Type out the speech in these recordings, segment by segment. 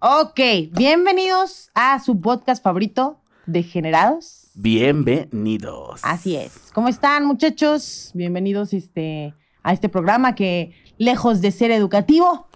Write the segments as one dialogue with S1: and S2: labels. S1: Ok, bienvenidos a su podcast favorito, Degenerados.
S2: Bienvenidos.
S1: Así es. ¿Cómo están, muchachos? Bienvenidos este, a este programa que, lejos de ser educativo,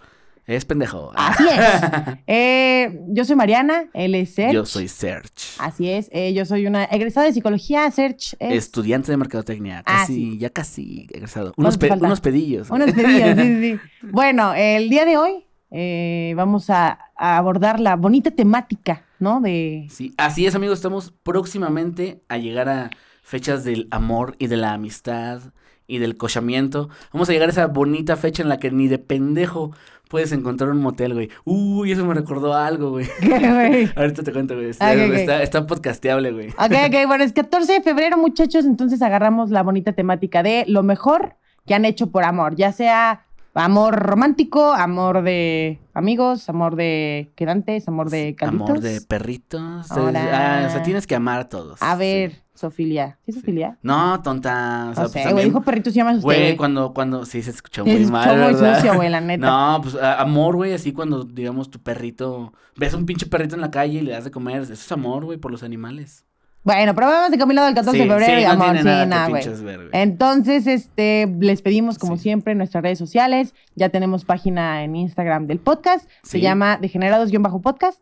S2: Es pendejo. Ah.
S1: así es. Eh, yo soy Mariana, él es Serge.
S2: Yo soy Serge.
S1: Así es, eh, yo soy una egresada de psicología, Serge. eh, es-
S2: Estudiante de mercadotecnia.
S1: Ah,
S2: Casi,
S1: sí.
S2: ya casi egresado.
S1: ¿Cuánto
S2: Unos,
S1: te
S2: pe-
S1: falta?
S2: unos pedillos.
S1: Unos pedidos, sí, sí, sí. Bueno, el día de hoy eh, vamos a, a abordar la bonita temática, ¿no? De
S2: Sí, así es, amigos. Estamos próximamente a llegar a fechas del amor y de la amistad y del cochamiento. Vamos a llegar a esa bonita fecha en la que ni de pendejo puedes encontrar un motel, güey. Uy, eso me recordó a algo, güey.
S1: ¿Qué, güey?
S2: Ahorita te cuento, güey. Está,
S1: Ah, ok, ok.
S2: está- está podcasteable, güey.
S1: Ok, ok, bueno, es 14 de febrero, muchachos, entonces agarramos la bonita temática de lo mejor que han hecho por amor, ya sea amor romántico, amor de amigos, amor de quedantes, amor de calditos.
S2: Amor de perritos. eh,
S1: Ahora.
S2: ah, o sea, tienes que amar a todos.
S1: A ver,
S2: sí.
S1: Sofilia, ¿sí es Sofilia?
S2: No, tonta. O sea,
S1: no
S2: pues
S1: sé, güey,
S2: también-
S1: dijo perrito, se llama usted,
S2: Güey,
S1: güey.
S2: cuando, cuando, sí, se escuchó
S1: Se
S2: muy
S1: escuchó
S2: mal,
S1: muy
S2: ¿verdad?
S1: sucio, güey, la neta.
S2: No, pues a- amor, güey, así cuando, digamos, tu perrito, ves un pinche perrito en la calle y le das de comer, eso es amor, güey, por los animales.
S1: Bueno, pero vamos de camino del 14
S2: Sí,
S1: de febrero
S2: sí,
S1: y
S2: no
S1: amor,
S2: tiene
S1: sí,
S2: nada que
S1: nada, güey. Eh,
S2: pinches ver, güey.
S1: Entonces, este, les pedimos, como
S2: Sí.
S1: siempre, en nuestras redes sociales. Ya tenemos página en Instagram del podcast. Se
S2: Sí.
S1: llama Degenerados-podcast.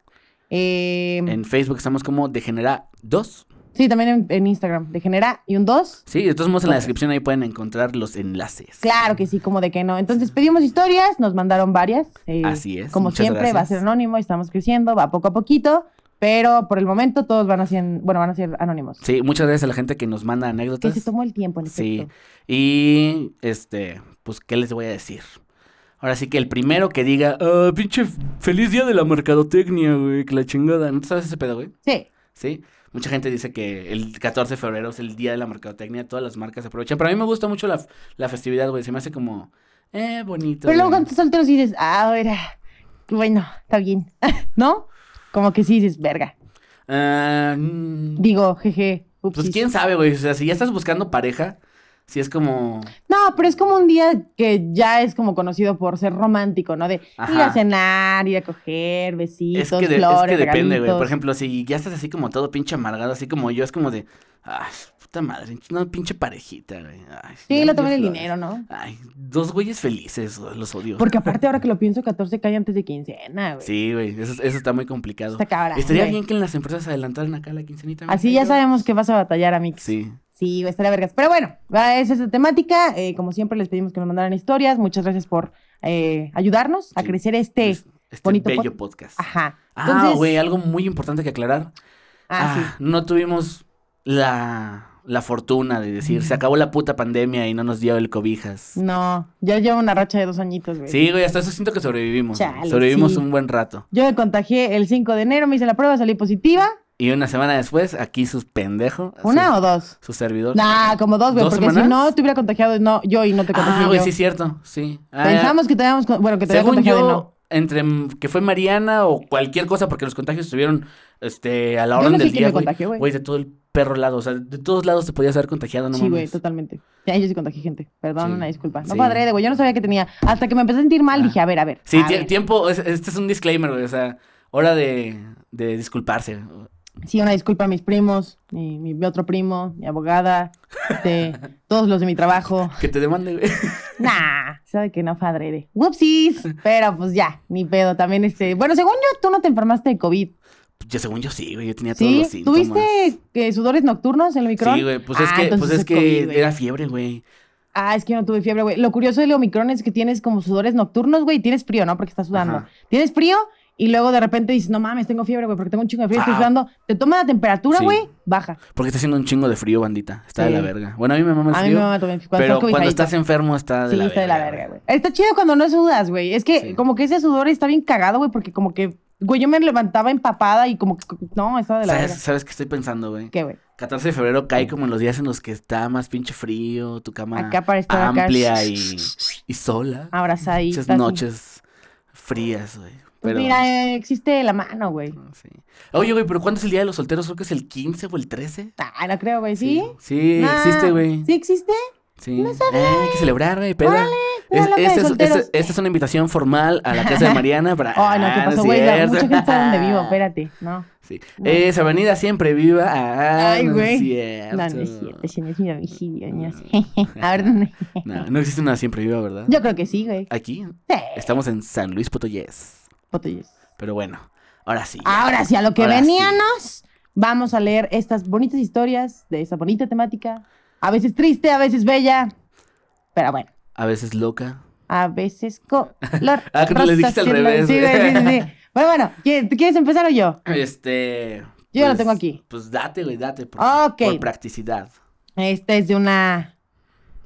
S1: Eh,
S2: En Facebook estamos como Degenera 2.
S1: Sí, también en, en Instagram. Degenera y un 2.
S2: Sí, de todos modos en la
S1: Ok.
S2: descripción ahí pueden encontrar los enlaces.
S1: Claro que sí, como de que no. Entonces, pedimos historias. Nos mandaron varias. eh,
S2: Así es,
S1: Como
S2: muchas
S1: siempre, va a ser
S2: gracias.
S1: anónimo. Estamos creciendo, va poco a poquito. Pero por el momento, todos van a ser, bueno, van a ser anónimos.
S2: Sí, muchas gracias a la gente que nos manda
S1: Que
S2: anécdotas.
S1: se tomó el tiempo, en
S2: Sí.
S1: efecto.
S2: Y este, pues, ¿qué les voy a decir? Ahora sí que el primero que diga, ah, pinche feliz día de la mercadotecnia, güey, que la chingada. ¿No te sabes ese pedo, güey?
S1: Sí.
S2: ¿Sí? Mucha gente dice que el 14 de febrero es el día de la mercadotecnia, todas las marcas aprovechan. Pero a mí me gusta mucho la, la festividad, güey. Se me hace como, eh, bonito.
S1: Pero luego
S2: güey.
S1: cuando estás solteros dices, ahora, bueno, está bien, ¿no? Como que sí dices, verga.
S2: Ah, mm,
S1: Digo, jeje,
S2: pues
S1: upsis.
S2: quién sabe, güey. O sea, si ya estás buscando pareja, si es como.
S1: No, pero es como un día que ya es como conocido por ser romántico, ¿no? De ir a
S2: Ajá.
S1: cenar, ir a coger,
S2: Es
S1: besitos,
S2: que, de- es
S1: flores,
S2: que depende, güey.
S1: regalitos.
S2: Por ejemplo, si ya estás así como todo pinche amargado, así como yo, es como de, ay, puta madre, una pinche parejita, güey. Ay,
S1: Sí, lo
S2: ya me dio
S1: toman el
S2: flores.
S1: dinero, ¿no?
S2: Ay, dos güeyes felices, güey, los odio.
S1: Porque aparte ahora que lo pienso, 14 cae antes de quincena, güey.
S2: Sí, güey, eso, eso está muy complicado.
S1: Está cabrón,
S2: Estaría
S1: güey.
S2: bien que en las empresas adelantaran acá la quincenita. mija,
S1: Así ya
S2: yo-
S1: sabemos que vas a batallar, Amix.
S2: Sí.
S1: Sí, va a estar a vergas. Pero bueno, va, esa es la temática. Eh, como siempre, les pedimos que nos mandaran historias. Muchas gracias por eh, ayudarnos a
S2: Sí.
S1: crecer este.
S2: es- Este
S1: bonito
S2: bello podcast.
S1: Ajá.
S2: ah, güey, algo muy importante que aclarar.
S1: Ah, sí.
S2: Ah, No tuvimos la, la fortuna de decir, se acabó la puta pandemia y no nos dio el cobijas.
S1: No, yo llevo una racha de dos añitos, güey.
S2: Sí, güey, hasta eso siento que sobrevivimos. güey.
S1: Chale,
S2: sobrevivimos
S1: sí.
S2: un buen rato.
S1: Yo me contagié el 5 de enero, me hice la prueba, salí positiva.
S2: Y una semana después, aquí sus pendejos.
S1: ¿Una
S2: su,
S1: o dos?
S2: su servidor.
S1: Nah, como dos, güey,
S2: Ah, ¿Dos
S1: porque si
S2: semanas?
S1: no te hubiera contagiado no, yo y no te contagié
S2: ah, güey,
S1: yo.
S2: sí, es cierto. Sí. Ah,
S1: Pensamos que teníamos, con- bueno, que te había
S2: según
S1: contagiado
S2: yo,
S1: y no.
S2: entre m- que fue Mariana o cualquier cosa, porque los contagios estuvieron este, a la
S1: Yo
S2: orden
S1: no sé
S2: del
S1: quién
S2: día.
S1: me
S2: güey.
S1: contagió, güey.
S2: Güey, de todo el perro lado. O sea, de todos lados te podías haber contagiado, no
S1: sí, güey,
S2: mames.
S1: totalmente. Ya, yo sí contagié gente. Perdón,
S2: Sí.
S1: una disculpa. No
S2: Sí.
S1: fue adrede, güey, yo no sabía que tenía. Hasta que me empecé a sentir mal,
S2: Ah.
S1: dije, a ver, a ver.
S2: Sí,
S1: a
S2: tie-
S1: ver.
S2: tiempo. es- este es un disclaimer, güey. O sea, hora de, de disculparse.
S1: Sí, una disculpa a mis primos, mi, mi- mi otro primo, mi abogada, este, todos los de mi trabajo.
S2: Que te demande, güey.
S1: Nah, sabe que no fue adrede. Whoopsies. Pero pues ya, ni pedo. También este. Bueno, según yo, tú no te enfermaste de COVID.
S2: Yo, según yo, sí, güey. Yo tenía todos
S1: ¿Sí?
S2: los síntomas.
S1: ¿Tuviste eh, sudores nocturnos en el Omicron?
S2: Sí, güey, pues es
S1: Ah,
S2: que,
S1: entonces
S2: pues es
S1: es
S2: que
S1: COVID, güey.
S2: era fiebre, güey.
S1: Ah, es que yo no tuve fiebre, güey. Lo curioso del Omicron es que tienes como sudores nocturnos, güey. y Tienes frío, ¿no? Porque estás sudando.
S2: Ajá.
S1: Tienes frío y luego de repente dices, no mames, tengo fiebre, güey, porque tengo un chingo de frío, estoy
S2: Ah.
S1: sudando. Te toma la temperatura,
S2: Sí.
S1: güey, baja.
S2: Porque está haciendo un chingo de frío, bandita. Está
S1: Sí.
S2: de la verga. Bueno, a mí me mama el
S1: A mí
S2: frío.
S1: me mama también. Cuando
S2: pero
S1: estás
S2: cuando
S1: cobijadito.
S2: estás enfermo está de
S1: Sí,
S2: la
S1: está
S2: verga.
S1: de la verga, güey. Está chido cuando no sudas, güey. Es que
S2: Sí.
S1: como que ese sudor está bien cagado, güey, porque como que, güey, yo me levantaba empapada y como que, no, estaba de la
S2: ¿Sabes,
S1: verga.
S2: ¿Sabes qué estoy pensando, güey?
S1: ¿Qué, güey?
S2: 14 de febrero cae como en los días en los que está más pinche frío, tu cama
S1: Acá para estar acá.
S2: amplia y, y sola.
S1: Abrazadita.
S2: Muchas
S1: así.
S2: noches frías, güey.
S1: Pues
S2: Pero,
S1: mira, eh, existe la mano, güey.
S2: sí. Oye, güey, pero ¿cuándo es el día de los solteros? Creo que es el 15 o el 13.
S1: Ah, no creo, güey. ¿Sí?
S2: Sí,
S1: Nah.
S2: existe, güey.
S1: ¿Sí existe?
S2: Sí. Eh, hay que celebrar, güey, peda.
S1: Una
S2: Es-
S1: loca de
S2: esta, es,
S1: solteros.
S2: esta- esta es una invitación formal a la casa de Mariana para.
S1: Ay, no, ¿qué
S2: Ah,
S1: pasó,
S2: es
S1: güey? La-
S2: cierto.
S1: Mucha gente sabe dónde vivo, espérate. No.
S2: Sí. Es Avenida Siempre Viva. Ah,
S1: Ay,
S2: no es
S1: güey.
S2: cierto.
S1: No,
S2: Mm.
S1: no es cierto, ese no es mi domicilio, no sé. A ver dónde.
S2: No, no existe una Siempre Viva, ¿verdad?
S1: Yo creo que sí, güey.
S2: Aquí
S1: Sí,
S2: estamos en San Luis Potoyes.
S1: Potelles.
S2: Pero bueno, ahora sí. ya.
S1: Ahora sí, a lo que
S2: Ahora sí.
S1: veníamos, vamos a leer estas bonitas historias de esa bonita temática. A veces triste, a veces bella. Pero bueno,
S2: A veces loca.
S1: a veces color.
S2: Ah, que tú le dijiste al
S1: rosa,
S2: revés,
S1: Sí,
S2: güey.
S1: güey, sí, sí, sí. Bueno, bueno, ¿quién- ¿tú quieres empezar o yo?
S2: Este.
S1: Yo ya lo tengo aquí. Ah,
S2: Pues date, güey, date. Por,
S1: Ok.
S2: por practicidad.
S1: Esta es de una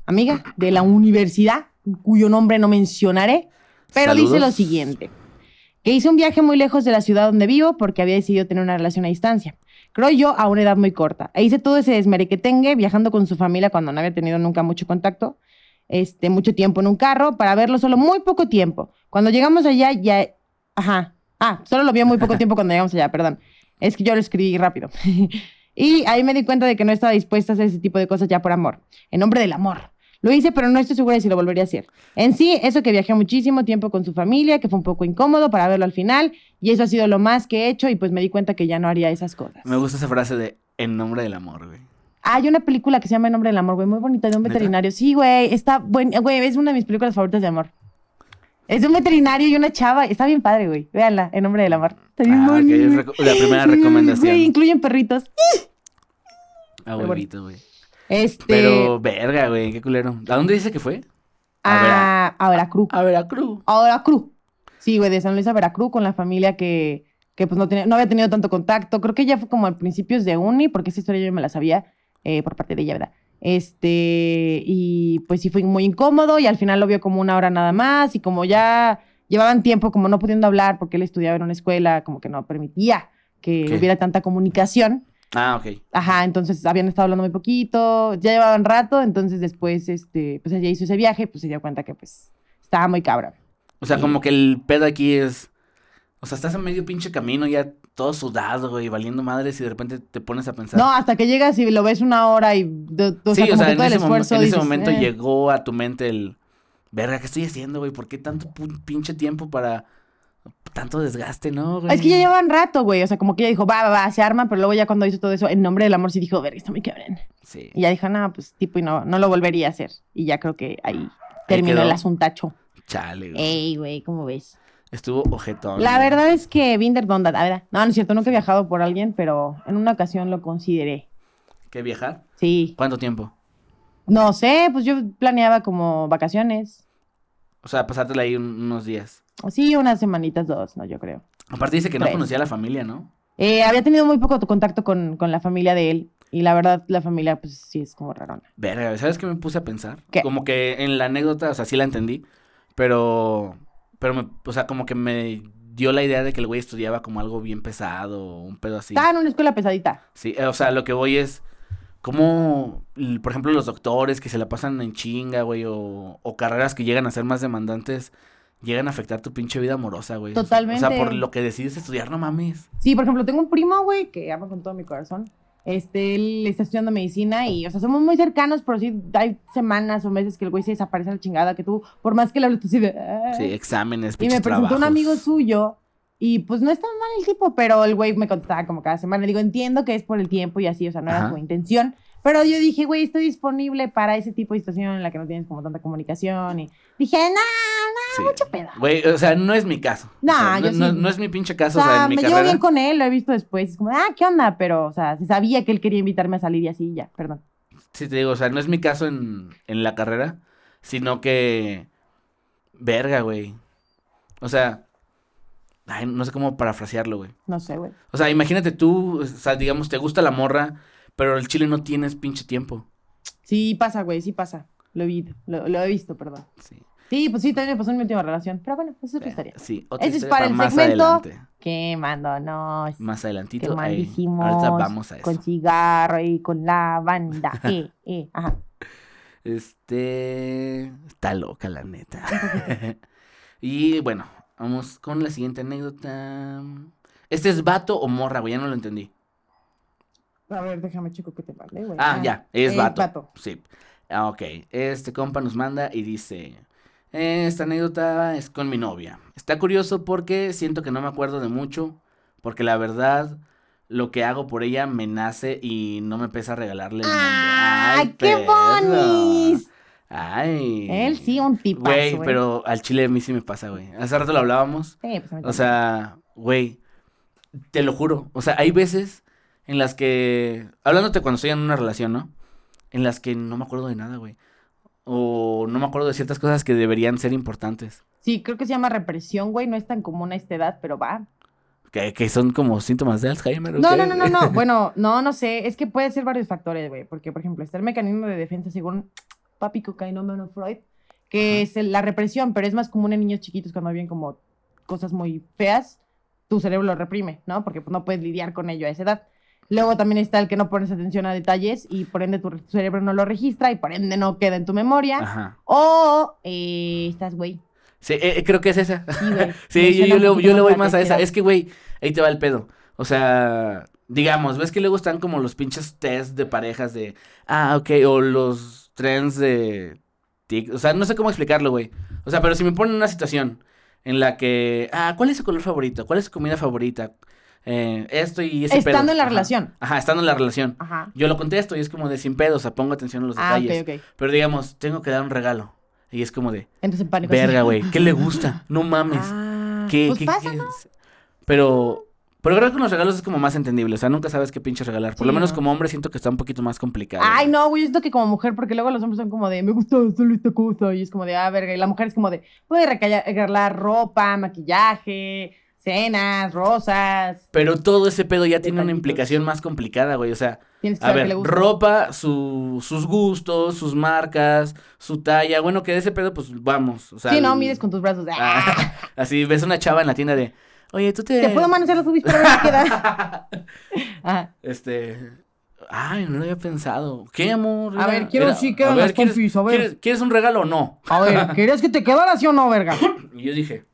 S1: amiga de la universidad, cuyo nombre no mencionaré, pero dice
S2: Saludos.
S1: lo siguiente. Que hice un viaje muy lejos de la ciudad donde vivo porque había decidido tener una relación a distancia. Creo yo a una edad muy corta. E hice todo ese desmerequetengue viajando con su familia cuando no había tenido nunca mucho contacto, este, mucho tiempo en un carro, para verlo solo muy poco tiempo. Cuando llegamos allá ya... Ajá. Ah, solo lo vio muy poco tiempo cuando llegamos allá, perdón. Es que yo lo escribí rápido. Y ahí me di cuenta de que no estaba dispuesta a hacer ese tipo de cosas ya por amor, en nombre del amor. Lo hice, pero no estoy segura de si lo volvería a hacer. En sí, eso que viajé muchísimo tiempo con su familia, que fue un poco incómodo para verlo al final, y eso ha sido lo más que he hecho, y pues me di cuenta que ya no haría esas cosas.
S2: Me gusta esa frase de en nombre del amor, güey.
S1: Hay una película que se llama En nombre del amor, güey, muy bonita, de un
S2: ¿Neta?
S1: veterinario. Sí, güey, está buena, güey, es una de mis películas favoritas de amor. Es de un veterinario y una chava, está bien padre, güey. Véanla, En nombre del amor. Está bien
S2: Ah, ok,
S1: bonita.
S2: reco- la primera recomendación.
S1: Güey, incluyen perritos.
S2: Abuelito, güey.
S1: Este,
S2: Pero, verga, güey, qué culero. ¿A dónde dice que fue? a
S1: a, a Veracruz.
S2: A Veracruz.
S1: a Veracruz. Sí, güey, de San Luis a Veracruz con la familia que, que pues no, tenía, no había tenido tanto contacto. Creo que ya fue como al principios de uni, porque esa historia yo me la sabía eh, por parte de ella, ¿verdad? Este, y pues sí fue muy incómodo y al final lo vio como una hora nada más y como ya llevaban tiempo como no pudiendo hablar porque él estudiaba en una escuela, como que no permitía que
S2: Ok.
S1: hubiera tanta comunicación.
S2: Ah, ok.
S1: Ajá, entonces habían estado hablando muy poquito, ya llevaban rato, entonces después, este, pues ella hizo ese viaje, pues se dio cuenta que pues estaba muy cabrón.
S2: O sea, como que el pedo aquí es. O sea, estás a medio pinche camino ya todo sudado, güey, valiendo madres y de repente te pones a pensar.
S1: No, hasta que llegas y lo ves una hora y do- do- o
S2: sí,
S1: sea,
S2: o
S1: como
S2: sea,
S1: que
S2: en
S1: todo el
S2: ese, mom-
S1: esfuerzo
S2: en ese
S1: dices,
S2: momento
S1: "Eh".
S2: llegó a tu mente el. Verga, ¿qué estoy haciendo, güey? ¿Por qué tanto pu- pinche tiempo para tanto desgaste, no, güey?
S1: Es que ya llevan rato, güey. O sea, como que ella dijo, va, va, va, se arma, pero luego ya cuando hizo todo eso, en nombre del amor sí dijo, verga, está muy cabrón.
S2: Sí.
S1: Y ya dijo, no, pues tipo, y no, no lo volvería a hacer. Y ya creo que ahí terminó
S2: quedó.
S1: el asuntacho.
S2: Chale, güey.
S1: Ey, güey, ¿cómo ves?
S2: Estuvo ojetón.
S1: Eh. La
S2: güey.
S1: verdad es que Binder Donda, la verdad. No, no es cierto, nunca he viajado por alguien, pero en una ocasión lo consideré.
S2: ¿Qué viajar?
S1: Sí.
S2: ¿Cuánto tiempo?
S1: No sé, pues yo planeaba como vacaciones.
S2: O sea, pasártela ahí un- unos días.
S1: Sí, unas semanitas, dos, no, yo creo.
S2: Aparte dice que no
S1: Tres.
S2: conocía a la familia, ¿no?
S1: Eh, había tenido muy poco contacto con, con la familia de él. Y la verdad, la familia, pues sí, es como rarona.
S2: Verga, ¿sabes qué me puse a pensar?
S1: ¿Qué?
S2: Como que en la anécdota, o sea, sí la entendí, pero, pero, me- o sea, como que me dio la idea de que el güey estudiaba como algo bien pesado, o un pedo así.
S1: Estaba en una escuela pesadita.
S2: Sí, eh, o sea, lo que voy es como, l- por ejemplo, los doctores que se la pasan en chinga, güey, o, o carreras que llegan a ser más demandantes, llegan a afectar tu pinche vida amorosa, güey. O sea, O sea,
S1: Totalmente.
S2: por lo que decides estudiar, no mames.
S1: Sí, por ejemplo, tengo un primo, güey, que amo con todo mi corazón. Este, él está estudiando medicina y, o sea, somos muy cercanos, pero sí hay semanas o meses que el güey se desaparece a la chingada, que tú, por más que le hables, tú sí de, "Ah".
S2: Sí,
S1: Y
S2: exámenes,
S1: me
S2: pinches
S1: presentó un
S2: trabajos.
S1: amigo suyo y, pues, no es tan mal el tipo, pero el güey me contestaba como cada semana. Digo, entiendo que es por el tiempo y así, o sea, no
S2: Ajá.
S1: era su intención. Pero yo dije, güey, estoy disponible para ese tipo de situación en la que no tienes como tanta comunicación. Y dije, no,
S2: Sí.
S1: ¡Ah, mucho pedo.
S2: Güey, o sea, no es mi caso. O
S1: No,
S2: sea,
S1: yo
S2: no,
S1: sí.
S2: no es mi pinche caso,
S1: o
S2: o
S1: sea,
S2: en mi
S1: me llevo
S2: carrera.
S1: bien con él, lo he visto después. Es como, ah, ¿qué onda? Pero, o sea, se sabía que él quería invitarme a salir y así, ya, perdón.
S2: Sí, te digo, o sea, no es mi caso en, en la carrera, sino que. Verga, güey. O sea. Ay, no sé cómo parafrasearlo, güey.
S1: No sé, güey.
S2: O sea, imagínate tú, o sea, digamos, te gusta la morra, pero el chile no tienes pinche tiempo.
S1: Sí pasa, güey, sí pasa. Lo he visto, lo, lo he visto, perdón.
S2: Sí.
S1: Sí, pues sí, también me pasó en mi última relación. Pero bueno, esa es otra historia.
S2: Sí, otra
S1: Ese es
S2: historia
S1: para el
S2: más
S1: segmento.
S2: adelante.
S1: Qué mando, no. es-
S2: Más
S1: que
S2: adelantito. ahí.
S1: maldicimos.
S2: Ahorita vamos a eso.
S1: Con cigarro y con la banda. Eh, eh, ajá.
S2: Este. Está loca, la neta. y bueno, vamos con la siguiente anécdota. ¿Este es vato o morra, güey? Ya no lo entendí.
S1: A ver, déjame chico que te mande, güey.
S2: Ah, ya, es vato. Sí. Ah, ok. Este compa nos manda y dice: Eh, esta anécdota es con mi novia. Está curioso porque siento que no me acuerdo de mucho, porque la verdad lo que hago por ella me nace y no me pesa regalarle el mundo.
S1: ¡Ay, qué
S2: perro!
S1: bonis!
S2: Ay.
S1: Él sí, un tipazo. eh.
S2: Güey, pero al chile a mí sí me pasa, güey. Hace rato lo hablábamos.
S1: Sí, pues, a mí
S2: O
S1: también.
S2: sea, güey, te lo juro. O sea, hay veces en las que, hablándote cuando estoy en una relación, ¿no? En las que no me acuerdo de nada, güey. O no me acuerdo de ciertas cosas que deberían ser importantes.
S1: Sí, creo que se llama represión, güey. No es tan común a esta edad, pero va.
S2: Que, que son como síntomas de Alzheimer. ¿o
S1: No,
S2: qué?
S1: no, no, no, no. Bueno, no, no sé. Es que puede ser varios factores, güey. Porque, por ejemplo, está el mecanismo de defensa según Papi Cocaíno Mano Freud, que es el- la represión, pero es más común en niños chiquitos cuando viven como cosas muy feas. Tu cerebro lo reprime, ¿no? Porque pues, no puedes lidiar con ello a esa edad. Luego también está el que no pones atención a detalles y por ende tu re- cerebro no lo registra y por ende no queda en tu memoria.
S2: Ajá.
S1: O eh, estás, güey.
S2: Sí, eh, eh, creo que es esa.
S1: Sí, güey. Me
S2: Sí, yo,
S1: suena
S2: yo
S1: un
S2: le,
S1: poquito
S2: yo le voy
S1: la
S2: más a esa.
S1: tercera.
S2: Es que, güey, ahí te va el pedo. O sea, digamos, ves que luego están como los pinches test de parejas de, ah, ok, o los trends de... tic- O sea, no sé cómo explicarlo, güey. O sea, pero si me ponen en una situación en la que, ah, ¿cuál es su color favorito? ¿Cuál es su comida favorita? Eh, esto y ese pedo.
S1: Estando en la
S2: Ajá.
S1: relación.
S2: Ajá, estando en la relación.
S1: Ajá.
S2: Yo lo contesto y es como de sin pedo, o sea, pongo atención a los
S1: Ah,
S2: detalles.
S1: ok, ok.
S2: Pero digamos, tengo que dar un regalo. Y es como de,
S1: Entonces en pánico. así.
S2: verga, güey, ¿qué le gusta? No mames.
S1: Ah,
S2: ¿Qué,
S1: pues
S2: qué-
S1: pasa,
S2: qué es? Pero, pero creo que con los regalos es como más entendible. O sea, nunca sabes qué pinche regalar. Por lo
S1: Sí,
S2: menos
S1: ¿no?
S2: como hombre siento que está un poquito más complicado.
S1: Ay, no, güey, yo siento que como mujer, porque luego los hombres son como de, me gusta solo esta cosa, y es como de, ah, verga, y la mujer es como de, puede recalla- regalar ropa, maquillaje, cenas, rosas,
S2: Pero todo ese pedo ya tiene una
S1: Detallitos.
S2: implicación más complicada, güey. O sea,
S1: tienes que
S2: a
S1: saber qué le
S2: ver,
S1: gusta.
S2: ropa, su- sus gustos, sus marcas, su talla. Bueno, que de ese pedo, pues vamos. O sea,
S1: sí, no,
S2: el-
S1: mides con tus brazos. Ah,
S2: Ah, así ves a una chava en la tienda de, oye, tú te.
S1: Te puedo manejar los boobies para ver qué queda. Ah, Ajá.
S2: Este. Ay, no lo había pensado. ¿Qué, amor?
S1: A
S2: Era-
S1: ver, quiero
S2: era-
S1: sí
S2: a
S1: quedan
S2: ver,
S1: las
S2: ¿quieres-
S1: confis, a ver.
S2: ¿quieres, ¿Quieres un regalo o no?
S1: A ver, ¿querías que te quedara sí o no, verga?
S2: Y yo dije,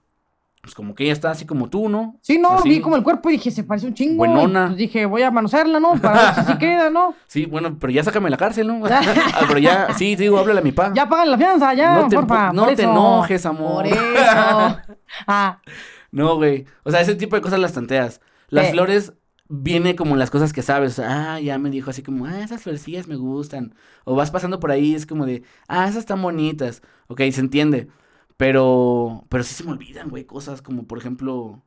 S2: pues como que ella está así como tú, ¿no?
S1: Sí, no,
S2: Así.
S1: vi como el cuerpo y dije, se parece un chingo.
S2: ¿Ah, Buenona.
S1: Pues dije, voy a manosearla, ¿no? Para ver si sí queda, ¿no?
S2: Sí, bueno, pero ya sácame de la cárcel, ¿no? Ah, pero ya, sí, te digo, háblale a mi pa.
S1: Ya pagan la fianza, ya,
S2: No te
S1: porfa.
S2: empu- no
S1: por
S2: te
S1: eso.
S2: enojes, amor.
S1: Por eso. Ah,
S2: No, güey. O sea, ese tipo de cosas las tanteas. Las
S1: Sí.
S2: flores viene como las cosas que sabes. O sea, ah, ya me dijo así como, ah, esas florecillas me gustan. O vas pasando por ahí, es como de, ah, esas están bonitas. Ok, se entiende. Pero, pero sí se me olvidan, güey, cosas como, por ejemplo...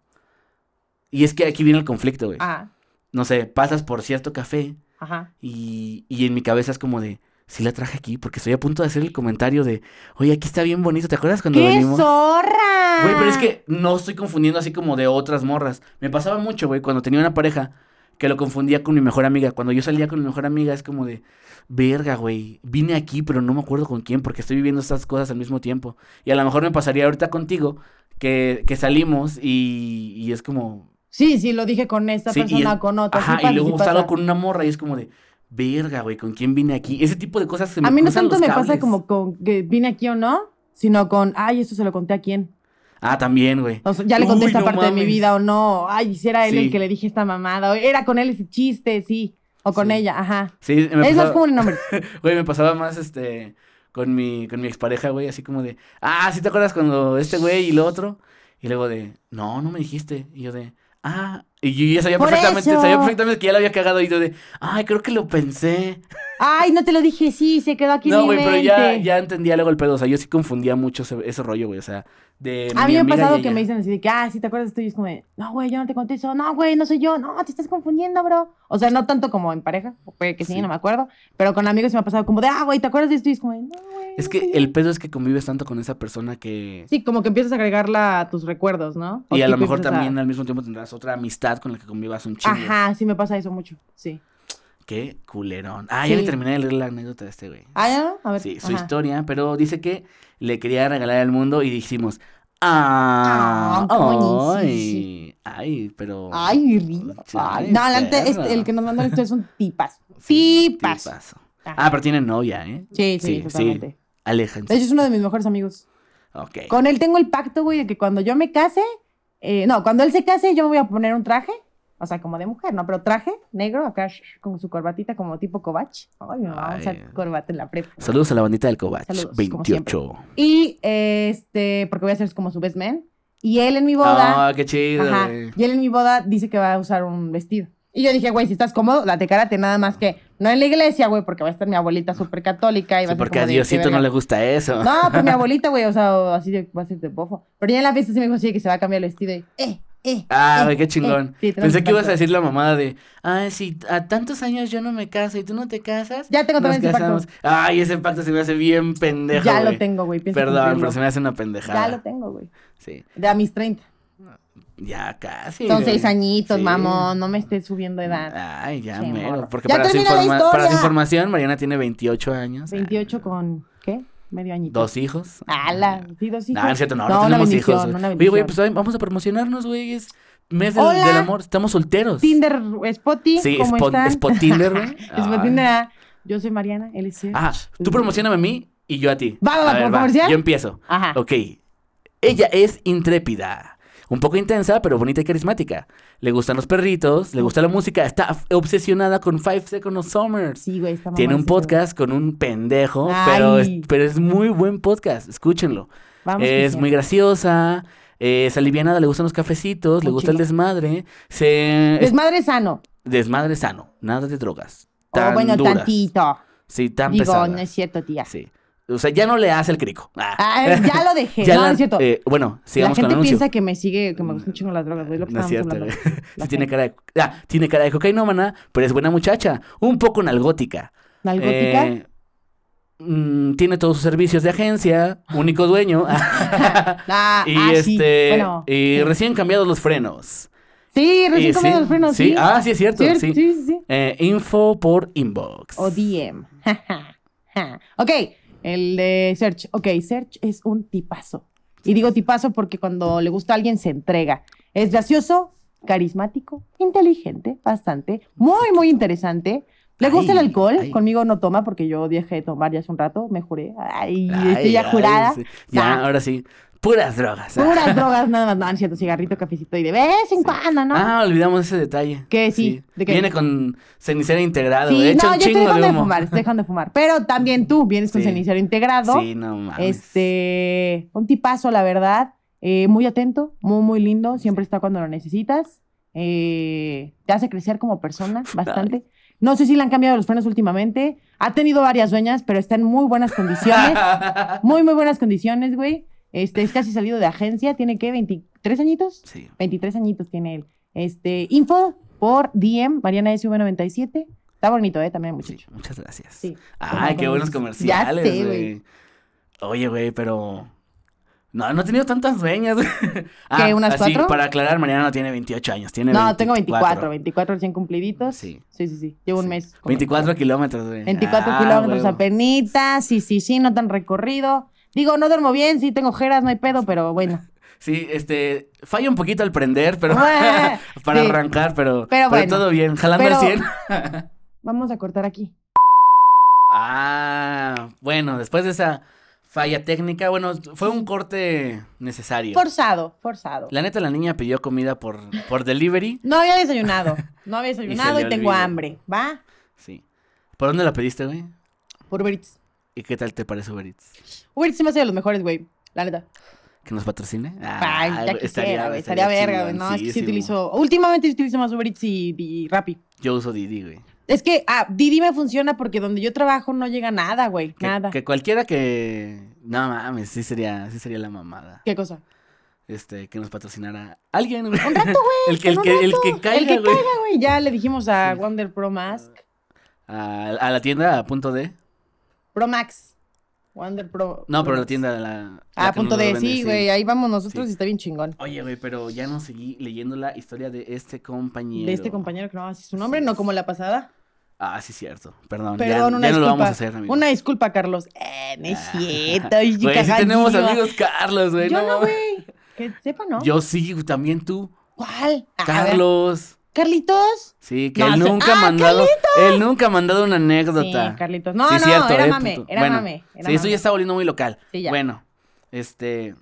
S2: Y es que aquí viene el conflicto, güey.
S1: ah,
S2: No sé, pasas por cierto café
S1: ajá.
S2: Y, y en mi cabeza es como de, sí la traje aquí, porque estoy a punto de hacer el comentario de, oye, aquí está bien bonito, ¿te acuerdas cuando
S1: ¡Qué
S2: venimos?
S1: zorra!
S2: Güey, pero es que no estoy confundiendo así como de otras morras. Me pasaba mucho, güey, cuando tenía una pareja que lo confundía con mi mejor amiga. Cuando yo salía con mi mejor amiga es como de, verga, güey, vine aquí, pero no me acuerdo con quién, porque estoy viviendo estas cosas al mismo tiempo. Y a lo mejor me pasaría ahorita contigo que, que salimos y, y es como,
S1: Sí, sí, lo dije con esta
S2: Sí, y
S1: persona,
S2: el-
S1: con otra. sí
S2: Ajá,
S1: pasa,
S2: y luego
S1: sí
S2: salgo
S1: pasa.
S2: con una morra y es como de, verga, güey, ¿con quién vine aquí? Ese tipo de cosas se me
S1: A mí no
S2: cruzan
S1: tanto
S2: los
S1: me pasa
S2: cables.
S1: como con que vine aquí o no, sino con, ay, esto se lo conté a quién.
S2: Ah, también, güey.
S1: O sea, ya le
S2: Uy,
S1: conté esta
S2: no
S1: parte de mi
S2: mames.
S1: vida o no. Ay, si era él
S2: Sí.
S1: el que le dije esta mamada. o era con él ese chiste, sí. O con
S2: Sí.
S1: ella, ajá.
S2: Sí, me
S1: Es más
S2: pasaba,
S1: como el nombre.
S2: güey, me pasaba más, este, con mi, con mi expareja, güey, así como de, ah, ¿sí te acuerdas cuando este güey y lo otro? Y luego de, no, no me dijiste. Y yo de, ah, y yo ya sabía
S1: Por
S2: perfectamente,
S1: eso.
S2: sabía perfectamente que ya la había cagado y yo de, ay, creo que lo pensé.
S1: Ay, no te lo dije, sí, se quedó aquí. en
S2: No,
S1: mi
S2: güey, pero ya,
S1: mente.
S2: ya entendía luego el pedo, o sea, yo sí confundía mucho ese, ese rollo, güey, o sea, de
S1: A mí
S2: mi
S1: me ha
S2: amiga y
S1: pasado que
S2: ella.
S1: me dicen así de que, ah, sí, ¿te acuerdas de esto? Y es como de, no, güey, yo no te conté eso. No, güey, no soy yo. No, te estás confundiendo, bro. O sea, no tanto como en pareja, o puede que sí,
S2: Sí.
S1: no me acuerdo. Pero con amigos se me ha pasado como de, ah, güey, ¿te acuerdas de esto? Y es como de, no, güey.
S2: Es
S1: no
S2: que
S1: soy yo".
S2: el pedo es que convives tanto con esa persona que...
S1: Sí, como que empiezas a agregarla a tus recuerdos, ¿no? O
S2: Y a lo
S1: tipo
S2: mejor
S1: empiezas a-
S2: también al mismo tiempo tendrás otra amistad con la que convivas un chingo.
S1: Ajá, sí me pasa eso mucho, sí.
S2: Qué culerón. Ah, ya
S1: Sí.
S2: le terminé de leer la anécdota de este güey.
S1: Ah, ¿ya no? A ver.
S2: Sí, su
S1: ajá.
S2: historia, pero dice que le quería regalar al mundo y dijimos, ah,
S1: Ah, qué
S2: ay, ay, pero...
S1: Ay, rico. Ay, no, la neta, este, el que nos mandó esto es un tipazo. tipazo.
S2: tipazo.
S1: Ajá.
S2: Ah, pero tiene novia, ¿eh?
S1: Sí, sí,
S2: Sí, sí.
S1: totalmente. De
S2: Aléjense.
S1: hecho, es uno de mis mejores amigos.
S2: Ok.
S1: Con él tengo el pacto, güey, de que cuando yo me case, eh, no, cuando él se case, yo me voy a poner un traje O sea, como de mujer, ¿no? Pero traje negro, acá sh- con su corbatita como tipo Kovach. Ay, no, vamos
S2: Ay.
S1: a corbata en la prepa.
S2: Saludos a la bandita del Covach.
S1: Saludos, como
S2: 28.
S1: Y este, porque voy a ser como su best man. Y él en mi boda.
S2: Ah, qué chido,
S1: ajá,
S2: güey.
S1: y él en mi boda dice que va a usar un vestido. Y yo dije, güey, si estás cómodo, date karate, nada más que no en la iglesia, güey, porque va a estar mi abuelita súper católica. Y va
S2: Sí,
S1: a ser
S2: porque
S1: como
S2: a
S1: de,
S2: Diosito
S1: "Qué
S2: no
S1: verga".
S2: le gusta eso.
S1: No, pues mi abuelita, güey, o sea, o así de, va a ser de bofo. Pero ya en la fiesta sí me dijo, sí, que se va a cambiar el vestido. y, eh, eh.
S2: Ah,
S1: eh,
S2: güey, qué
S1: eh.
S2: chingón.
S1: Sí, tenemos
S2: Pensé que ibas a
S1: pacto.
S2: decir la mamada de, ay, si a tantos años yo no me caso y tú no te casas.
S1: Ya tengo
S2: nos
S1: también ese pacto.
S2: casamos. Ay, ese pacto se me hace bien pendejo.
S1: Ya
S2: güey.
S1: lo tengo, güey. pienso
S2: Perdón,
S1: cumplirlo.
S2: pero se me hace una pendejada.
S1: Ya lo tengo, güey.
S2: Sí,
S1: De a mis 30.
S2: ya casi.
S1: Son
S2: güey.
S1: seis añitos,
S2: Sí. Mm, ah,
S1: mamón. No me estés subiendo edad.
S2: Ay, ya
S1: Che,
S2: mero.
S1: morro.
S2: Porque
S1: ¡Ya
S2: para su,
S1: termina la
S2: informa- para su
S1: historia!
S2: información, Mariana tiene 28 años.
S1: 28 con, ¿qué? Medio añito.
S2: Dos hijos.
S1: Ala, sí, dos hijos.
S2: No, no es cierto, no, no,
S1: una
S2: tenemos
S1: bendición,
S2: hijos. güey.
S1: una
S2: Oye, güey,
S1: bendición.
S2: pues ay, vamos a promocionarnos, güey. Es mes del,
S1: Hola.
S2: del amor. Estamos solteros.
S1: Tinder, Spotty,
S2: pues, Sí,
S1: ¿cómo
S2: Spot-
S1: están?
S2: Spotinder, güey.
S1: Spotinder, ah, yo soy Mariana, él es Sergio.
S2: Ah, tú promocioname a mí y yo a ti.
S1: Va, va,
S2: A
S1: va,
S2: ver,
S1: ¿por comercial?
S2: Yo empiezo.
S1: Ajá.
S2: Ok. Ella es intrépida. Un poco intensa, pero bonita y carismática. Le gustan los perritos, le gusta la música, está f- obsesionada con Five Seconds of Summer.
S1: Sí, güey, está
S2: Tiene
S1: mamón
S2: un
S1: ese pedo.
S2: podcast con un pendejo,
S1: Ay.
S2: pero es, pero es muy buen podcast, escúchenlo.
S1: Vamos que
S2: es
S1: sí.
S2: muy graciosa, eh, es alivianada, le gustan los cafecitos, le
S1: Muy
S2: gusta el
S1: chido.
S2: desmadre, se... es
S1: Desmadre Pues sano.
S2: desmadre sano, nada de drogas.
S1: O
S2: Tan
S1: Oh, bueno,
S2: duras.
S1: tantito.
S2: Sí, tan
S1: Digo,
S2: pesadas.
S1: no es cierto, tía.
S2: Sí. O sea, ya no le hace el crico. Ah.
S1: Ah, ya lo dejé.
S2: Ya
S1: no,
S2: la-
S1: no es cierto.
S2: eh, bueno,
S1: la
S2: sigamos con el
S1: gente
S2: anuncio.
S1: piensa que me sigue, que me gustan chingo las drogas, güey. Lo que
S2: No es
S1: estábamos
S2: cierto, güey.
S1: hablando.
S2: Sí
S1: La
S2: tiene
S1: gente.
S2: cara de... Ah, tiene cara de cocainómana, pero es buena muchacha. Un poco nalgótica.
S1: ¿Nalgótica?
S2: Eh, mm, tiene todos sus servicios de agencia, único dueño.
S1: Ah,
S2: y
S1: ah, sí.
S2: este...
S1: Bueno,
S2: y recién cambiados los frenos.
S1: sí, recién
S2: Y
S1: comido
S2: sí,
S1: los frenos, sí.
S2: Ah, sí, es cierto,
S1: Cier-
S2: sí.
S1: sí, Oh, sí, sí.
S2: Eh, info por inbox.
S1: O DM. Ja, ja, ja. ok, el de Search. Ok, Search es un tipazo. Y digo tipazo porque cuando le gusta a alguien se entrega. Es gracioso, carismático, inteligente, bastante, muy, muy interesante. Le gusta el
S2: Ay,
S1: alcohol.
S2: ay.
S1: Conmigo no toma porque yo dejé de tomar ya hace un rato. Me juré. Ay, estoy
S2: Ay,
S1: ya
S2: ay,
S1: jurada.
S2: sí. Ya,
S1: Nah.
S2: ahora sí. Puras drogas. Ah.
S1: Puras drogas, nada más. No, no es cierto, cigarrito, cafecito y de vez en
S2: Sí.
S1: cuando, ¿no?
S2: Ah, olvidamos ese detalle.
S1: ¿Qué? Sí, ¿de qué?
S2: Viene con cenicero integrado.
S1: sí,
S2: Echa
S1: no, yo
S2: un
S1: estoy
S2: chingo
S1: dejando de,
S2: de humo.
S1: fumar, estoy dejando de fumar. Pero también tú vienes con
S2: Sí.
S1: cenicero integrado.
S2: Sí, Ah, no mames.
S1: Este, un tipazo, la verdad. Eh, muy atento, muy, muy lindo. Siempre está cuando lo necesitas. Eh, te hace crecer como persona bastante. No sé si le han cambiado los frenos últimamente. Ha tenido varias dueñas, pero está en muy buenas condiciones. Muy, muy buenas condiciones, güey. Este, es casi salido de agencia. ¿Tiene qué? ¿23 añitos?
S2: sí.
S1: 23 añitos tiene él. Este, info por DM, Mariana SV97. Está bonito, ¿eh? También,
S2: sí,
S1: muchacho.
S2: muchas gracias.
S1: Sí.
S2: Ay, qué buenos comerciales,
S1: Ya sé,
S2: güey. Oye, güey, pero. No, no he tenido tantas dueñas. Ah,
S1: ¿Qué, unas
S2: así,
S1: cuatro?
S2: Para aclarar, Mariana no tiene 28 años. Tiene
S1: No, tengo 24, 24 recién cumpliditos.
S2: Sí.
S1: Sí. Sí, sí, Llevo un
S2: Sí.
S1: mes. con
S2: 24 kilómetros, güey.
S1: 24
S2: Ah,
S1: kilómetros
S2: huevo.
S1: apenitas, sí, sí, sí, no tan recorrido. Digo, no duermo bien, sí, tengo ojeras, no hay pedo, pero bueno.
S2: Sí, este. Falla un poquito al prender, pero.
S1: Ah,
S2: para
S1: sí.
S2: arrancar, pero.
S1: Pero bueno.
S2: todo bien. Jalando
S1: Pero-
S2: al 100.
S1: Vamos a cortar aquí.
S2: Ah, bueno, después de esa falla técnica, bueno, fue un corte necesario.
S1: Forzado, forzado.
S2: La neta, la niña pidió comida por, por delivery.
S1: No había desayunado, no había desayunado y,
S2: le
S1: tengo
S2: olvidó.
S1: hambre, ¿va?
S2: Sí. ¿Por dónde la pediste, güey?
S1: Por Uber Eats.
S2: ¿Y qué tal te parece Uber Eats?
S1: Uber Eats se me hace de los mejores, güey, la neta.
S2: ¿Que nos patrocine? Ah,
S1: Ay, ya
S2: güey,
S1: quisiera, güey, estaría, verga, güey. No, es que sí
S2: chingoncísimo.
S1: utilizo... Últimamente sí utilizo más Uber Eats y, y Rappi.
S2: Yo uso Didi, güey.
S1: Es que, ah, Didi me funciona porque donde yo trabajo no llega nada, güey,
S2: Que,
S1: nada.
S2: que cualquiera que... No mames, sí sería, sí sería la mamada.
S1: ¿Qué cosa?
S2: Este, que nos patrocinara alguien, güey.
S1: Un rato, güey.
S2: El que, el
S1: con
S2: que,
S1: un
S2: el
S1: rato.
S2: que caiga,
S1: El que
S2: güey.
S1: caiga, Ah, güey. Ya le dijimos a
S2: Sí.
S1: Wonder Pro Max.
S2: A, a la tienda, a punto de...
S1: Pro Max. Wonder Pro.
S2: No,
S1: Pro
S2: pero la
S1: Max.
S2: tienda, la...
S1: Ah,
S2: la
S1: a
S2: que
S1: punto
S2: nos
S1: de
S2: vende,
S1: sí, güey. Ahí vamos nosotros
S2: Sí.
S1: y está bien chingón.
S2: Oye, güey, pero ya no seguí leyendo la historia de este compañero.
S1: De este compañero que no va a decir su nombre,
S2: Sí.
S1: no como la pasada.
S2: Ah, sí, cierto. Perdón. ya-
S1: Perdón,
S2: ya,
S1: una
S2: no lo
S1: disculpa.
S2: vamos a hacer, amigo.
S1: Una disculpa, Carlos. Eh, no es
S2: Ah.
S1: cierto. y
S2: Güey, sí
S1: cagandísima.
S2: tenemos amigos Carlos, güey.
S1: Yo
S2: no
S1: no,
S2: mames.
S1: güey. Que sepa, ¿no?
S2: Yo sí, güey, también tú.
S1: ¿Cuál? Ah, a ver.
S2: Carlos.
S1: ¿Carlitos?
S2: Sí, que
S1: No,
S2: él
S1: sí.
S2: nunca ha
S1: ¡Ah,
S2: mandado. Él nunca ha mandado una anécdota.
S1: Sí, Carlitos. No,
S2: Sí,
S1: no,
S2: es cierto,
S1: era
S2: eh,
S1: mame.
S2: puto.
S1: Era
S2: Bueno,
S1: mame. Era
S2: sí, eso
S1: mame.
S2: ya está volviendo muy local.
S1: Sí, ya.
S2: Bueno, este.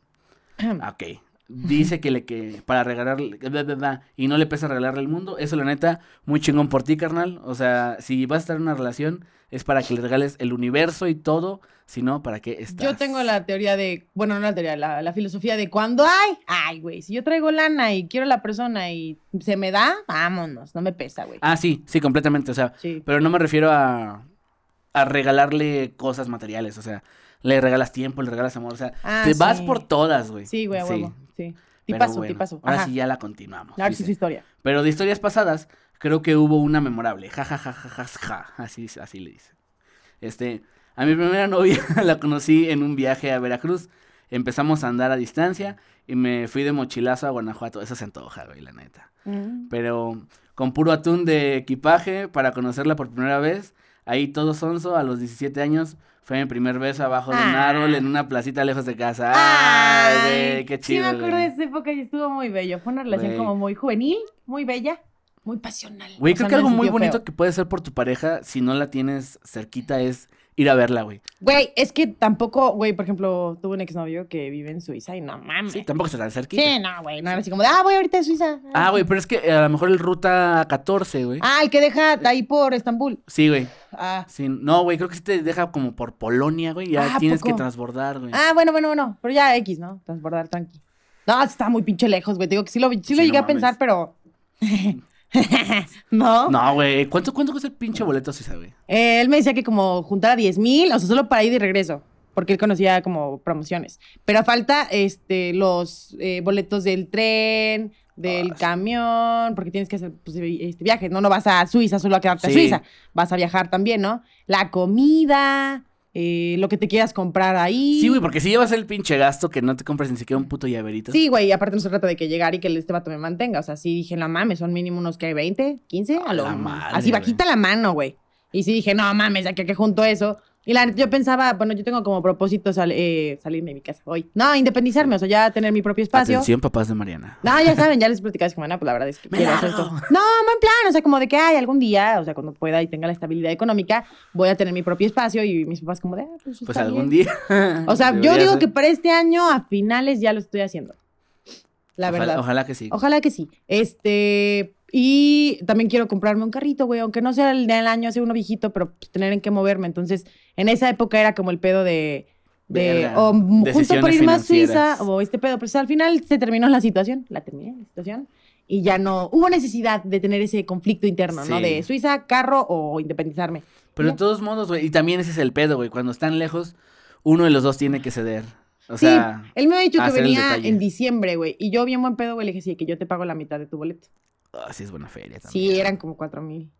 S2: ah, Ok. dice que le que para regalarle que bla, bla, bla, y no le pesa regalarle el mundo, eso la neta muy chingón por ti, carnal. O sea, si vas a estar en una relación es para que le regales el universo y todo, si no para qué estás.
S1: Yo tengo la teoría de, bueno, no la teoría, la, la filosofía de cuando hay, ay, güey, si yo traigo lana y quiero a la persona y se me da, vámonos, no me pesa, güey.
S2: Ah, sí, sí, completamente, o sea,
S1: Sí.
S2: pero no me refiero a a regalarle cosas materiales, o sea, le regalas tiempo, le regalas amor, o sea,
S1: Ah,
S2: te vas
S1: sí.
S2: por todas, güey.
S1: Sí, güey, a huevo. Sí.
S2: pero
S1: Tipazo,
S2: bueno,
S1: tipazo.
S2: Ahora
S1: Ajá.
S2: sí ya la continuamos.
S1: A ver si es
S2: dice.
S1: historia.
S2: Pero de historias pasadas, creo que hubo una memorable. Ja, ja, ja, ja, ja, ja. Así, así le dice. Este, a mi primera novia la conocí en un viaje a Veracruz. Empezamos a andar a distancia y me fui de mochilazo a Guanajuato. Eso se antoja, güey, la neta.
S1: Mm.
S2: Pero con puro atún de equipaje para conocerla por primera vez. Ahí todo sonso, a los 17 años, fue mi primer beso abajo de un
S1: Ah.
S2: árbol en una placita lejos de casa. ¡Ay, güey! ¡Qué chido!
S1: Sí, me acuerdo
S2: güey.
S1: de esa época y estuvo muy bello. Fue una relación
S2: Güey.
S1: como muy juvenil, muy bella, muy pasional.
S2: Güey,
S1: O sea,
S2: creo que
S1: no
S2: algo
S1: en
S2: muy
S1: sentido
S2: bonito
S1: feo.
S2: que puedes hacer por tu pareja si no la tienes cerquita es ir a verla, güey.
S1: Güey, es que tampoco, güey, por ejemplo, tuve un exnovio que vive en Suiza y no mames.
S2: Sí,
S1: Sí,
S2: tampoco está tan cerquita.
S1: no, güey, no era así como de, ah, voy ahorita a Suiza.
S2: Ah, güey, pero es que a lo mejor el ruta 14, güey.
S1: Ah, el que deja ahí por Estambul.
S2: Sí, güey.
S1: Ah,
S2: Sí, no, güey, creo que sí te deja como por Polonia, güey. Ya
S1: Ah,
S2: tienes
S1: ¿poco?
S2: que transbordar, güey.
S1: Ah, bueno, bueno, bueno, pero ya X, ¿no? Transbordar tranqui. No, está muy pinche lejos, güey. Te digo que sí lo, sí
S2: Sí,
S1: lo llegué
S2: no
S1: a pensar,
S2: mames.
S1: pero. no.
S2: No, güey. ¿Cuánto, ¿Cuánto cuesta el pinche boleto si sabe?
S1: Eh, él me decía que como juntara 10 mil, o sea, solo para ir y regreso, porque él conocía como promociones. Pero falta este, los eh, boletos del tren, del
S2: Ah, sí.
S1: camión, porque tienes que hacer pues, vi- este viaje, ¿no? No vas a Suiza solo a quedarte a
S2: Sí.
S1: Suiza, vas a viajar también, ¿no? La comida, eh, lo que te quieras comprar ahí.
S2: Sí, güey, porque si llevas el pinche gasto que no te compras ni siquiera un puto llaverito.
S1: Sí, güey, y aparte no se trata de que llegar y que este vato me mantenga. O sea, sí dije, no mames, son mínimo unos que 20, 15,
S2: A
S1: a lo
S2: la madre,
S1: Así bajita la mano, güey. Y sí dije, no mames, ya que, que junto eso. Y la neta, yo pensaba, bueno, yo tengo como propósito sal- eh, salirme de mi casa hoy. No, independizarme, o sea, ya tener mi propio espacio.
S2: Atención, papás de Mariana.
S1: No, ya saben, ya les platicaba esta semana, pues la verdad es que
S2: Me
S1: quiero hacer
S2: largo.
S1: esto. No, buen plan, o sea, como de que hay algún día, o sea, cuando pueda y tenga la estabilidad económica, voy a tener mi propio espacio y mis papás como de, ah, pues,
S2: Pues
S1: está bien.
S2: algún día.
S1: O sea, yo
S2: Debería
S1: digo
S2: ser.
S1: que para este año a finales ya lo estoy haciendo. La
S2: Ojalá-
S1: verdad.
S2: Ojalá que sí.
S1: Ojalá que sí. Este, y también quiero comprarme un carrito, güey, aunque no sea el del año, sea uno viejito, pero pues, tener en qué moverme. Entonces, en esa época era como el pedo de, de
S2: Verga.
S1: o m- junto por
S2: Decisiones
S1: irme a Suiza
S2: financieras.
S1: o este pedo. Pero o sea, al final se terminó la situación, la terminé la situación. Y ya no hubo necesidad de tener ese conflicto interno, ¿no?
S2: Sí.
S1: De Suiza, carro o independizarme.
S2: Pero
S1: Ya.
S2: de todos modos, güey, y también ese es el pedo, güey, cuando están lejos, uno de los dos tiene que ceder. O
S1: sí,
S2: sea,
S1: él me había dicho que
S2: hacer el
S1: venía
S2: detalle.
S1: en diciembre, güey. Y yo, bien buen pedo, güey, le dije, sí, que yo te pago la mitad de tu boleto.
S2: así ah, es buena feria también.
S1: Sí, eran como cuatro mil.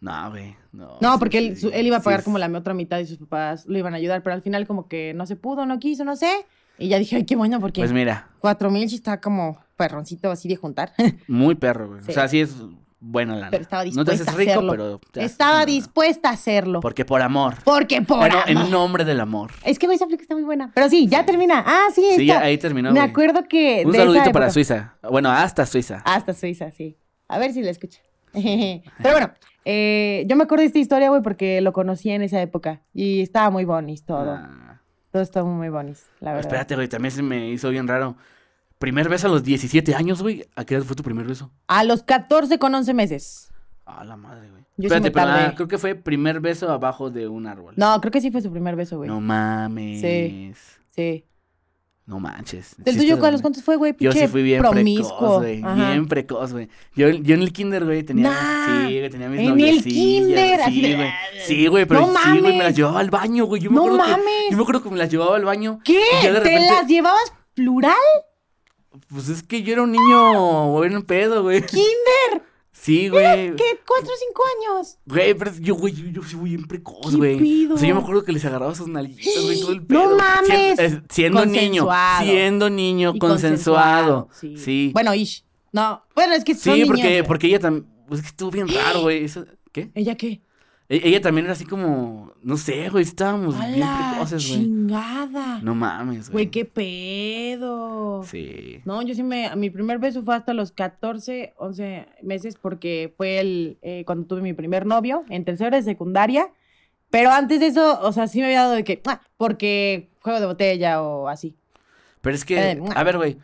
S2: No, güey, no.
S1: No,
S2: Oh, sí,
S1: porque él,
S2: sí,
S1: su- él iba a
S2: sí
S1: pagar
S2: es-
S1: como la otra mitad y sus papás lo iban a ayudar, pero al final como que no se pudo, no quiso, no sé. Y ya dije, ay, qué bueno, porque
S2: Pues mira,
S1: cuatro mil sí está como perroncito así de juntar.
S2: muy perro, güey.
S1: Sí.
S2: O sea, sí es buena lana.
S1: Pero estaba
S2: No te
S1: dispuesta
S2: haces
S1: a
S2: rico,
S1: hacerlo.
S2: pero... te haces
S1: Estaba
S2: una lana.
S1: dispuesta a hacerlo.
S2: Porque por amor.
S1: Porque por
S2: Pero en
S1: amor.
S2: nombre del amor.
S1: Es que güey, esa película está muy buena. Pero sí, ya termina. Ah, sí, esta.
S2: Sí, ya ahí terminó,
S1: Me
S2: güey.
S1: acuerdo que
S2: Un
S1: de esa
S2: saludito
S1: época. Ah,
S2: para Suiza. Bueno, hasta Suiza.
S1: Hasta Suiza, sí. A ver si la escucha. Pero bueno, eh, yo me acuerdo de esta historia, güey, porque lo conocí en esa época. Y estaba muy bonis todo.
S2: Ah.
S1: Todo estaba muy bonis, la verdad.
S2: Espérate, güey, también se me hizo bien raro. Primer beso a los 17 años, güey. ¿A qué edad fue tu primer beso?
S1: A los 14 con 11 meses.
S2: A la madre, güey.
S1: Yo sí
S2: Espérate,
S1: me
S2: pero
S1: tardé.
S2: ah, creo que fue primer beso abajo de un árbol.
S1: No, creo que sí fue su primer beso, güey.
S2: No mames.
S1: Sí. Sí.
S2: No manches.
S1: ¿Del tuyo
S2: Sí estás
S1: cuál- a los
S2: grande.
S1: cuántos fue, güey?
S2: Yo sí
S1: Pinche
S2: fui bien
S1: promiscuo.
S2: precoz, güey.
S1: Ajá.
S2: Bien precoz, güey. Yo, yo en el kinder, güey, tenía.
S1: Nah.
S2: Sí, güey, tenía mis
S1: En el
S2: noviecillas,
S1: kinder,
S2: güey.
S1: así
S2: Sí,
S1: de-
S2: güey. Sí, güey, pero
S1: No
S2: sí, güey, me
S1: mames.
S2: las llevaba al baño, güey. Yo me
S1: No
S2: acuerdo que-
S1: mames.
S2: yo me acuerdo que me las llevaba al baño.
S1: ¿Qué?
S2: Y ya de repente,
S1: ¿Te las llevabas plural?
S2: Pues es que yo era un niño buen pedo, güey.
S1: ¿Kinder?
S2: Sí, güey.
S1: ¿Qué? ¿Cuatro o cinco años?
S2: Güey, pero yo, güey, yo, yo sí fui bien precoz,
S1: ¿Qué
S2: güey.
S1: pido?
S2: O sea, yo me acuerdo que les agarraba sus nalguitas, güey, todo el
S1: ¡No
S2: pedo.
S1: mames!
S2: Sien- eh, Siendo, niño,
S1: Consensuado.
S2: siendo niño,
S1: Y
S2: consensuado.
S1: consensuado,
S2: Sí.
S1: Bueno, ish. No. Bueno, es que
S2: Sí,
S1: son niños.
S2: porque,
S1: güey.
S2: porque ella también. Pues es que estuvo bien raro, güey. Eso- ¿Qué?
S1: ¿Ella qué?
S2: E- ella también era así como. No sé, güey. Estábamos
S1: A
S2: pues, bien
S1: la
S2: precoces, güey.
S1: chingada.
S2: No mames, güey.
S1: Güey, qué pedo.
S2: Sí.
S1: No, yo sí me. Mi primer beso fue hasta los 14, 11 meses, porque fue el, eh, cuando tuve mi primer novio, en tercero de secundaria. Pero antes de eso, o sea, sí me había "Ah, dado de que. "Mua", Porque juego de botella o así.
S2: Pero es que.
S1: Eh,
S2: A ver, güey.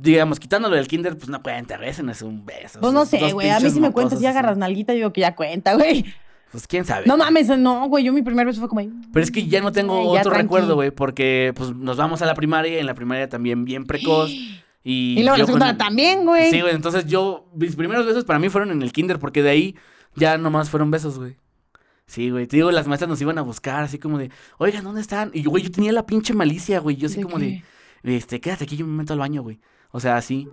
S2: digamos, quitándolo del kinder, pues no cuenta, a veces no es un beso.
S1: Pues
S2: son
S1: no
S2: dos
S1: sé, güey. A mí
S2: pinches
S1: si me cuentas
S2: mocosos
S1: y agarras
S2: así.
S1: nalguita, yo digo que ya cuenta, güey.
S2: Pues quién sabe.
S1: No mames, no, güey. Yo mi primer beso fue como. ahí.
S2: Pero es que ya no tengo
S1: Ay, ya
S2: otro
S1: tranqui.
S2: recuerdo, güey, porque pues nos vamos a la primaria, y en la primaria también bien precoz. Y,
S1: Y luego la
S2: yo con-
S1: segunda también, güey.
S2: Sí, güey, entonces yo, mis primeros besos para mí fueron en el kinder, porque de ahí ya nomás fueron besos, güey. Sí, güey, te digo, las maestras nos iban a buscar, así como de, oigan, ¿dónde están? Y, güey, yo tenía la pinche malicia, güey, yo así como de, de, este, quédate aquí, yo me meto al baño, güey. O sea, así.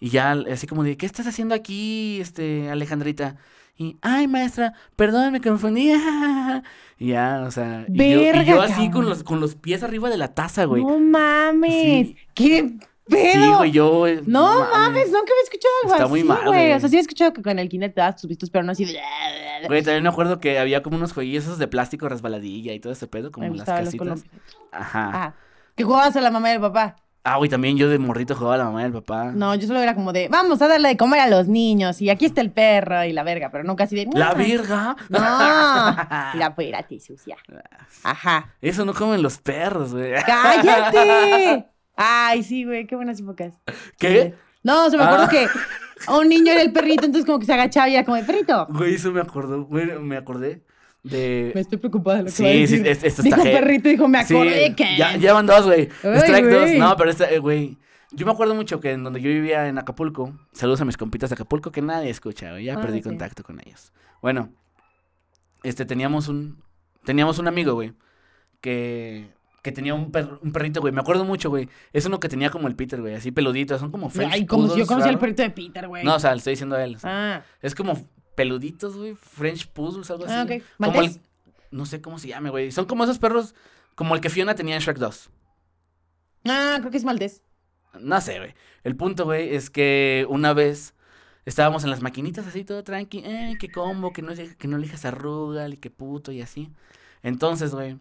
S2: Y ya, así como de, ¿qué estás haciendo aquí, este, Alejandrita? Y, ay, maestra, perdón, me confundí. Y ya, o sea. y yo- y yo,
S1: Verga,
S2: así con
S1: cabrón.
S2: los, con los pies arriba de la taza, güey.
S1: No mames.
S2: Sí.
S1: ¿Qué
S2: sí,
S1: pedo?
S2: güey, yo. eh,
S1: No mames, nunca había escuchado algo
S2: Está
S1: así,
S2: muy mal,
S1: güey.
S2: güey.
S1: O sea, sí he escuchado que con el kinder te das tus vistos, pero no así de...
S2: Güey, también me acuerdo que había como unos jueguitos de plástico resbaladilla y todo ese pedo, como
S1: Me
S2: las
S1: gustaban los
S2: casitas.
S1: colombios.
S2: Ajá. Ah.
S1: Ah, que jugabas a la mamá y al papá.
S2: güey, también yo de morrito jugaba a la mamá y el papá.
S1: No, yo solo era como de, vamos a darle de comer a los niños y aquí está el perro y la verga, pero nunca así de... "Mua".
S2: ¡La virga!
S1: No, la ti sucia. Ajá.
S2: Eso no comen los perros, güey.
S1: ¡Cállate! Ay, sí, güey, qué buenas épocas. Sí,
S2: ¿Qué?
S1: güey. no, se me
S2: Ah.
S1: acuerdo que un niño era el perrito, entonces como que se agachaba y era como de perrito.
S2: Güey, eso me acordó, güey, me acordé
S1: Me
S2: de...
S1: estoy preocupada de lo que va a
S2: Sí, sí,
S1: decir.
S2: es- esto está...
S1: Dijo
S2: heavy.
S1: perrito, dijo, me
S2: Sí,
S1: acordé que...
S2: Ya, ya van dos, güey.
S1: Ay,
S2: Strike dos.
S1: güey.
S2: No, pero este, eh, güey... Yo me acuerdo mucho que en donde yo vivía en Acapulco, saludos a mis compitas de Acapulco que nadie escucha, güey, ya
S1: Ah,
S2: perdí
S1: sí.
S2: contacto con ellos. Bueno, este, teníamos un... Teníamos un amigo, güey, que... Que tenía un, perro- un perrito, güey. Me acuerdo mucho, güey. Es uno que tenía como el Peter, güey. Así peludito. Son como French
S1: Ay, como si yo
S2: Poodles,
S1: conocía
S2: raro.
S1: el perrito de Peter, güey.
S2: No, o sea, le estoy diciendo a él. o sea.
S1: Ah,
S2: Es como peluditos, güey. French Poodles, algo así.
S1: ah, ok.
S2: pues Como el-
S1: ¿Maltés?
S2: no sé cómo se llame, güey. Son como esos perros, como el que Fiona tenía en Shrek 2.
S1: Ah, creo que es maltés.
S2: No sé, güey. El punto, güey, es que una vez estábamos en las maquinitas así, todo tranqui. Eh, que combo, que no, elija- que no elijas arruga, y que puto y así. Entonces, güey,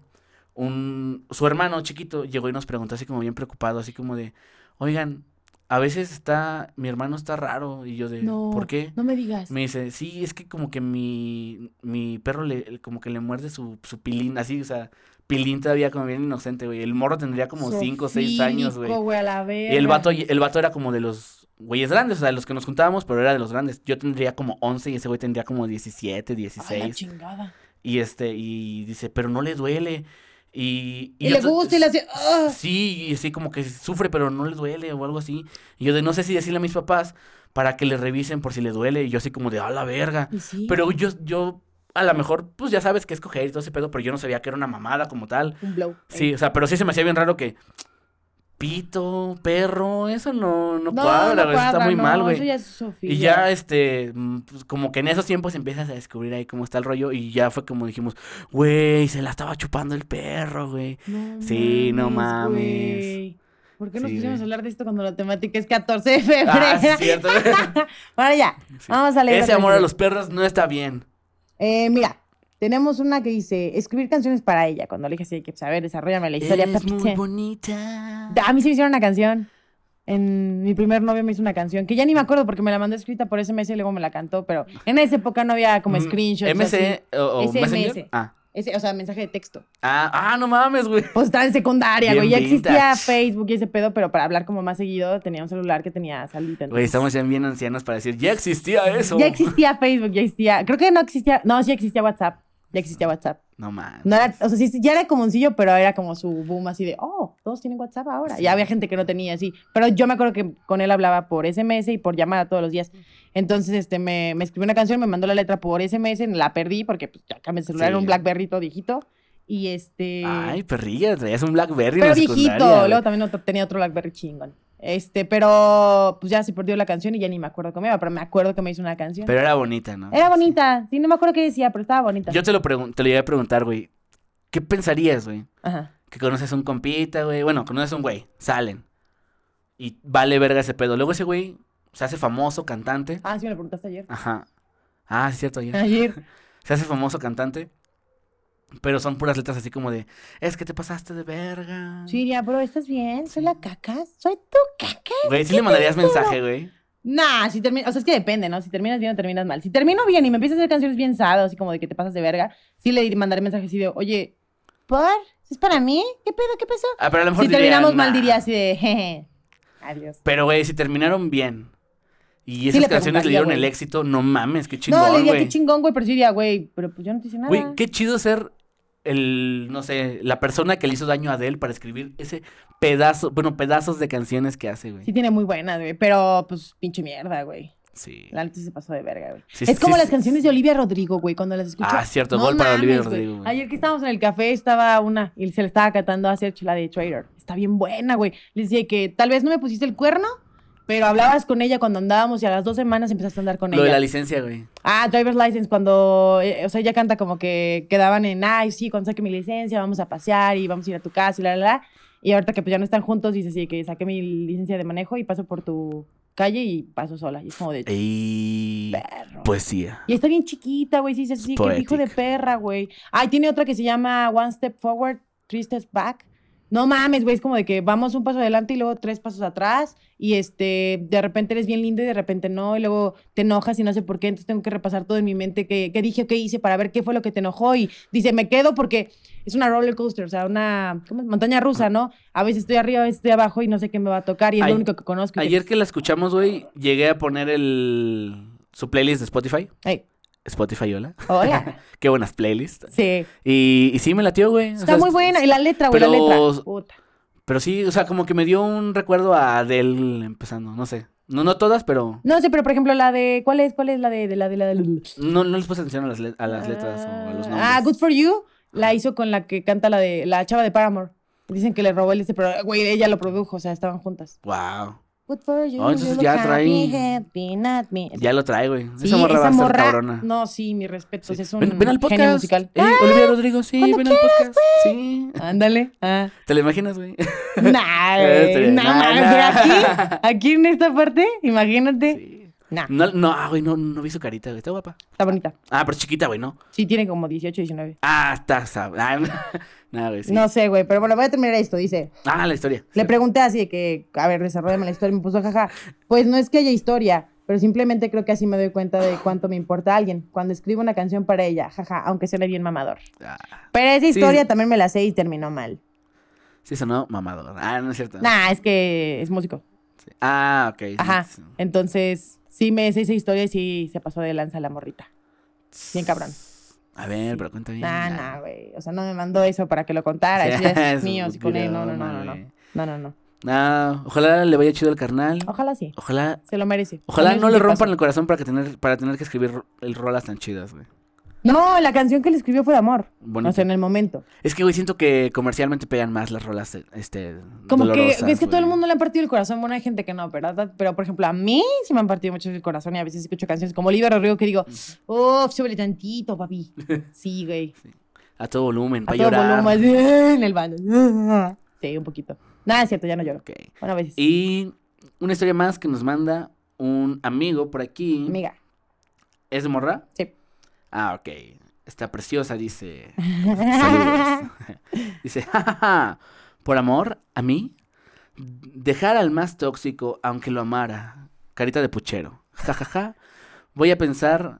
S2: un, su hermano chiquito llegó y nos preguntó así como bien preocupado, así como de, oigan, a veces está, mi hermano está raro. Y yo de,
S1: No.
S2: ¿por qué?
S1: No me digas.
S2: Me dice, sí, es que como que mi, mi perro le, el- como que le muerde su, su pilín, así, o sea, pilín todavía como bien inocente, güey. El morro tendría como 5 o 6 años, güey.
S1: Sofílico, a la
S2: Y el vato, el vato era como de los güeyes grandes, o sea, de los que nos juntábamos, pero era de los grandes. Yo tendría como 11 y ese güey tendría como 17,
S1: Ay, la
S2: 16.
S1: chingada.
S2: Y este, y dice, pero no le duele. Y,
S1: Y, le
S2: otro-
S1: gusta y le hace. "Ah". "Ugh".
S2: Sí, y así como que sufre, pero no le duele o algo así. Y yo de no sé si decirle a mis papás para que le revisen por si le duele. Y yo así como de, a la verga.
S1: Y sí,
S2: Pero yo, yo, a lo mejor, pues ya sabes qué escoger y todo ese pedo, pero yo no sabía que era una mamada como tal.
S1: Un blow.
S2: Sí, o sea, pero sí se me hacía bien raro que pito, perro, eso no, no,
S1: No,
S2: cuadra,
S1: no
S2: güey, eso está
S1: cuadra,
S2: muy mal,
S1: no,
S2: güey.
S1: Eso ya es Sofía.
S2: Y ya, este, mm, pues, como que en esos tiempos empiezas a descubrir ahí cómo está el rollo y ya fue como dijimos, güey, se la estaba chupando el perro, güey.
S1: No
S2: Sí, no mames.
S1: güey. ¿Por qué nos
S2: Sí,
S1: pusimos
S2: güey.
S1: a hablar de esto cuando la temática es 14 de febrero?
S2: Ah, sí, es cierto.
S1: Ahora ya,
S2: Sí.
S1: vamos a leer.
S2: Ese
S1: otra
S2: amor a
S1: vez.
S2: los perros no está bien.
S1: Eh, mira, tenemos una que dice: escribir canciones para ella. Cuando le dije así, de que, pues, a ver, desarrollame la historia.
S2: es muy
S1: papita.
S2: bonita.
S1: A mí se me hicieron una canción. En mi primer novio me hizo una canción que ya ni me acuerdo porque me la mandó escrita por SMS y luego me la cantó, pero en esa época no había como
S2: Mm,
S1: screenshots. así.
S2: MC o, o
S1: SMS.
S2: Messenger. Ah.
S1: Ese, o sea, mensaje de texto.
S2: Ah, ah, no mames, güey.
S1: Pues estaba en secundaria,
S2: Bien
S1: güey. Ya existía
S2: vintage.
S1: Facebook y ese pedo, pero para hablar como más seguido tenía un celular que tenía salita.
S2: Güey,
S1: entonces-
S2: estamos ya bien ancianos para decir, ya existía eso.
S1: Ya existía Facebook, ya existía. Creo que no existía. No, sí existía WhatsApp. Ya existía WhatsApp.
S2: No mames.
S1: No era, o sea, sí, ya era comuncillo, pero era como su boom así de, oh, todos tienen WhatsApp ahora.
S2: Sí.
S1: Y había gente que no tenía así. Pero yo me acuerdo que con él hablaba por SMS y por llamada todos los días. Entonces, este, me, me escribió una canción, me mandó la letra por SMS, la perdí porque pues, ya cambié el celular, era
S2: Sí.
S1: un Blackberry todo viejito. Y este.
S2: Ay, perrilla, traías un Blackberry en
S1: pero
S2: la secundaria,
S1: viejito.
S2: güey.
S1: Luego también otro- tenía otro Blackberry chingón. Este, pero pues ya se perdió la canción y ya ni me acuerdo cómo iba, pero me acuerdo que me hizo una canción.
S2: Pero era bonita, ¿no?
S1: Era bonita, sí, no me acuerdo qué decía, pero estaba bonita.
S2: Yo te lo, pregun- te lo llegué a preguntar, güey. ¿Qué pensarías, güey?
S1: Ajá.
S2: Que conoces a un compita, güey. Bueno, conoces a un güey. Salen. Y vale verga ese pedo. Luego ese güey se hace famoso cantante.
S1: Ah, sí, me lo preguntaste ayer.
S2: Ajá. Ah, es cierto, ayer.
S1: Ayer.
S2: se hace famoso cantante. Pero son puras letras así como de, es que te pasaste de verga.
S1: Siria, bro, ¿estás bien? ¿Soy la caca? ¿Soy tu caca?
S2: Güey, sí le mandarías mensaje, güey.
S1: Nah, si terminas, o sea, es que depende, ¿no? Si terminas bien o terminas mal. Si termino bien y me empiezas a hacer canciones bien sad, así como de que te pasas de verga, sí le mandaré mensajes así de, oye, ¿por? ¿Es para mí? ¿Qué pedo? ¿Qué pasó?
S2: Ah, pero a lo mejor
S1: Si
S2: diría,
S1: terminamos mal,
S2: "Nah".
S1: diría así de, jeje. Adiós.
S2: Pero, güey, si terminaron bien y
S1: Sí
S2: esas
S1: le
S2: canciones le
S1: preguntaría,
S2: dieron
S1: güey.
S2: el éxito, no mames, qué chingón,
S1: no, le diría
S2: güey.
S1: qué chingón, güey, pero sí diría, güey, pero pues yo no te hice nada.
S2: Güey, qué chido ser el, no sé, la persona que le hizo daño a Adele para escribir ese pedazo, bueno, pedazos de canciones que hace, güey.
S1: Sí tiene muy buenas, güey, pero pues pinche mierda, güey.
S2: Sí.
S1: La neta sí se pasó de verga, güey.
S2: Sí,
S1: es
S2: sí,
S1: como
S2: sí,
S1: las
S2: sí.
S1: canciones de Olivia Rodrigo, güey, cuando las escucho.
S2: Ah, cierto, gol para Olivia Rodrigo, güey.
S1: Ayer que estábamos en el café estaba una y se le estaba cantando a Sergio la de Trader. Está bien buena, güey. Le decía que tal vez no me pusiste el cuerno, pero hablabas con ella cuando andábamos y a las dos semanas empezaste a andar con
S2: Lo de
S1: ella.
S2: la licencia, güey.
S1: Ah, driver's license, cuando, eh, o sea, ella canta como que quedaban en, ay, sí, cuando saque mi licencia, vamos a pasear y vamos a ir a tu casa y la, la, la. Y ahorita que pues ya no están juntos, dice, sí, que saqué mi licencia de manejo y paso por tu calle y paso sola. Y es como de
S2: Y...
S1: perro.
S2: Poesía.
S1: Y está bien chiquita, güey, sí, sí, sí, que hijo de
S2: Poetic.
S1: perra, güey. Ay, tiene otra que se llama One Step Forward, Three Steps Back. No mames, güey, es como de que vamos un paso adelante y luego tres pasos atrás y este, de repente eres bien lindo y de repente no, y luego te enojas y no sé por qué, entonces tengo que repasar todo en mi mente que, dije o qué hice para ver qué fue lo que te enojó y dice, me quedo porque es una roller coaster, o sea, una ¿cómo es? montaña rusa, ¿no? A veces estoy arriba, a veces estoy abajo y no sé qué me va a tocar y es
S2: Ay-
S1: lo único que conozco. y que-
S2: Ayer que la escuchamos, güey, llegué a poner el... su playlist de Spotify.
S1: Ay,
S2: Spotify, hola.
S1: hola.
S2: Qué buenas playlists.
S1: Sí.
S2: Y, y sí, me latió, güey. O
S1: Está
S2: sea,
S1: muy
S2: es-
S1: buena. Y la letra, güey, la
S2: pero-
S1: letra. Puta.
S2: Pero sí, o sea, como que me dio un recuerdo a Adele empezando, no sé. No, no todas, pero
S1: No sé, pero por ejemplo, la de. ¿Cuál es? ¿Cuál es la de, de la de la de
S2: no, no les puse atención a las, let- a las letras o a los nombres.
S1: Ah, Good for You la hizo con la que canta la de la chava de Paramore. Dicen que le robó el este, pero güey, ella lo produjo, o sea, estaban juntas.
S2: Wow.
S1: Good for you.
S2: Oh, entonces
S1: you look
S2: ya
S1: happy,
S2: trae-
S1: happy, not me.
S2: Ya lo trae, güey.
S1: Sí,
S2: esa morra va a estar cabrona.
S1: No, sí, mi respeto.
S2: Sí.
S1: Es un
S2: ven, ven al podcast.
S1: genio musical. Ah,
S2: Eh, Olivia Rodrigo, sí, ven al podcast. Sí.
S1: Ándale. Ah.
S2: ¿Te lo imaginas, güey?
S1: Nah,
S2: Este,
S1: güey, no
S2: nah,
S1: mames,
S2: nah.
S1: pero aquí, aquí en esta parte, imagínate.
S2: Sí.
S1: Nah,
S2: No, no, ah, güey, no, no vi su carita, güey. Está guapa.
S1: está bonita.
S2: Ah, pero chiquita, güey, ¿no?
S1: Sí, tiene como 18, 19.
S2: Ah, está, está. Ah, nada, güey, sí.
S1: No sé, güey, pero bueno, voy a terminar esto. Dice,
S2: Ah, la historia.
S1: Le pregunté así de que, a ver, desarrollame la historia. y Me puso jaja. Pues no es que haya historia, pero simplemente creo que así me doy cuenta de cuánto me importa a alguien cuando escribo una canción para ella, jaja, aunque suene bien mamador.
S2: Ah,
S1: Pero esa
S2: Sí.
S1: historia también me la sé y terminó mal.
S2: sí, sonó mamador. Ah, no es cierto.
S1: Nah, es que es músico.
S2: Sí. Ah, ok. sí,
S1: Ajá.
S2: sí.
S1: Entonces, sí me sé esa historia y sí se pasó de lanza la morrita. Bien cabrón.
S2: A ver, pero cuenta bien.
S1: Nah,
S2: nah.
S1: nah, güey. O sea, no me mandó eso para que lo contara.
S2: Sí,
S1: Eso ya es
S2: es
S1: mío, sí, con él. No, no, no,
S2: broma,
S1: no, no.
S2: güey.
S1: No, no, no.
S2: Nah, ojalá le vaya chido al carnal.
S1: Ojalá sí.
S2: Ojalá
S1: Se lo merece.
S2: Ojalá
S1: También es
S2: no
S1: un
S2: le
S1: tipazo.
S2: rompan el corazón para que tener, para tener que escribir ro- el rolas tan chidas, güey.
S1: No, la canción que le escribió fue de amor.
S2: Bonito.
S1: O sea, en el momento.
S2: Es que, güey, siento que comercialmente pegan más las rolas, eh, este,
S1: Como
S2: dolorosas,
S1: que es que todo el
S2: güey.
S1: mundo le han partido el corazón. Bueno, hay gente que no, ¿verdad? Pero por ejemplo, a mí sí me han partido mucho el corazón y a veces escucho canciones como Oliver Rodrigo que digo, oh, súbele tantito, papi. Sí, güey.
S2: A todo volumen,
S1: A
S2: para
S1: todo
S2: llorar.
S1: volumen, así, "Ah", en el baño. "Ah". Sí, un poquito. Nada, es cierto, ya no lloro.
S2: Ok.
S1: Bueno, a veces.
S2: Y una historia más que nos manda un amigo por aquí.
S1: Amiga.
S2: ¿Es de morra?
S1: Sí.
S2: Ah, ok. Está preciosa, dice. Saludos. dice, "Ja, ja, ja, por amor a mí, dejar al más tóxico aunque lo amara. Carita de puchero. Ja, ja, ja. Voy a pensar,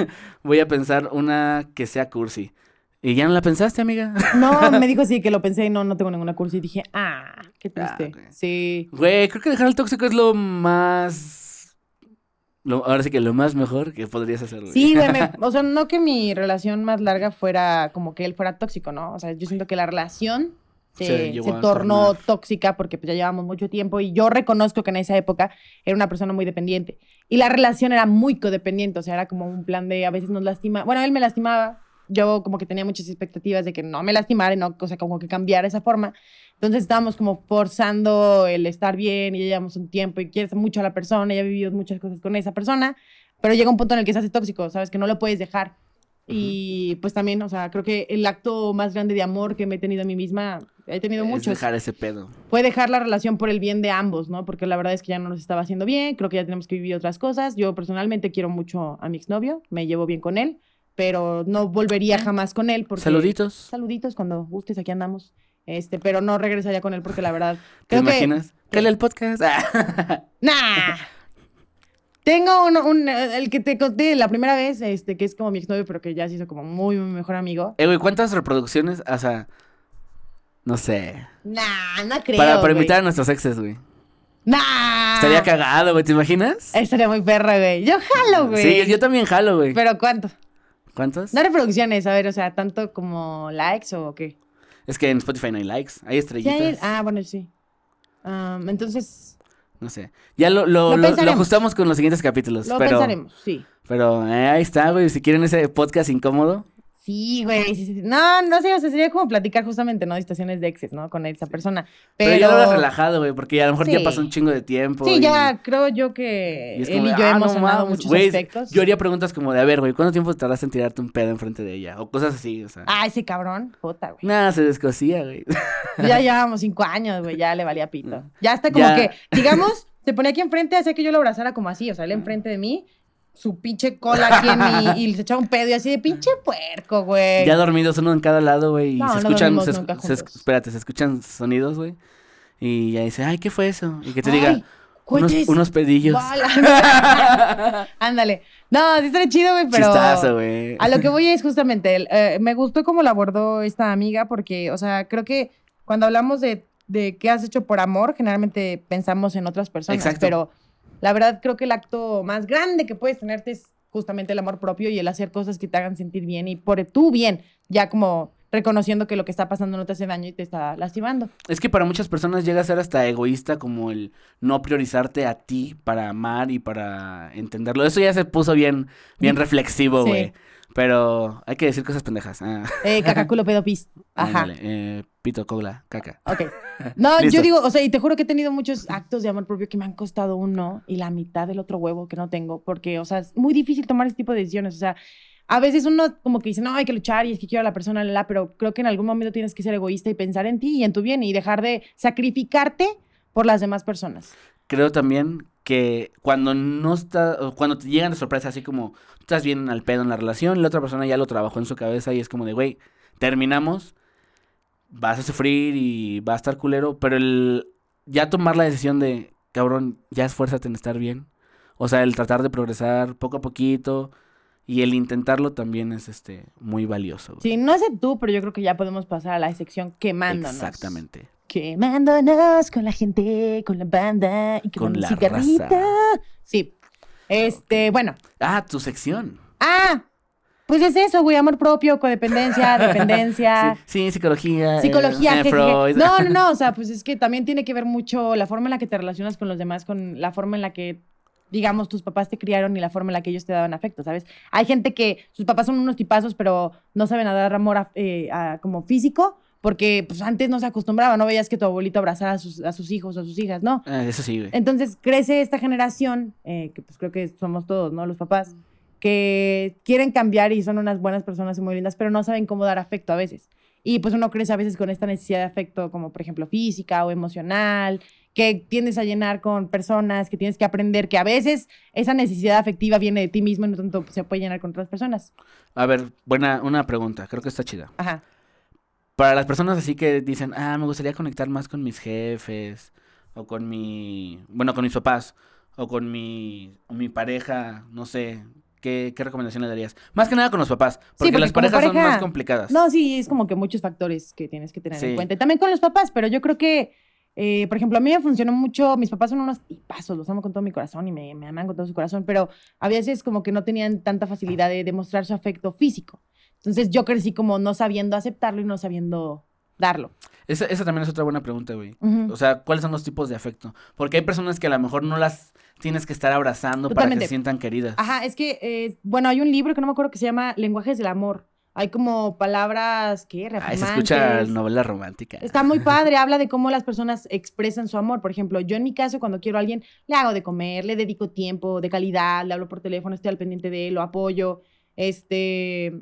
S2: voy a pensar una que sea cursi. ¿Y ya no la pensaste, amiga?
S1: No, me dijo sí que lo pensé y no, no tengo ninguna cursi. Y dije, ah, qué
S2: Ah,
S1: triste.
S2: güey.
S1: Sí.
S2: Güey, creo que dejar al tóxico es lo más... lo- ahora sí que lo más mejor que podrías hacer. güey.
S1: Sí, güey, me- o sea, no que mi relación más larga fuera como que él fuera tóxico, ¿no? O sea, yo siento que la relación
S2: Se
S1: se,
S2: llegó
S1: se
S2: a
S1: tornó
S2: tornar.
S1: tóxica porque pues ya llevamos mucho tiempo y yo reconozco que en esa época era una persona muy dependiente y la relación era muy codependiente, o sea, era como un plan de a veces nos lastima, bueno, él me lastimaba, yo como que tenía muchas expectativas de que no me lastimara, y no, o sea, como que cambiara esa forma. Entonces estábamos como forzando el estar bien y ya llevamos un tiempo y quieres mucho a la persona, ya he vivido muchas cosas con esa persona, pero llega un punto en el que se hace tóxico, ¿sabes? Que no lo puedes dejar. Y pues también, o sea, creo que el acto más grande de amor que me he tenido a mí misma, he tenido
S2: Es
S1: muchos,
S2: dejar ese pedo.
S1: fue dejar la relación por el bien de ambos, ¿no? Porque la verdad es que ya no nos estaba haciendo bien, creo que ya tenemos que vivir otras cosas. Yo personalmente quiero mucho a mi exnovio, me llevo bien con él, pero no volvería jamás con él porque...
S2: Saluditos.
S1: Saluditos cuando gustes, aquí andamos. Este, pero no regresaría con él porque la verdad...
S2: ¿Te
S1: creo que
S2: imaginas? Cale el podcast.
S1: Nah. Tengo uno- un, el que te conté la primera vez, este, que es como mi exnovio, pero que ya se hizo como muy, muy mejor amigo.
S2: Eh, güey, ¿cuántas reproducciones? O sea, no sé.
S1: Nah, no creo.
S2: para para
S1: güey. Ah.
S2: invitar a nuestros exes, güey.
S1: ¡Nah!
S2: Estaría cagado, güey, ¿te imaginas?
S1: Estaría muy perra, güey. Yo jalo, güey.
S2: Sí, yo también jalo, güey.
S1: Pero ¿cuánto?
S2: ¿Cuántos?
S1: No reproducciones, a ver, o sea, tanto como likes o qué.
S2: Es que en Spotify no hay likes, hay
S1: Sí hay-
S2: estrellitas.
S1: Ah, bueno, sí. Am, entonces,
S2: No sé. Ya lo, lo,
S1: Lo
S2: lo- lo
S1: pensaremos.
S2: ajustamos con los siguientes capítulos.
S1: lo
S2: pero,
S1: pensaremos, sí.
S2: Pero eh, ahí está, güey. Si quieren ese podcast incómodo,
S1: Sí, güey. sí, sí, sí. No, no sé, o sea, sería como platicar justamente, ¿no? De situaciones de exes, ¿no? Con esa persona.
S2: pero,
S1: Pero,
S2: ya lo hagas relajado, güey, porque ya a lo mejor ya
S1: Sí.
S2: pasó un chingo de tiempo.
S1: Sí,
S2: y-
S1: ya creo yo que
S2: y es
S1: él
S2: como
S1: y
S2: de,
S1: yo
S2: "Ah,
S1: hemos
S2: no
S1: hablado
S2: mames,
S1: muchos
S2: güey".
S1: aspectos.
S2: Yo haría preguntas como de, a ver, güey, ¿cuánto tiempo tardaste en tirarte un pedo enfrente de ella? O cosas así, o sea.
S1: Ah, ese cabrón, puta, güey.
S2: Nada, se descosía, güey.
S1: Ya llevábamos cinco años, güey, ya le valía pito. Ya hasta como
S2: Ya.
S1: que, digamos, se ponía aquí enfrente, hacía que yo lo abrazara como así, o sea, él enfrente de mí, su pinche cola aquí en mi, y se echaba un pedo y así de pinche puerco, güey.
S2: Ya dormidos uno en cada lado, güey, y
S1: Eh, No,
S2: se
S1: no
S2: escuchan,
S1: dormimos
S2: se, es-
S1: nunca
S2: se es-
S1: juntos.
S2: espérate, se escuchan sonidos, güey. Y ya dice, ay, ¿qué fue eso? Y que te
S1: Ay,
S2: diga, unos,
S1: cohetes,
S2: unos pedillos.
S1: bala. Ándale. No, sí estaría chido, güey, pero.
S2: Chistazo, güey.
S1: A lo que voy es justamente, el, eh, me gustó cómo lo abordó esta amiga porque, o sea, creo que cuando hablamos de, de qué has hecho por amor, generalmente pensamos en otras personas,
S2: Exacto.
S1: pero la verdad creo que el acto más grande que puedes tenerte es justamente el amor propio y el hacer cosas que te hagan sentir bien y por tu bien, ya como reconociendo que lo que está pasando no te hace daño y te está lastimando.
S2: Es que para muchas personas llega a ser hasta egoísta como el no priorizarte a ti para amar y para entenderlo. Eso ya se puso bien, bien reflexivo,
S1: Mm, Sí.
S2: güey. Pero hay que decir cosas pendejas. Ah,
S1: Eh, cacaculo pedo pis. Ajá.
S2: ándale, eh, pito, cogla, caca.
S1: Ok. No,
S2: Listo.
S1: yo digo, o sea, y te juro que he tenido muchos actos de amor propio que me han costado uno y la mitad del otro huevo que no tengo, porque, o sea, es muy difícil tomar ese tipo de decisiones. O sea, a veces uno como que dice, no, hay que luchar y es que quiero a la persona, la, la", pero creo que en algún momento tienes que ser egoísta y pensar en ti y en tu bien y dejar de sacrificarte por las demás personas.
S2: Creo también que cuando no está, o cuando te llegan de sorpresa así como tú estás bien al pedo en la relación, la otra persona ya lo trabajó en su cabeza y es como de, güey, terminamos, vas a sufrir y va a estar culero, pero el ya tomar la decisión de, cabrón, ya esfuérzate en estar bien. O sea, el tratar de progresar poco a poquito y el intentarlo también es este muy valioso. güey.
S1: Sí, no sé tú, pero yo creo que ya podemos pasar a la sección quemándonos.
S2: Exactamente.
S1: Quemándonos con la gente, con la banda y con,
S2: Con
S1: la
S2: la
S1: cigarrita.
S2: raza.
S1: Sí. Este, bueno.
S2: Ah, tu sección.
S1: Ah, pues es eso, güey, amor propio, codependencia, dependencia.
S2: Sí, sí, psicología. eh,
S1: Ah. Psicología,
S2: eh,
S1: jejeje.
S2: Freud.
S1: No, no, no, o sea, pues es que también tiene que ver mucho la forma en la que te relacionas con los demás, con la forma en la que, digamos, tus papás te criaron y la forma en la que ellos te daban afecto, ¿sabes? Hay gente que sus papás son unos tipazos, pero no saben a dar amor a- eh, a- como físico, porque pues antes no se acostumbraba, no veías que tu abuelito abrazara a sus, a sus hijos o a sus hijas, ¿no?
S2: Ah, eso sí, güey.
S1: Entonces crece esta generación, eh, que pues creo que somos todos, ¿no? Los papás, que quieren cambiar y son unas buenas personas y muy lindas, pero no saben cómo dar afecto a veces. Y pues uno crece a veces con esta necesidad de afecto, como por ejemplo física o emocional, que tiendes a llenar con personas, que tienes que aprender que a veces esa necesidad afectiva viene de ti mismo y no tanto se puede llenar con otras personas.
S2: A ver, buena, una pregunta, creo que está chida.
S1: Ajá.
S2: Para las personas así que dicen, ah, me gustaría conectar más con mis jefes, o con mi, bueno, con mis papás, o con mi, o mi pareja, no sé, ¿qué, ¿qué recomendación le darías? Más que nada con los papás, porque,
S1: porque
S2: las
S1: como
S2: parejas son
S1: pareja-
S2: más complicadas.
S1: No, sí, es como que muchos factores que tienes que tener
S2: Sí.
S1: en cuenta. Y también con los papás, pero yo creo que, eh, por ejemplo, a mí me funcionó mucho. Mis papás son unos tipazos, los amo con todo mi corazón y me, me aman con todo su corazón, pero a veces como que no tenían tanta facilidad de demostrar su afecto físico. Entonces yo crecí como no sabiendo aceptarlo y no sabiendo darlo.
S2: Esa, esa también es otra buena pregunta, güey.
S1: Ujú.
S2: O sea, ¿cuáles son los tipos de afecto? Porque hay personas que a lo mejor no las tienes que estar abrazando para que
S1: Totalmente.
S2: se sientan queridas.
S1: Ajá, es que, eh, bueno, hay un libro que no me acuerdo que se llama Lenguajes del Amor. Hay como palabras que
S2: Ahí Ah, se escucha
S1: reafirmantes.
S2: novela romántica.
S1: Está muy padre, habla de cómo las personas expresan su amor. Por ejemplo, yo en mi caso, cuando quiero a alguien, le hago de comer, le dedico tiempo de calidad, le hablo por teléfono, estoy al pendiente de él, lo apoyo. Este,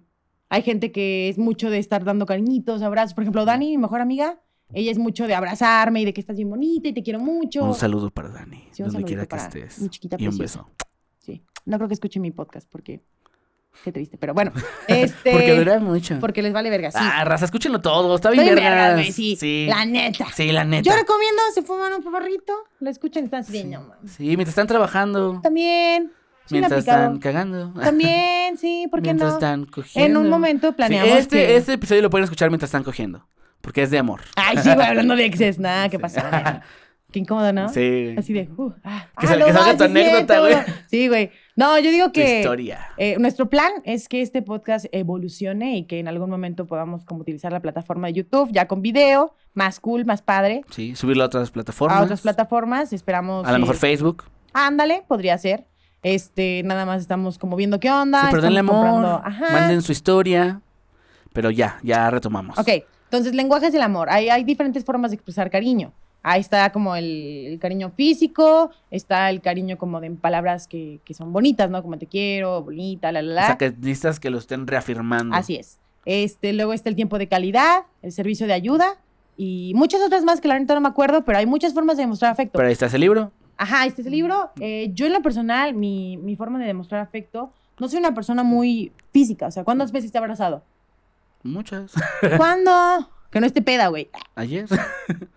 S1: hay gente que es mucho de estar dando cariñitos, abrazos. Por ejemplo, Dani, mi mejor amiga, ella es mucho de abrazarme y de que estás bien bonita y te quiero mucho.
S2: Un saludo para Dani,
S1: Sí, un
S2: donde
S1: saludito
S2: quiera que
S1: para
S2: estés.
S1: mi chiquita
S2: Y un
S1: preciosa.
S2: beso.
S1: Sí, no creo que escuche mi podcast porque qué triste, pero bueno. Este,
S2: Porque dura mucho.
S1: porque les vale verga, sí.
S2: Ah, raza, escúchenlo todo. Está bien
S1: Estoy
S2: vergas.
S1: verga, güey, sí,
S2: sí.
S1: La neta.
S2: Sí, la neta.
S1: Yo recomiendo, se fuman un porrito, lo escuchan y están así de,
S2: Sí.
S1: "No mames".
S2: Sí, mientras están trabajando,
S1: También. sí,
S2: mientras
S1: la picado.
S2: están cagando,
S1: También, sí, ¿por qué
S2: mientras
S1: no?
S2: están cogiendo.
S1: En un momento
S2: Sí,
S1: planeamos
S2: este,
S1: que...
S2: este episodio lo pueden escuchar mientras están cogiendo, porque es de amor.
S1: Ay, sí, güey, hablando de exes, nada, ¿qué pasó?
S2: Sí.
S1: Qué incómodo, ¿no?
S2: Sí.
S1: Así de, uh, ah,
S2: Que
S1: ah,
S2: sal- que
S1: no
S2: salga
S1: más,
S2: tu
S1: sí es
S2: anécdota,
S1: cierto. Sí, güey. No, yo digo
S2: Tu
S1: que
S2: historia.
S1: eh, nuestro plan es que este podcast evolucione y que en algún momento podamos como utilizar la plataforma de YouTube ya con video, más cool, más padre,
S2: Sí, subirlo a otras plataformas.
S1: a otras plataformas. Esperamos.
S2: A lo
S1: eh,
S2: mejor Facebook.
S1: Ándale, podría ser. Este, nada más estamos como viendo qué onda.
S2: sí, pero denle
S1: estamos
S2: amor.
S1: comprando- Ajá.
S2: Manden su historia. Pero ya, ya retomamos.
S1: Ok, entonces lenguajes del amor. Hay, hay diferentes formas de expresar cariño. Ahí está como el, el cariño físico, está el cariño como de en palabras que, que son bonitas, ¿no? Como te quiero, bonita, la, la,
S2: O
S1: la.
S2: sea, que necesitas que lo estén reafirmando.
S1: Así es. Este, luego está el tiempo de calidad, el servicio de ayuda y muchas otras más que la neta no me acuerdo, pero hay muchas formas de demostrar afecto.
S2: Pero ahí está ese libro.
S1: Ajá, este es el libro. Eh, yo en lo personal, mi, mi forma de demostrar afecto, no soy una persona muy física. O sea, ¿cuántas veces te he abrazado?
S2: Muchas.
S1: ¿Cuándo? Que no esté peda, güey.
S2: Ayer.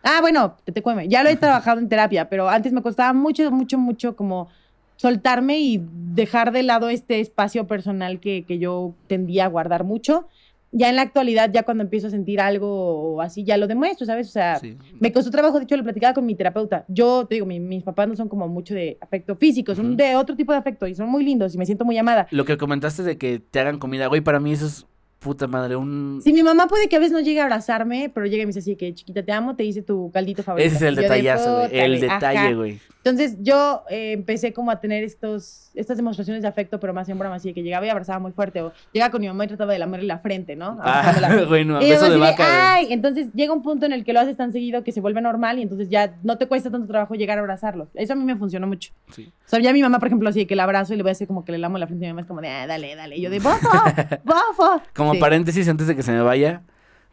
S1: Ah, bueno, te, te cueme. Ya lo he trabajado en terapia, pero antes me costaba mucho, mucho, mucho como soltarme y dejar de lado este espacio personal que, que yo tendía a guardar mucho. Ya en la actualidad, ya cuando empiezo a sentir algo o así, ya lo demuestro, ¿sabes? O sea,
S2: Sí.
S1: Ah, me costó trabajo, de hecho, lo platicaba con mi terapeuta. Yo, te digo, mi- mis papás no son como mucho de afecto físico, son
S2: Ujú.
S1: de otro tipo de afecto y son muy lindos y me siento muy amada.
S2: Lo que comentaste de que te hagan comida, güey, para mí eso es puta madre. Un...
S1: Sí, mi mamá puede que a veces no llegue a abrazarme, pero llega y me dice así que, chiquita, te amo, te hice tu caldito favorito.
S2: Ese es el
S1: Y yo de,
S2: detallazo, güey.
S1: "Puta,
S2: El
S1: güey, ajá".
S2: detalle, güey.
S1: Entonces yo eh, empecé como a tener estos, estas demostraciones de afecto, pero más en broma, así de que llegaba y abrazaba muy fuerte, o llegaba con mi mamá y trataba de lamerle la frente, ¿no? Abrazándola.
S2: Ah, güey, no,
S1: Y mi mamá
S2: beso de
S1: así de,
S2: vaca, güey.
S1: "Ay", entonces llega un punto en el que lo haces tan seguido que se vuelve normal y entonces ya no te cuesta tanto trabajo llegar a abrazarlo. Eso a mí me funcionó mucho.
S2: Sí.
S1: O sea, ya mi mamá, por ejemplo, así de que la abrazo y le voy a hacer como que le lamo la frente y mi mamá es como de, ah, dale, dale. Y yo de, bofo, bofo.
S2: Como
S1: Sí.
S2: paréntesis antes de que se me vaya,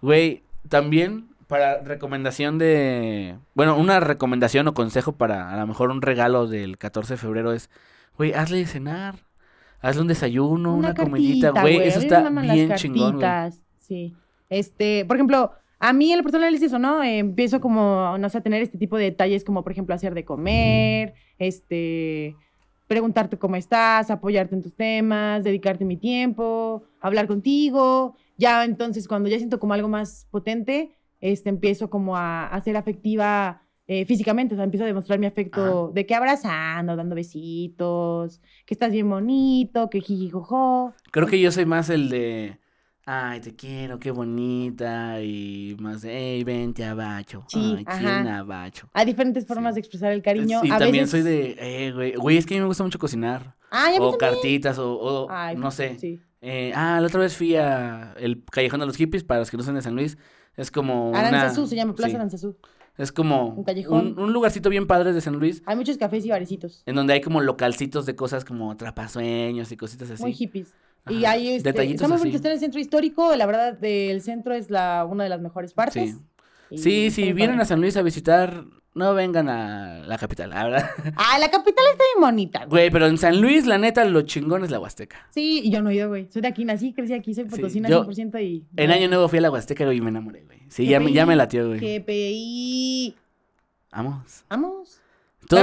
S2: güey, también para recomendación de, bueno, una recomendación o consejo para a lo mejor un regalo del 14 de febrero es, güey, hazle cenar, hazle un desayuno, una, comidita,
S1: cartita,
S2: güey, eso
S1: A mí me
S2: está
S1: maman las
S2: bien chingón, güey.
S1: cartitas, Sí. Este, por ejemplo, a mí en lo personal es eso, ¿no? Eh, empiezo como, no sé, a tener este tipo de detalles como, por ejemplo, hacer de comer, este, preguntarte cómo estás, apoyarte en tus temas, dedicarte mi tiempo, hablar contigo. Ya entonces, cuando ya siento como algo más potente, este, empiezo como a, a ser afectiva eh, físicamente, o sea, empiezo a demostrar mi afecto de que abrazando, dando besitos, que estás bien bonito, que jiji, jojo.
S2: Creo que yo soy más el de, ay, te quiero, qué bonita, y más de, hey, vente abacho,
S1: Sí,
S2: ay,
S1: ajá.
S2: quién abacho.
S1: Hay diferentes formas
S2: Sí.
S1: de expresar el cariño.
S2: y
S1: a
S2: también
S1: veces...
S2: soy de, eh, güey, güey, es que a mí me gusta mucho cocinar.
S1: Ay, a mí
S2: o
S1: también.
S2: cartitas, o, o
S1: Ay,
S2: no sé.
S1: sí.
S2: Eh, ah, la otra vez fui a el Callejón de los Hippies, para los que no son de San Luis. Es como una...
S1: Aranzazú se llama Plaza
S2: sí,
S1: Aranzazú.
S2: Es como un,
S1: callejón.
S2: un lugarcito bien padre de San Luis,
S1: Hay muchos cafés y barecitos.
S2: en donde hay como localcitos de cosas como atrapasueños y cositas así.
S1: Muy hippies. Y
S2: Ajá,
S1: hay este,
S2: detallitos
S1: está muy
S2: así.
S1: bonito, está en el centro histórico. La verdad, del centro es la, una de las mejores partes.
S2: Sí,
S1: Y
S2: sí,
S1: está
S2: si
S1: muy
S2: vienen
S1: padre.
S2: a San Luis a visitar, no vengan a la capital, la verdad.
S1: Ah, la capital está bien bonita. güey.
S2: Güey, pero en San Luis, la neta, lo chingón es la Huasteca.
S1: Sí, y yo no he ido, güey. Soy de aquí, nací, crecí aquí, soy potosina
S2: yo-
S1: 100% y...
S2: En Año Nuevo fui a la Huasteca güey, y me enamoré, güey. Sí, ya, me- ya me latió, güey. Ah,
S1: GPI.
S2: Vamos.
S1: Vamos.
S2: Todos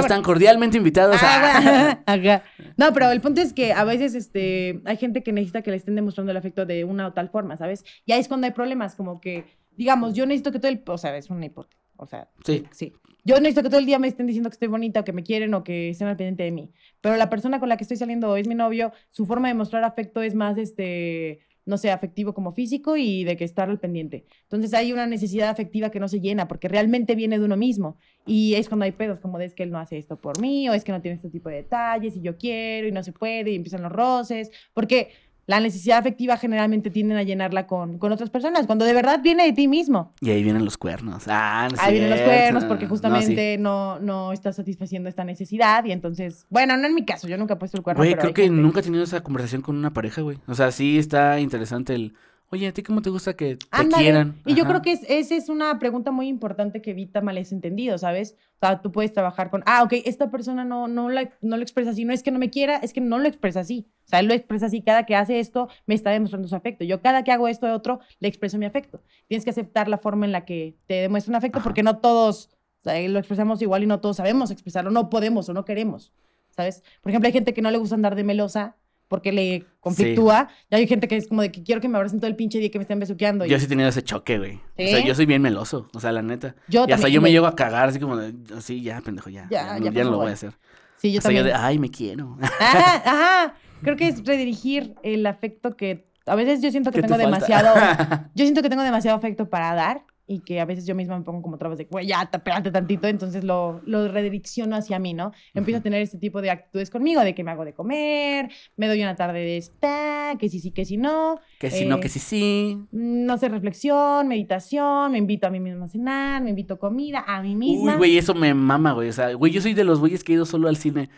S1: bueno.
S2: están cordialmente invitados a...
S1: Ah, bueno. Ajá. No, pero el punto es que a veces este, hay gente que necesita que le estén demostrando el afecto de una o tal forma, ¿sabes? Y ahí es cuando hay problemas, como que, digamos, yo necesito que todo el... O sea, es una hipótesis. O sea,
S2: Sí,
S1: sí. Yo necesito que todo el día me estén diciendo que estoy bonita, o que me quieren o que estén al pendiente de mí. Pero la persona con la que estoy saliendo es mi novio, su forma de mostrar afecto es más, este, no sé, afectivo como físico y de que estar al pendiente. Entonces hay una necesidad afectiva que no se llena porque realmente viene de uno mismo. Y es cuando hay pedos, como de es que él no hace esto por mí o es que no tiene este tipo de detalles y yo quiero y no se puede y empiezan los roces. Porque la necesidad afectiva generalmente tienden a llenarla con, con otras personas, cuando de verdad viene de ti mismo.
S2: Y ahí vienen los cuernos. Ah, no es
S1: Ahí vienen los
S2: cierto.
S1: cuernos porque
S2: No, sí.
S1: justamente no, no está satisfaciendo esta necesidad y entonces, bueno, no en mi caso, yo nunca he puesto el cuerno.
S2: Güey,
S1: pero
S2: creo
S1: hay
S2: que
S1: gente-
S2: nunca he tenido esa conversación con una pareja, güey. O sea, sí está interesante el. Oye, ¿a ti cómo te gusta que te
S1: Ándale.
S2: quieran?
S1: Y yo
S2: Ajá.
S1: creo que es- esa es una pregunta muy importante que evita males entendidos, ¿sabes? O sea, tú puedes trabajar con, ah, ok, esta persona no, no, la- no lo expresa así, no es que no me quiera, es que no lo expresa así. O sea, él lo expresa así, cada que hace esto me está demostrando su afecto. Yo cada que hago esto de otro, le expreso mi afecto. Tienes que aceptar la forma en la que te demuestran afecto
S2: Ajá.
S1: porque no todos o sea, lo expresamos igual y no todos sabemos expresarlo, no podemos o no queremos, ¿sabes? Por ejemplo, hay gente que no le gusta andar de melosa porque le conflictúa. Ya hay gente que es como de que quiero que me abracen todo el pinche día y que me estén besuqueando. y-
S2: Yo sí he tenido ese choque, güey. O sea,
S1: ¿Sí?
S2: yo soy bien meloso, o sea, la neta.
S1: Yo
S2: y hasta
S1: también,
S2: yo me
S1: güey.
S2: llego a cagar, así como, de, así, ya, pendejo, ya.
S1: Ya,
S2: Ya, no,
S1: ya,
S2: ya no
S1: por
S2: lo voy
S1: favor.
S2: a hacer.
S1: Sí, yo
S2: o sea, yo
S1: también.
S2: de, ah. ay, me quiero.
S1: Ajá, ajá. Creo que es redirigir el afecto que a veces yo siento que
S2: ¿Qué te
S1: tengo
S2: falta?
S1: demasiado. yo siento que tengo demasiado afecto para dar y que a veces yo misma me pongo como trabas de, güey, ya, ta- espérate tantito, entonces lo, lo redirecciono hacia mí, ¿no? Empiezo a tener este tipo de actitudes conmigo, de que me hago de comer, me doy una tarde de esta, que sí, sí, que sí, no,
S2: que si no,
S1: Eh,
S2: que si sí.
S1: no sé, reflexión, meditación, me invito a mí misma a cenar, me invito comida, a mí misma.
S2: Uy, güey, eso me mama, güey. O sea, güey, yo soy de los güeyes que he ido solo al cine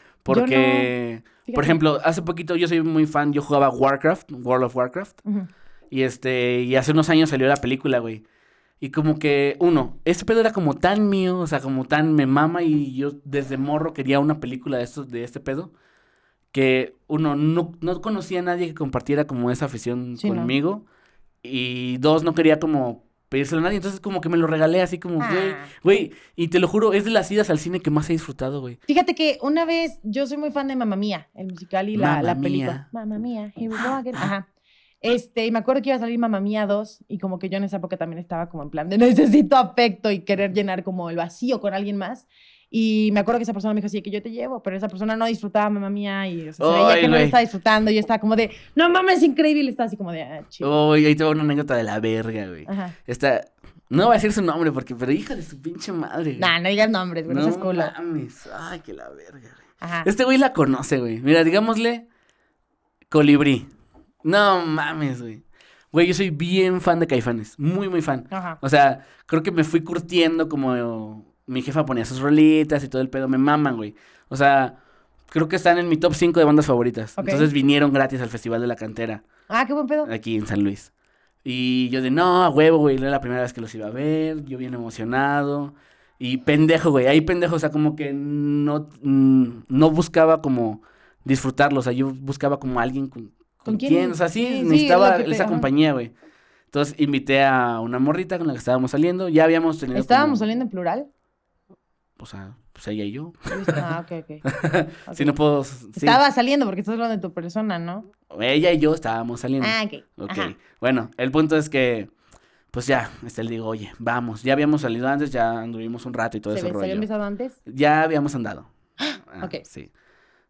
S2: porque, por
S1: Fíjate.
S2: ejemplo, hace poquito yo soy muy fan, yo jugaba Warcraft, World of Warcraft,
S1: Ujú.
S2: y este, y hace unos años salió la película, güey. Y como que, uno, este pedo era como tan mío, o sea, como tan me mama y yo desde morro quería una película de estos, de este pedo, que uno, no, no conocía a nadie que compartiera como esa afición
S1: Sí, ¿no?
S2: conmigo, y dos, no quería como pedírselo a nadie, entonces como que me lo regalé así como, güey,
S1: Ah.
S2: Güey, y te lo juro, es de las idas al cine que más he disfrutado, güey.
S1: Fíjate que una vez, yo soy muy fan de Mamma Mía, el musical y la,
S2: Mamma
S1: la
S2: Mía.
S1: película. Mamma Mía, here we go again. Ajá. Este, y me acuerdo que iba a salir Mamma Mía 2 y como que yo en esa época también estaba como en plan de necesito afecto y querer llenar como el vacío con alguien más. Y me acuerdo que esa persona me dijo así, que yo te llevo, pero esa persona no disfrutaba Mamma Mía y o sea, se veía
S2: Ay,
S1: que no lo
S2: güey.
S1: estaba disfrutando y yo estaba como de, no mames, increíble, estaba así como de, ah, chido.
S2: Uy, ahí te va una anécdota de la verga, güey.
S1: Ajá.
S2: Esta, no voy a decir su nombre porque, pero hija de su pinche madre, güey.
S1: Nah, no digas nombres, güey, no, seas
S2: no
S1: culo.
S2: mames, ay, que la verga, güey.
S1: Ajá.
S2: Este güey la conoce, güey. Mira, digámosle Colibrí. No mames, güey. Güey, yo soy bien fan de Caifanes, muy, muy fan.
S1: Ajá.
S2: O sea, creo que me fui curtiendo como mi jefa ponía sus rolitas y todo el pedo. Me maman, güey. O sea, creo que están en mi top 5 de bandas favoritas.
S1: Ok.
S2: Entonces vinieron gratis al Festival de la Cantera,
S1: Ah, qué buen pedo.
S2: aquí en San Luis. Y yo de, no, a huevo, güey, era la primera vez que los iba a ver, yo bien emocionado. Y pendejo, güey, ahí pendejo, o sea, como que no, mm, no buscaba como disfrutarlo, o sea, yo buscaba como alguien con,
S1: ¿Con
S2: con
S1: quién?
S2: quién, o sea, sí,
S1: Sí, sí,
S2: necesitaba
S1: lo que te-
S2: esa
S1: ajá.
S2: compañía, güey. Entonces invité a una morrita con la que estábamos saliendo, ya habíamos tenido como-
S1: ¿Estábamos saliendo en plural?
S2: O sea, pues ella y yo.
S1: Ah, ok, ok. Ok.
S2: Si no puedo... sí,
S1: Estaba saliendo porque estás hablando de tu persona, ¿no?
S2: Ella y yo estábamos saliendo.
S1: Ah, ok.
S2: Ok.
S1: Ajá.
S2: Bueno, el punto es que, pues ya, este le digo, oye, vamos, ya habíamos salido antes, ya anduvimos un rato y todo
S1: ¿Se,
S2: ese
S1: ve- se había
S2: rollo.
S1: empezado antes?
S2: Ya habíamos andado. Ah,
S1: ok.
S2: Sí.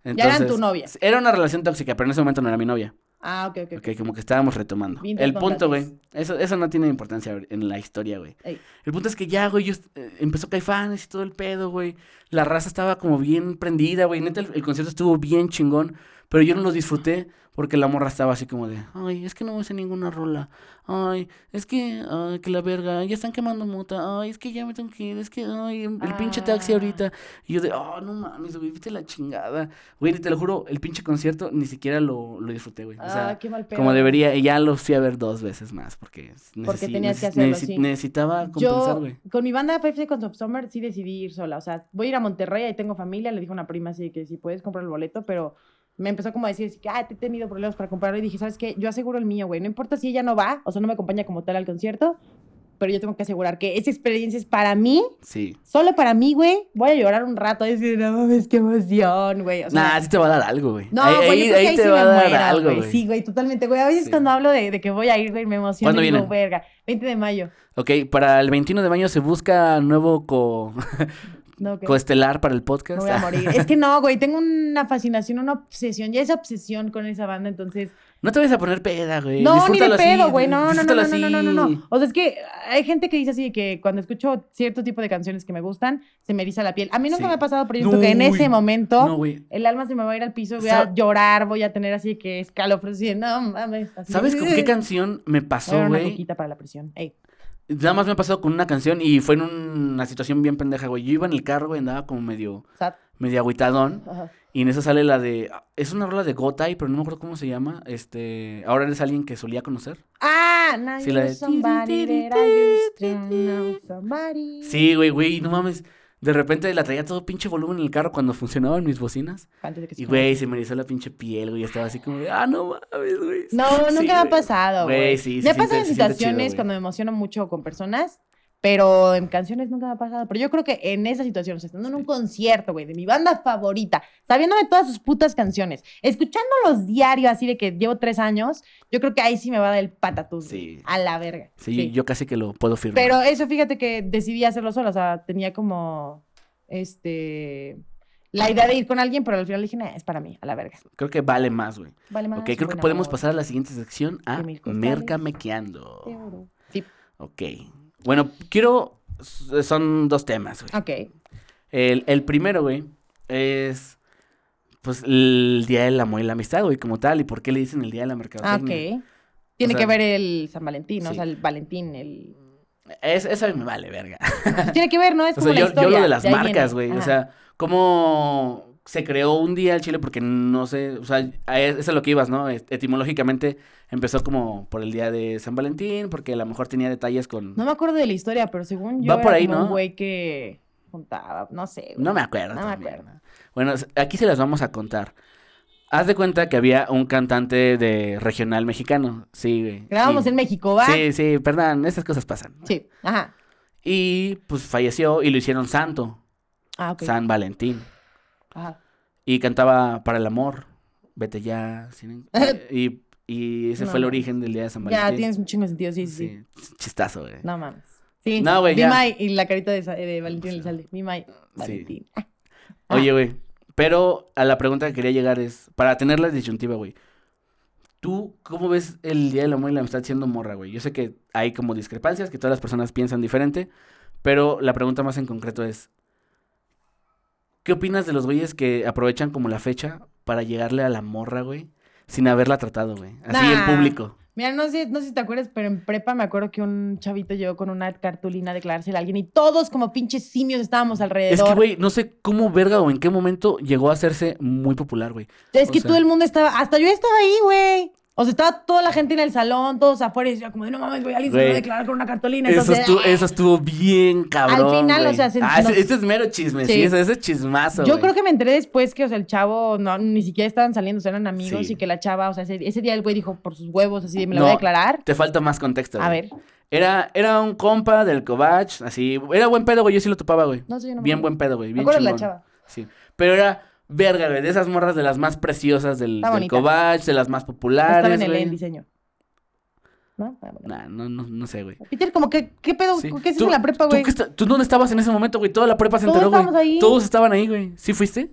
S1: Ya eran tu
S2: Entonces,
S1: novia.
S2: Era una relación tóxica, pero en ese momento no era mi novia.
S1: Ah, ok, ok.
S2: Ok,
S1: ok.
S2: como que estábamos retomando.
S1: Bien
S2: el punto,
S1: descontados.
S2: güey. Eso, eso no tiene importancia ahor- en la historia, güey.
S1: Ey.
S2: El punto es que ya, güey, yo est- eh, empezó Caifanes y todo el pedo, güey. La raza estaba como bien prendida, güey. Neta, el, el concierto estuvo bien chingón. Pero yo no lo disfruté porque la morra estaba así como de, ay, es que no me sé ninguna rola. Ay, es que, ay, que la verga, ya están quemando mota. Ay, es que ya me tengo que ir, es que, ay, el pinche taxi
S1: Ah.
S2: ahorita. Y yo de, oh, no mames, güey, viste la chingada. Güey, te lo juro, el pinche concierto ni siquiera lo, lo disfruté, güey. O sea,
S1: ah, qué mal pedo.
S2: como debería, y ya lo fui a ver dos veces más, porque,
S1: Porque
S2: necesi-
S1: tenías que
S2: neces-
S1: hacerlo,
S2: necesi-
S1: sí.
S2: necesitaba compensar,
S1: Yo,
S2: güey.
S1: con mi banda Five Seconds of Summer, sí decidí ir sola. O sea, voy a ir a Monterrey, ahí tengo familia. Le dije a una prima así que si puedes comprar el boleto, pero me empezó como a decir, así que, ah, te he tenido problemas para comprarlo. Y dije, ¿sabes qué? Yo aseguro el mío, güey. No importa si ella no va, o sea, no me acompaña como tal al concierto, pero yo tengo que asegurar que esa experiencia es para mí,
S2: Sí.
S1: solo para mí, güey. Voy a llorar un rato y decir, no mames, qué emoción, güey. O sea,
S2: nah, sí te va a dar algo, güey.
S1: No,
S2: ahí,
S1: güey, yo
S2: ahí-
S1: creo que
S2: ahí
S1: ahí
S2: te
S1: sí
S2: va a
S1: me
S2: dar
S1: muero,
S2: algo,
S1: güey.
S2: güey.
S1: Sí, güey, totalmente, güey. A veces
S2: Sí.
S1: cuando hablo de, de que voy a ir, güey, me emociono
S2: ¿Cuándo
S1: y digo,
S2: vienen?
S1: verga. 20 de mayo.
S2: Ok, para el 21 de mayo se busca nuevo co-
S1: No, que
S2: coestelar para el
S1: me
S2: podcast.
S1: voy a morir. es que no, güey, tengo una fascinación, una obsesión. Ya es obsesión con esa banda, entonces...
S2: no te vayas a poner peda, güey.
S1: No, ni de
S2: Disfrútalo así,
S1: pedo, güey. No, no, no,
S2: disfrútalo
S1: no, no, no, no, no,
S2: así.
S1: no. O sea, es que hay gente que dice así de que cuando escucho cierto tipo de canciones que me gustan, se me eriza la piel. A mí nunca
S2: Sí.
S1: me ha pasado, pero yo
S2: No,
S1: siento que en ese
S2: güey.
S1: momento...
S2: No, güey.
S1: El alma se me va a ir al piso, voy
S2: Sa-
S1: a llorar, voy a tener así que escalofríos y no mames. así.
S2: ¿Sabes con qué canción me
S1: Voy a
S2: pasó,
S1: dar una
S2: güey?
S1: coquita para la presión. Ey.
S2: Nada más me ha pasado con una canción y fue en una situación bien pendeja, güey. Yo iba en el carro, güey, andaba como medio,
S1: Sad.
S2: medio agüitadón.
S1: Ajá.
S2: Y en esa sale la de. ah, Es una rola de Gotay, pero no me acuerdo cómo se llama. Este. Ahora eres alguien que solía conocer.
S1: Ah, no,
S2: Sí,
S1: you
S2: la
S1: know
S2: de-
S1: somebody that I used to know somebody.
S2: Sí, güey, güey, no mames. De repente la traía todo pinche volumen en el carro cuando funcionaban mis bocinas.
S1: Antes de que se
S2: Y güey, se me erizó la pinche piel, güey. Estaba así como de, ah, no mames, güey.
S1: No, nunca
S2: Sí,
S1: me ha
S2: güey.
S1: pasado, güey.
S2: Güey, sí, se
S1: me ha pasado
S2: siente-
S1: en
S2: se siente chido,
S1: situaciones
S2: güey.
S1: cuando me emociono mucho con personas Pero en canciones nunca me ha pasado. Pero yo creo que en esa situación, o sea, estando en un concierto, güey, de mi banda favorita, sabiéndome todas sus putas canciones, escuchándolos diario así de que llevo tres años, yo creo que ahí sí me va a dar el patatús.
S2: Sí.
S1: güey, A la verga.
S2: Sí, yo casi que lo puedo firmar.
S1: Pero eso, fíjate que decidí hacerlo sola. O sea, tenía como, este, la idea de ir con alguien, pero al final dije, "Nah, es para mí, a la verga.
S2: Creo que vale más, güey.
S1: Vale más.
S2: Ok, creo que
S1: buena
S2: podemos
S1: voz,
S2: pasar a la siguiente sección a
S1: De mil costales.
S2: Merca Mequeando.
S1: de oro". Sí,
S2: Ok. Bueno, quiero. s- Son dos temas, güey.
S1: ok.
S2: El, el primero, güey, es. Pues el Día del Amor y la Amistad, güey, como tal. ¿Y por qué le dicen el Día de la
S1: Ah,
S2: Mercadotecnia?
S1: ok. Tiene
S2: sea,
S1: que ver el San Valentín, ¿no? o
S2: sí.
S1: sea, el Valentín, el...
S2: Es, eso a mí me vale, verga.
S1: Pues tiene que ver, ¿no? Es
S2: O
S1: como
S2: sea,
S1: la
S2: yo, yo
S1: historia.
S2: lo de las
S1: ahí viene.
S2: marcas, güey. O
S1: Ajá.
S2: sea, cómo se creó un día el Chile, porque no sé, o sea, a e- eso es lo que ibas, ¿no? Et- Etimológicamente empezó como por el día de San Valentín, porque a lo mejor tenía detalles con...
S1: No me acuerdo de la historia, pero según yo
S2: Va por
S1: era
S2: ahí,
S1: como
S2: ¿no?
S1: un güey que juntaba, no sé. güey.
S2: No me acuerdo.
S1: No me
S2: también.
S1: acuerdo.
S2: Bueno, s- aquí se las vamos a contar. Haz de cuenta que había un cantante de regional mexicano. Sí, güey.
S1: Grabamos
S2: Y-
S1: en México, ¿va?
S2: Sí, sí, perdón, estas cosas pasan.
S1: Sí, ajá.
S2: Y pues falleció y lo hicieron santo,
S1: Ah, ok.
S2: San Valentín.
S1: Ajá.
S2: Y cantaba Para el amor, vete ya. sin- y, y ese
S1: No,
S2: fue el
S1: no.
S2: origen del día de San Valentín.
S1: Ya tienes un chingo de sentido, sí, sí, sí.
S2: Sí, Chistazo, eh. güey.
S1: No mames. Sí,
S2: No, güey,
S1: Be
S2: ya.
S1: my- y la carita de, Sa- de Valentín Elizalde. Mi May, Valentín. Ah.
S2: Oye, güey. Pero a la pregunta que quería llegar es, para tener la disyuntiva, güey. ¿Tú cómo ves el Día del Amor y la Amistad siendo morra, güey? Yo sé que hay como discrepancias, que todas las personas piensan diferente, pero la pregunta más en concreto es, ¿qué opinas de los güeyes que aprovechan como la fecha para llegarle a la morra, güey? Sin haberla tratado, güey. Así en
S1: Nah.
S2: público.
S1: Mira, no sé, no sé si te acuerdas, pero en prepa me acuerdo que un chavito llegó con una cartulina a declarársela a alguien y todos como pinches simios estábamos
S2: Es
S1: alrededor.
S2: que, güey, no sé cómo verga o en qué momento llegó a hacerse muy popular, güey.
S1: Es
S2: O
S1: que
S2: sea-
S1: todo el mundo estaba, hasta yo estaba ahí, güey. O sea, estaba toda la gente en el salón, todos afuera, y decía como, de, no mames, güey, alguien se va
S2: Güey.
S1: a declarar con una cartolina.
S2: Eso
S1: Entonces,
S2: estuvo,
S1: ¡ah!
S2: eso estuvo bien cabrón.
S1: final, o
S2: güey.
S1: sea, se-
S2: Ah, ese-
S1: nos-
S2: ese es mero chisme, sí,
S1: Sí.
S2: ese, ese es chismazo.
S1: yo
S2: güey.
S1: creo que me enteré después que, o sea, el chavo, no, ni siquiera estaban saliendo, o sea, eran amigos,
S2: Sí.
S1: y que la chava, o sea, ese, ese día el güey dijo, por sus huevos, así, de, me la voy
S2: No.
S1: a declarar.
S2: Te falta más contexto.
S1: A
S2: güey.
S1: ver,
S2: Era, era un compa del Kovach, así. Era buen pedo, güey. Yo sí lo topaba, güey.
S1: no sé, yo no me
S2: bien
S1: acuerdo.
S2: buen pedo, güey.
S1: Me
S2: Bien
S1: acuerdo de la
S2: chingón.
S1: chava.
S2: Sí. Pero era verga, güey. De esas morras de las más preciosas del,
S1: Está
S2: del
S1: bonita.
S2: Kovach, de las más populares.
S1: Estaba en el
S2: güey.
S1: en diseño. ¿No? Ah, bueno.
S2: Nah, no, no, no sé, güey.
S1: Peter, como que, ¿qué pedo?
S2: Sí.
S1: ¿Qué haces
S2: ¿Tú-
S1: en la prepa,
S2: tú
S1: güey?
S2: qué esta- ¿Tú dónde estabas en ese momento, güey? Toda la prepa se
S1: Todos
S2: enteró, güey.
S1: estábamos ahí.
S2: Todos estaban ahí, güey. ¿Sí fuiste?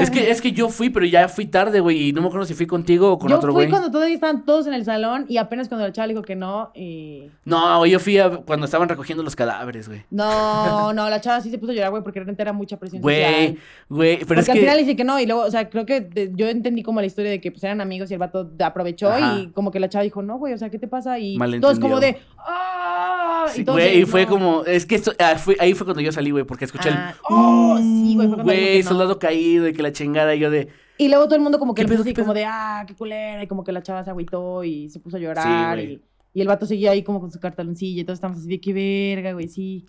S2: es, que, es que yo fui, pero ya fui tarde, güey. Y no me acuerdo si fui contigo o con
S1: Yo
S2: otro
S1: fui
S2: güey.
S1: cuando todavía estaban todos en el salón y apenas cuando la chava le dijo que no y...
S2: No, güey, yo fui a- cuando estaban recogiendo los cadáveres, güey.
S1: No, no, la chava sí se puso a llorar, güey, porque realmente era mucha presión
S2: Güey,
S1: social.
S2: güey. Pero
S1: Porque
S2: es
S1: al
S2: que.
S1: final dice que no, y luego, o sea, creo que de- yo entendí como la historia de que pues eran amigos y el vato de- aprovechó
S2: Ajá.
S1: y como que la chava dijo, no, güey, o sea, ¿qué te pasa? Y todos como de,
S2: Malentendido.
S1: ¡ah!
S2: Sí,
S1: todos
S2: Güey,
S1: de,
S2: y fue
S1: "No".
S2: como. Es que esto, ah, fue- ahí fue cuando yo salí, güey, porque escuché
S1: Ah,
S2: el.
S1: oh, sí, güey, fue cuando dijo
S2: Güey,
S1: que no.
S2: soldado caído y que la chingada. Y yo de.
S1: Y luego todo el mundo como que le
S2: ¿Qué pedo,
S1: puso así
S2: qué pedo?
S1: como de, ah, qué culera, y como que la chava se agüitó y se puso a llorar.
S2: güey.
S1: y, y el vato seguía ahí como con su cartaloncilla y todos estamos así de, qué verga, güey, sí.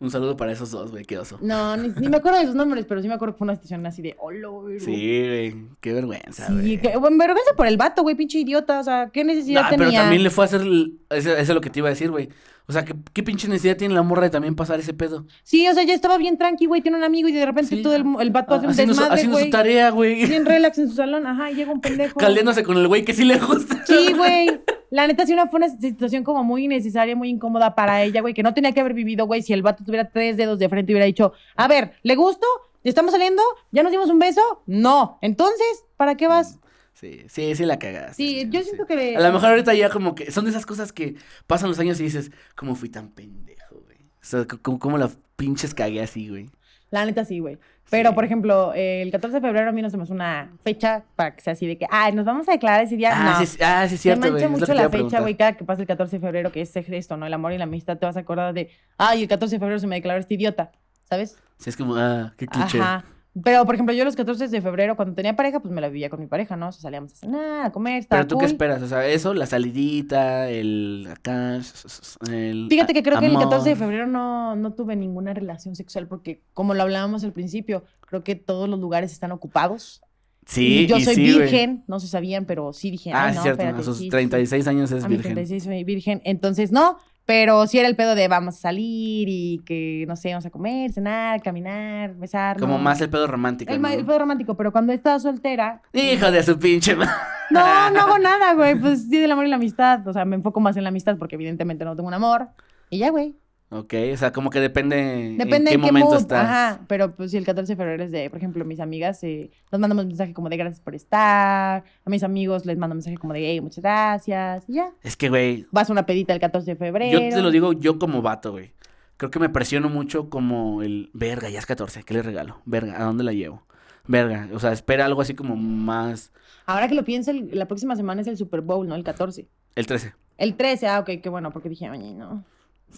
S2: Un saludo para esos dos, güey, qué oso.
S1: No, ni, ni me acuerdo de sus nombres, pero sí me acuerdo que fue una situación así de, "Oh, hola, güey.
S2: Sí, güey, qué vergüenza, güey.
S1: Sí, que, bueno, vergüenza por el vato, güey, pinche idiota. O sea, ¿qué necesidad
S2: Nah,
S1: tenía?
S2: Ah, pero también le fue a hacer. el- Eso, eso es lo que te iba a decir, güey. O sea, ¿qué, qué pinche necesidad tiene la morra de también pasar ese pedo?
S1: Sí, o sea, ya estaba bien tranqui, güey, tiene un amigo y de repente
S2: Sí.
S1: todo el, el vato hace un
S2: haciendo su,
S1: desmadre,
S2: haciendo su
S1: güey.
S2: tarea, güey.
S1: Bien relax en su salón, ajá, y llega un pendejo.
S2: Caldeándose con el güey que sí le gusta.
S1: Sí, güey. La neta, sí, una, fue una situación como muy innecesaria, muy incómoda para ella, güey, que no tenía que haber vivido, güey, si el vato tuviera tres dedos de frente y hubiera dicho, a ver, ¿le gusto? ¿Estamos saliendo? ¿Ya nos dimos un beso? No. Entonces, ¿para qué vas?
S2: Mm, Sí, sí, sí la cagaste.
S1: Sí, yo siento que...
S2: A lo mejor ahorita ya como que son de esas cosas que pasan los años y dices, ¿cómo fui tan pendejo, güey? O sea, c- ¿cómo, cómo la pinches cagué así, güey?
S1: La neta sí, güey. Pero,
S2: Sí.
S1: por ejemplo, eh, el 14 de febrero a mí no se me hace una fecha para que sea así de que, ay, nos vamos a declarar ese día.
S2: Ah,
S1: no.
S2: sí, ah, sí, es cierto,
S1: se
S2: güey.
S1: mancha
S2: es lo
S1: mucho
S2: que te
S1: la
S2: iba a
S1: fecha, güey,
S2: preguntar.
S1: cada que pasa el 14 de febrero, que es esto, ¿no? El amor y la amistad, te vas a acordar de, ay, el 14 de febrero se me declaró este idiota, ¿sabes?
S2: Sí, es como, ah, qué cliché.
S1: Ajá. Pero, por ejemplo, yo los 14 de febrero, cuando tenía pareja, pues me la vivía con mi pareja, ¿no? O sea, salíamos a cenar, a comer, estaba
S2: Pero tú qué
S1: cool.
S2: esperas, o sea, eso, la salidita, el acá, s- s- s- el
S1: Fíjate que creo que el
S2: amor.
S1: 14 de febrero no, no tuve ninguna relación sexual porque, como lo hablábamos al principio, creo que todos los lugares están ocupados.
S2: Sí,
S1: Y yo
S2: y
S1: soy
S2: sí, güey.
S1: virgen, no se sabían, pero sí dije,
S2: Ah,
S1: ay,
S2: sí,
S1: no,
S2: es cierto,
S1: espérate,
S2: a sus
S1: sí, sí, sí.
S2: 36 años es
S1: A mis
S2: virgen.
S1: 36 soy virgen, entonces no, Pero sí era el pedo de vamos a salir y que, no sé, vamos a comer, cenar, caminar, besar.
S2: Como más el pedo romántico.
S1: El,
S2: ¿no?
S1: ma- el pedo romántico, pero cuando estaba soltera.
S2: Hijo de su pinche. ma-
S1: No, no hago nada, güey. Pues sí, del amor y la amistad. O sea, me enfoco más en la amistad porque evidentemente no tengo un amor. Y ya, güey.
S2: Ok, o sea, como que depende,
S1: Depende
S2: en qué, momento
S1: mood,
S2: estás.
S1: Ajá, pero pues si el 14 de febrero es de, por ejemplo, mis amigas, eh, nos mandamos mensaje como de gracias por estar. A mis amigos les mando mensaje como de, hey, muchas gracias. Y ya.
S2: Es que, güey,
S1: Vas a una pedita el 14 de febrero.
S2: yo te lo digo yo como vato, güey. Creo que me presiono mucho como el, verga, ya es 14, ¿qué le regalo? Verga, ¿a dónde la llevo? Verga, o sea, espera algo así como más...
S1: Ahora que lo pienso, el- la próxima semana es el Super Bowl, ¿no? El 14.
S2: El 13.
S1: El 13, ah, ok, qué bueno, porque dije, oye, no.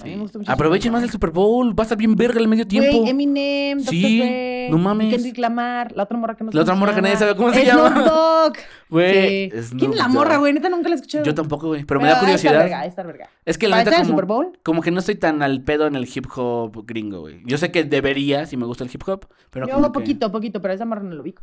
S1: A mí
S2: Sí.
S1: me gusta mucho
S2: Aprovechen más el Super Bowl, va a estar bien verga el medio tiempo.
S1: Güey, em, Eminem, Dr.
S2: Sí,
S1: Dre,
S2: no mames.
S1: Kendrick Lamar, la otra morra que no sé cómo
S2: La otra
S1: se
S2: morra que nadie
S1: llama.
S2: sabe cómo se
S1: Snoop
S2: llama.
S1: Dogg. Sí.
S2: Güey,
S1: ¿Quién
S2: Snoop
S1: es la
S2: Dogg.
S1: morra, güey? Neta nunca la he escuchado.
S2: Yo tampoco, güey, pero, me da
S1: Ahí
S2: curiosidad.
S1: está verga, ahí está verga.
S2: Es que la
S1: ¿Para
S2: neta
S1: estar en el
S2: como,
S1: Super Bowl?
S2: como que no estoy tan al pedo en el hip hop gringo, güey. Yo sé que debería, si me gusta el hip hop, pero
S1: Yo
S2: como que-
S1: poquito, poquito, pero esa morra no lo ubico.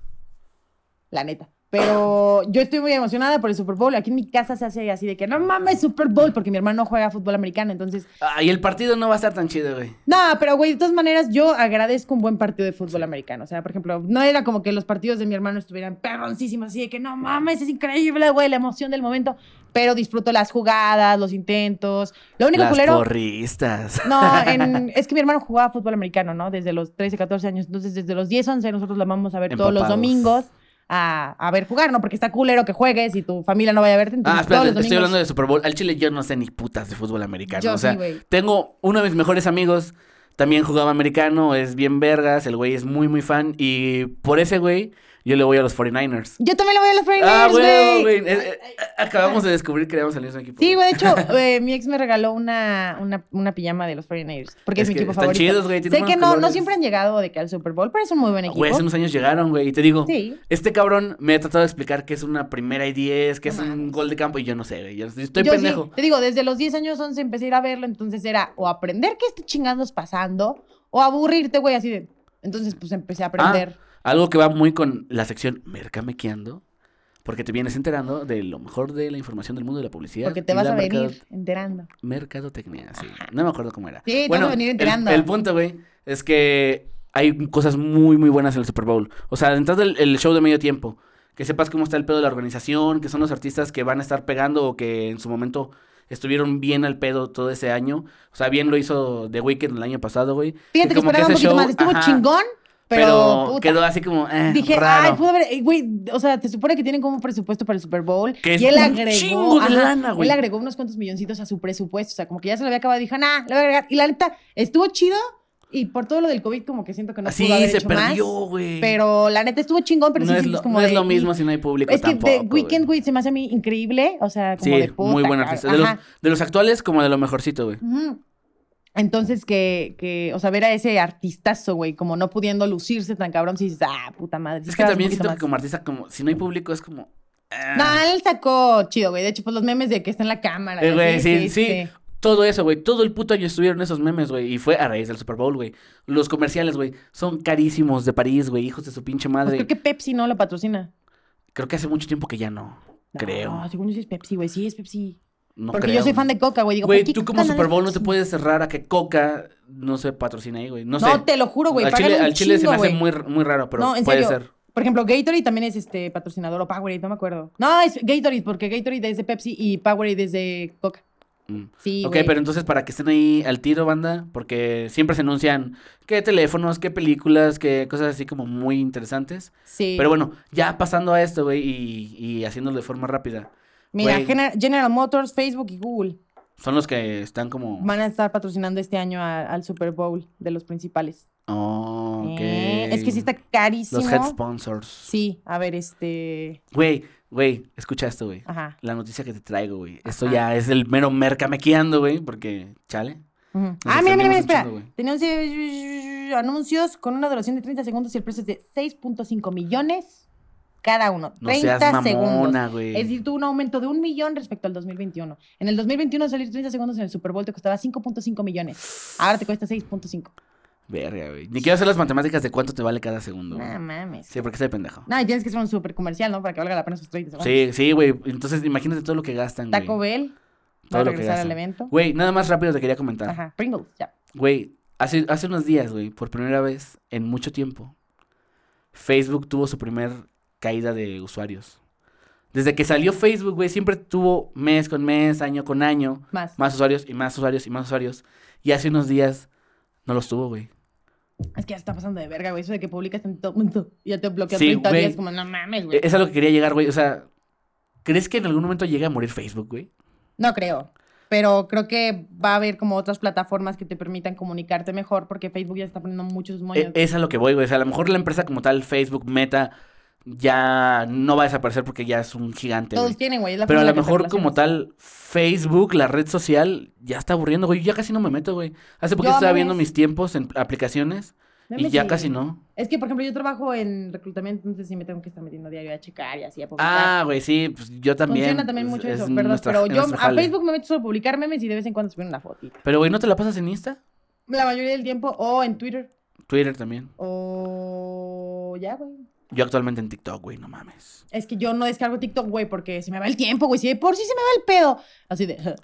S1: La neta. Pero yo estoy muy emocionada por el Super Bowl. Aquí en mi casa se hace así de que no mames Super Bowl, porque mi hermano juega fútbol americano. Entonces,
S2: Ah, y el partido no va a estar tan chido, güey.
S1: no, pero güey, de todas maneras, yo agradezco un buen partido de fútbol americano. O sea, por ejemplo, no era como que los partidos de mi hermano estuvieran perroncísimos, así de que no mames, es increíble, güey, la emoción del momento. Pero disfruto las jugadas, los intentos. Lo único
S2: Las
S1: culero.
S2: porristas.
S1: No, en- es que mi hermano jugaba fútbol americano, ¿no? Desde los 13, 14 años. Entonces, desde los 10, 11, nosotros la vamos a ver todos los
S2: Empapados.
S1: domingos a, a ver jugar, ¿no? Porque está culero que juegues y tu familia no vaya a verte. Entonces,
S2: Ah, espérate,
S1: todos los
S2: estoy
S1: domingos-
S2: hablando de Super Bowl. Al Chile yo no sé ni putas de fútbol americano.
S1: Yo
S2: o sea,
S1: sí, güey.
S2: tengo uno de mis mejores amigos, también jugaba americano, es bien vergas, el güey es muy, muy fan. Y por ese güey, yo le voy a los 49ers.
S1: Yo también le voy a los
S2: Ah,
S1: Freigners,
S2: güey,
S1: güey.
S2: güey. eh, eh, Acabamos de descubrir que éramos el mismo equipo.
S1: Sí, güey, de hecho, eh, mi ex me regaló una, una, una pijama de los 49ers, porque es,
S2: Es
S1: mi
S2: que
S1: equipo
S2: están
S1: favorito.
S2: chidos, güey, tienen
S1: sé que
S2: buenos
S1: no, no
S2: colores. Ah,
S1: siempre han llegado de que al Super Bowl, pero es un muy buen equipo.
S2: Güey, hace unos años llegaron, güey. Y te digo,
S1: Sí.
S2: este cabrón me ha tratado de explicar que es una primera y diez, que
S1: No
S2: es un
S1: mames.
S2: gol de campo. Y yo no sé, güey. Yo estoy
S1: Yo sí,
S2: pendejo.
S1: te digo, desde los 10 años 11 empecé a ir a verlo, entonces era o aprender qué está chingados pasando o aburrirte, güey, así de. Entonces, pues empecé
S2: Ah,
S1: a aprender.
S2: Algo que va muy con la sección mercamequeando, porque te vienes enterando de lo mejor de la información del mundo de la publicidad.
S1: porque te
S2: y
S1: vas
S2: la
S1: a venir
S2: mercado-
S1: enterando.
S2: mercadotecnia, sí. No me acuerdo cómo era.
S1: Sí, te vas a venir
S2: el-
S1: enterando.
S2: El, punto, güey, es que hay cosas muy, muy buenas en el Super Bowl. O sea, dentro del el show de medio tiempo, que sepas cómo está el pedo de la organización, que son los artistas que van a estar pegando o que en su momento estuvieron bien al pedo todo ese año. O sea, bien lo hizo The Weeknd el año pasado, güey.
S1: Fíjate que
S2: como
S1: esperaba un
S2: ese
S1: poquito
S2: show,
S1: más. Estuvo
S2: ajá,
S1: chingón, pero.
S2: Pero,
S1: puta.
S2: quedó así como, eh,
S1: Dije,
S2: raro.
S1: ay, pudo haber, eh, güey, o sea, te supone que tienen como un presupuesto para el Super Bowl.
S2: Que es
S1: y él
S2: un
S1: agregó.
S2: chingo de
S1: ajá,
S2: lana, güey.
S1: Él agregó unos cuantos milloncitos a su presupuesto. O sea, como que ya se lo había acabado. Dijo, nah, le voy a agregar. Y la neta, estuvo chido. Y por todo lo del COVID, como que siento que no
S2: Así
S1: pudo haber
S2: se
S1: hecho
S2: perdió,
S1: más.
S2: güey.
S1: Pero la neta estuvo chingón, pero
S2: no
S1: sí
S2: es,
S1: sí,
S2: lo,
S1: como
S2: no es
S1: de-
S2: lo mismo si no hay público
S1: Es que
S2: tampoco.
S1: The Weeknd,
S2: güey.
S1: güey, se me hace a mí increíble. O sea, como
S2: Sí,
S1: de puta,
S2: muy buen
S1: cabrón.
S2: artista. De los,
S1: Ajá.
S2: de los actuales como de lo mejorcito, güey.
S1: Ujú. Entonces, que, que, o sea, ver a ese artistazo, güey, como no pudiendo lucirse tan cabrón, si dices, ah, puta madre. sí
S2: Es que
S1: esperabas un
S2: también
S1: poquito
S2: siento que
S1: más.
S2: como artista, como si no hay público es como... ah.
S1: No, él sacó chido, güey. De hecho, pues los memes de que está en la cámara.
S2: Eh,
S1: y
S2: güey,
S1: así, Pues,
S2: sí, sí. Todo eso, güey. Todo el puto año estuvieron esos memes, güey. Y fue a raíz del Super Bowl, güey. Los comerciales, güey. Son carísimos de París, güey. Hijos de su pinche
S1: Pues
S2: madre.
S1: creo que Pepsi no lo patrocina.
S2: Creo que hace mucho tiempo que ya no.
S1: No,
S2: Creo.
S1: según yo sí es Pepsi, güey. Sí, es Pepsi.
S2: No
S1: Porque
S2: creo,
S1: yo soy
S2: güey.
S1: fan de Coca, güey. Digo,
S2: Güey,
S1: ¿por qué
S2: tú como
S1: Coca no
S2: Super
S1: es
S2: Bowl no te
S1: Pepsi?
S2: puedes cerrar a que Coca no se patrocina ahí, güey. No,
S1: No,
S2: sé.
S1: te lo juro, güey.
S2: al
S1: pagan
S2: Chile,
S1: un
S2: al Chile se
S1: chingo,
S2: me hace
S1: güey.
S2: muy, r- muy raro, pero
S1: No, en
S2: puede
S1: serio.
S2: ser.
S1: Por ejemplo, Gatorade también es este patrocinador o Powerade, no me acuerdo. No, es Gatorade porque Gatorade es de Pepsi y Powerade es de Coca.
S2: Mm.
S1: Sí,
S2: ok,
S1: güey.
S2: pero entonces para que estén ahí al tiro, banda, porque siempre se anuncian qué teléfonos, qué películas, qué cosas así como muy interesantes.
S1: Sí.
S2: Pero bueno, ya pasando a esto, güey, y, y haciéndolo de forma rápida.
S1: Mira,
S2: güey.
S1: Gener- General Motors, Facebook y Google
S2: Son los que están como...
S1: van a estar patrocinando este año a- al Super Bowl de los principales.
S2: Oh, ok.
S1: Eh, Es que sí está carísimo.
S2: Los head sponsors.
S1: Sí, a ver, este.
S2: Güey, güey, escucha esto, güey.
S1: Ajá.
S2: La noticia que te traigo, güey. Esto
S1: Ajá.
S2: ya es el mero mercamequeando, güey, porque, chale.
S1: ujú. Ah, mira, mira, mira,
S2: extendimos
S1: espera.
S2: un chingo,
S1: Tenemos eh, anuncios con una duración de 30 segundos y el precio es de 6.5 millones cada uno.
S2: No
S1: 30
S2: seas
S1: segundos.
S2: mamona, güey.
S1: Es decir, tuvo un aumento de un millón respecto al 2021. En el 2021 salir 30 segundos en el Super Bowl te costaba 5.5 millones. Ahora te cuesta 6.5.
S2: Verga, güey. Ni quiero hacer las matemáticas de cuánto te vale cada segundo. güey.
S1: No mames.
S2: Sí, porque estoy pendejo.
S1: No, y tienes que ser un super comercial, ¿no? Para que valga la pena esos 30 segundos.
S2: Sí, sí, güey. Entonces, imagínate todo lo que gastan. güey.
S1: Taco Bell. Para
S2: Todo lo que
S1: regresar al
S2: gastan.
S1: evento.
S2: Güey, nada más rápido te quería comentar.
S1: Ajá, Pringles, ya.
S2: Güey, hace, hace unos días, güey, por primera vez en mucho tiempo, Facebook tuvo su primer caída de usuarios. Desde que salió Facebook, güey, siempre tuvo mes con mes, año con año,
S1: Más.
S2: más usuarios y más usuarios y más usuarios. Y hace unos días no los tuvo, güey.
S1: Es que ya se está pasando de verga, güey. Eso de que publicas en todo mundo y ya te bloquean
S2: Sí,
S1: 30
S2: güey.
S1: días. Como, no mames,
S2: E-
S1: güey.
S2: Es a lo que quería llegar, güey. O sea, ¿crees que en algún momento llegue a morir Facebook, güey?
S1: No creo. Pero creo que va a haber como otras plataformas que te permitan comunicarte mejor porque Facebook ya está poniendo muchos moños.
S2: E- Es a lo que voy, güey. O sea, a lo mejor la empresa como tal, Facebook, Meta, ya no va a desaparecer porque ya es un gigante. güey.
S1: Todos tienen, güey. es la
S2: Pero a
S1: forma
S2: lo
S1: en la que te
S2: mejor como
S1: relacionas.
S2: tal, Facebook, la red social, ya está aburriendo, güey. Yo ya casi no me meto, güey. Hace poquito
S1: Yo
S2: estaba
S1: memes.
S2: viendo mis tiempos en aplicaciones y
S1: Memes
S2: ya
S1: sí.
S2: casi no.
S1: Es que, por ejemplo, yo trabajo en reclutamiento, entonces sí me tengo que estar metiendo diario a checar y así a publicar.
S2: Ah, güey, sí, pues yo también.
S1: Funciona también
S2: Es-
S1: mucho
S2: es
S1: eso, ¿verdad?
S2: nuestra-
S1: Pero
S2: es
S1: yo
S2: nuestro
S1: a
S2: jale.
S1: Facebook me meto solo a publicar memes y de vez en cuando subir una fotita.
S2: Pero, güey, ¿no te la pasas en Insta?
S1: La mayoría del tiempo, o en Twitter,
S2: Twitter también.
S1: o ya, güey.
S2: Yo actualmente en TikTok, güey, no mames.
S1: Es que yo no descargo TikTok, güey, porque se me va el tiempo, güey. Si de por sí se me va el pedo. Así de.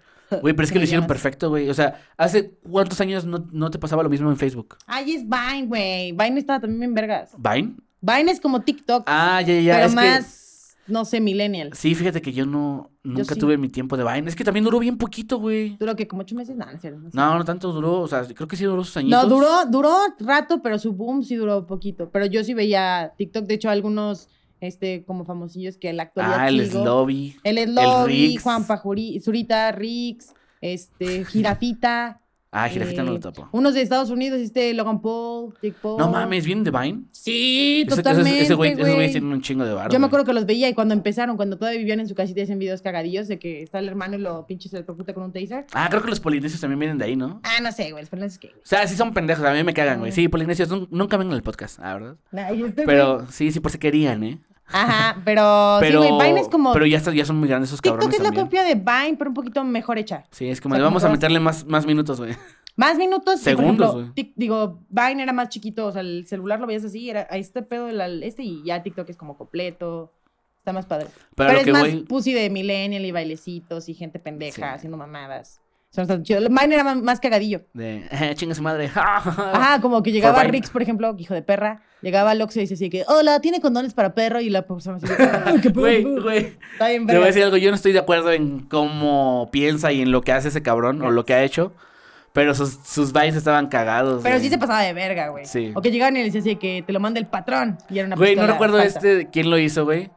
S2: Güey, pero es que lo
S1: Me
S2: hicieron
S1: llamas.
S2: perfecto, güey. O sea, ¿hace cuántos años no, no te pasaba lo mismo en Facebook?
S1: Ay, es Vine, güey. Vine estaba también bien vergas.
S2: ¿Vine?
S1: Vine es como TikTok,
S2: Ah, ya, ya, ya.
S1: pero
S2: es que-
S1: más, no sé, millennial.
S2: Sí, fíjate que yo no, nunca
S1: sí.
S2: tuve mi tiempo de Vine. Es que también duró bien poquito, güey.
S1: Duró que como ocho meses, nada, no, es cierto, no, sé.
S2: No, no tanto duró, o sea, creo que sí duró sus añitos.
S1: No, duró, duró rato, pero su boom sí duró poquito. Pero yo sí veía TikTok, de hecho, algunos este, como famosillos que en la actualidad.
S2: Ah, el
S1: sigo.
S2: Slobby.
S1: El Slobby,
S2: Rix.
S1: Juan Pajuri, Zurita, Rix, este, Jirafita.
S2: Ah, Jirafita no
S1: eh,
S2: lo tapó.
S1: Unos de Estados Unidos, este, Logan Paul, Jake Paul.
S2: No mames, ¿vienen de Vine?
S1: Sí,
S2: Ese- esos-
S1: totalmente,
S2: Ese güey, esos
S1: güey.
S2: güeyes tienen un chingo de bar.
S1: Yo me
S2: güey.
S1: acuerdo que los veía y cuando empezaron, cuando todavía vivían en su casita y hacían videos cagadillos de que está el hermano y lo pinche se electrocuta con un taser.
S2: Ah, creo que los polinesios también vienen de ahí, ¿no?
S1: Ah, no sé, güey, los problemas es que...
S2: O sea, sí son pendejos, a mí me cagan, güey.
S1: Mm.
S2: Sí, polinesios nun- nunca vengan al podcast, ah, ¿verdad?
S1: Ay, este güey.
S2: Pero sí, sí, por si querían, ¿eh?
S1: Ajá, pero,
S2: Pero,
S1: sí, güey, Vine es como...
S2: pero ya, está- ya son muy grandes esos cabrones
S1: TikTok es la
S2: también.
S1: copia de Vine, pero un poquito mejor hecha.
S2: Sí, es como
S1: O sea,
S2: le vamos a
S1: como que
S2: meterle más, más minutos, güey.
S1: Más minutos. y, por
S2: Segundos,
S1: ejemplo,
S2: güey.
S1: Tik- digo, Vine era más chiquito, o sea, el celular lo veías así, era a este pedo, el al- este, y ya TikTok es como completo. Está más padre. Pero,
S2: Pero, a lo
S1: es
S2: que
S1: más
S2: voy...
S1: pussy de millennial y bailecitos y gente pendeja
S2: Sí.
S1: haciendo mamadas. Eso no está tan chido. Vine era ma- más cagadillo.
S2: De, "Eh, chinga su madre.
S1: Ajá, como que llegaba
S2: Ah, Vine.
S1: Rix, por ejemplo, hijo de perra, llegaba al Oxxo y decía así que, hola, ¿tiene condones para perro? Y la persona así, "Ay, qué pedo,
S2: Güey,
S1: güey".
S2: güey.
S1: Está bien
S2: Te voy a
S1: verga.
S2: decir algo, yo no estoy de acuerdo en cómo piensa y en lo que hace ese cabrón o lo que ha hecho, pero sus, sus vines estaban cagados.
S1: Pero
S2: güey.
S1: sí se pasaba de verga, güey.
S2: Sí.
S1: O que llegaban y le decía así que te lo manda el patrón. Y era una
S2: Güey, no
S1: pistola
S2: recuerdo
S1: falsa.
S2: este quién lo hizo, güey.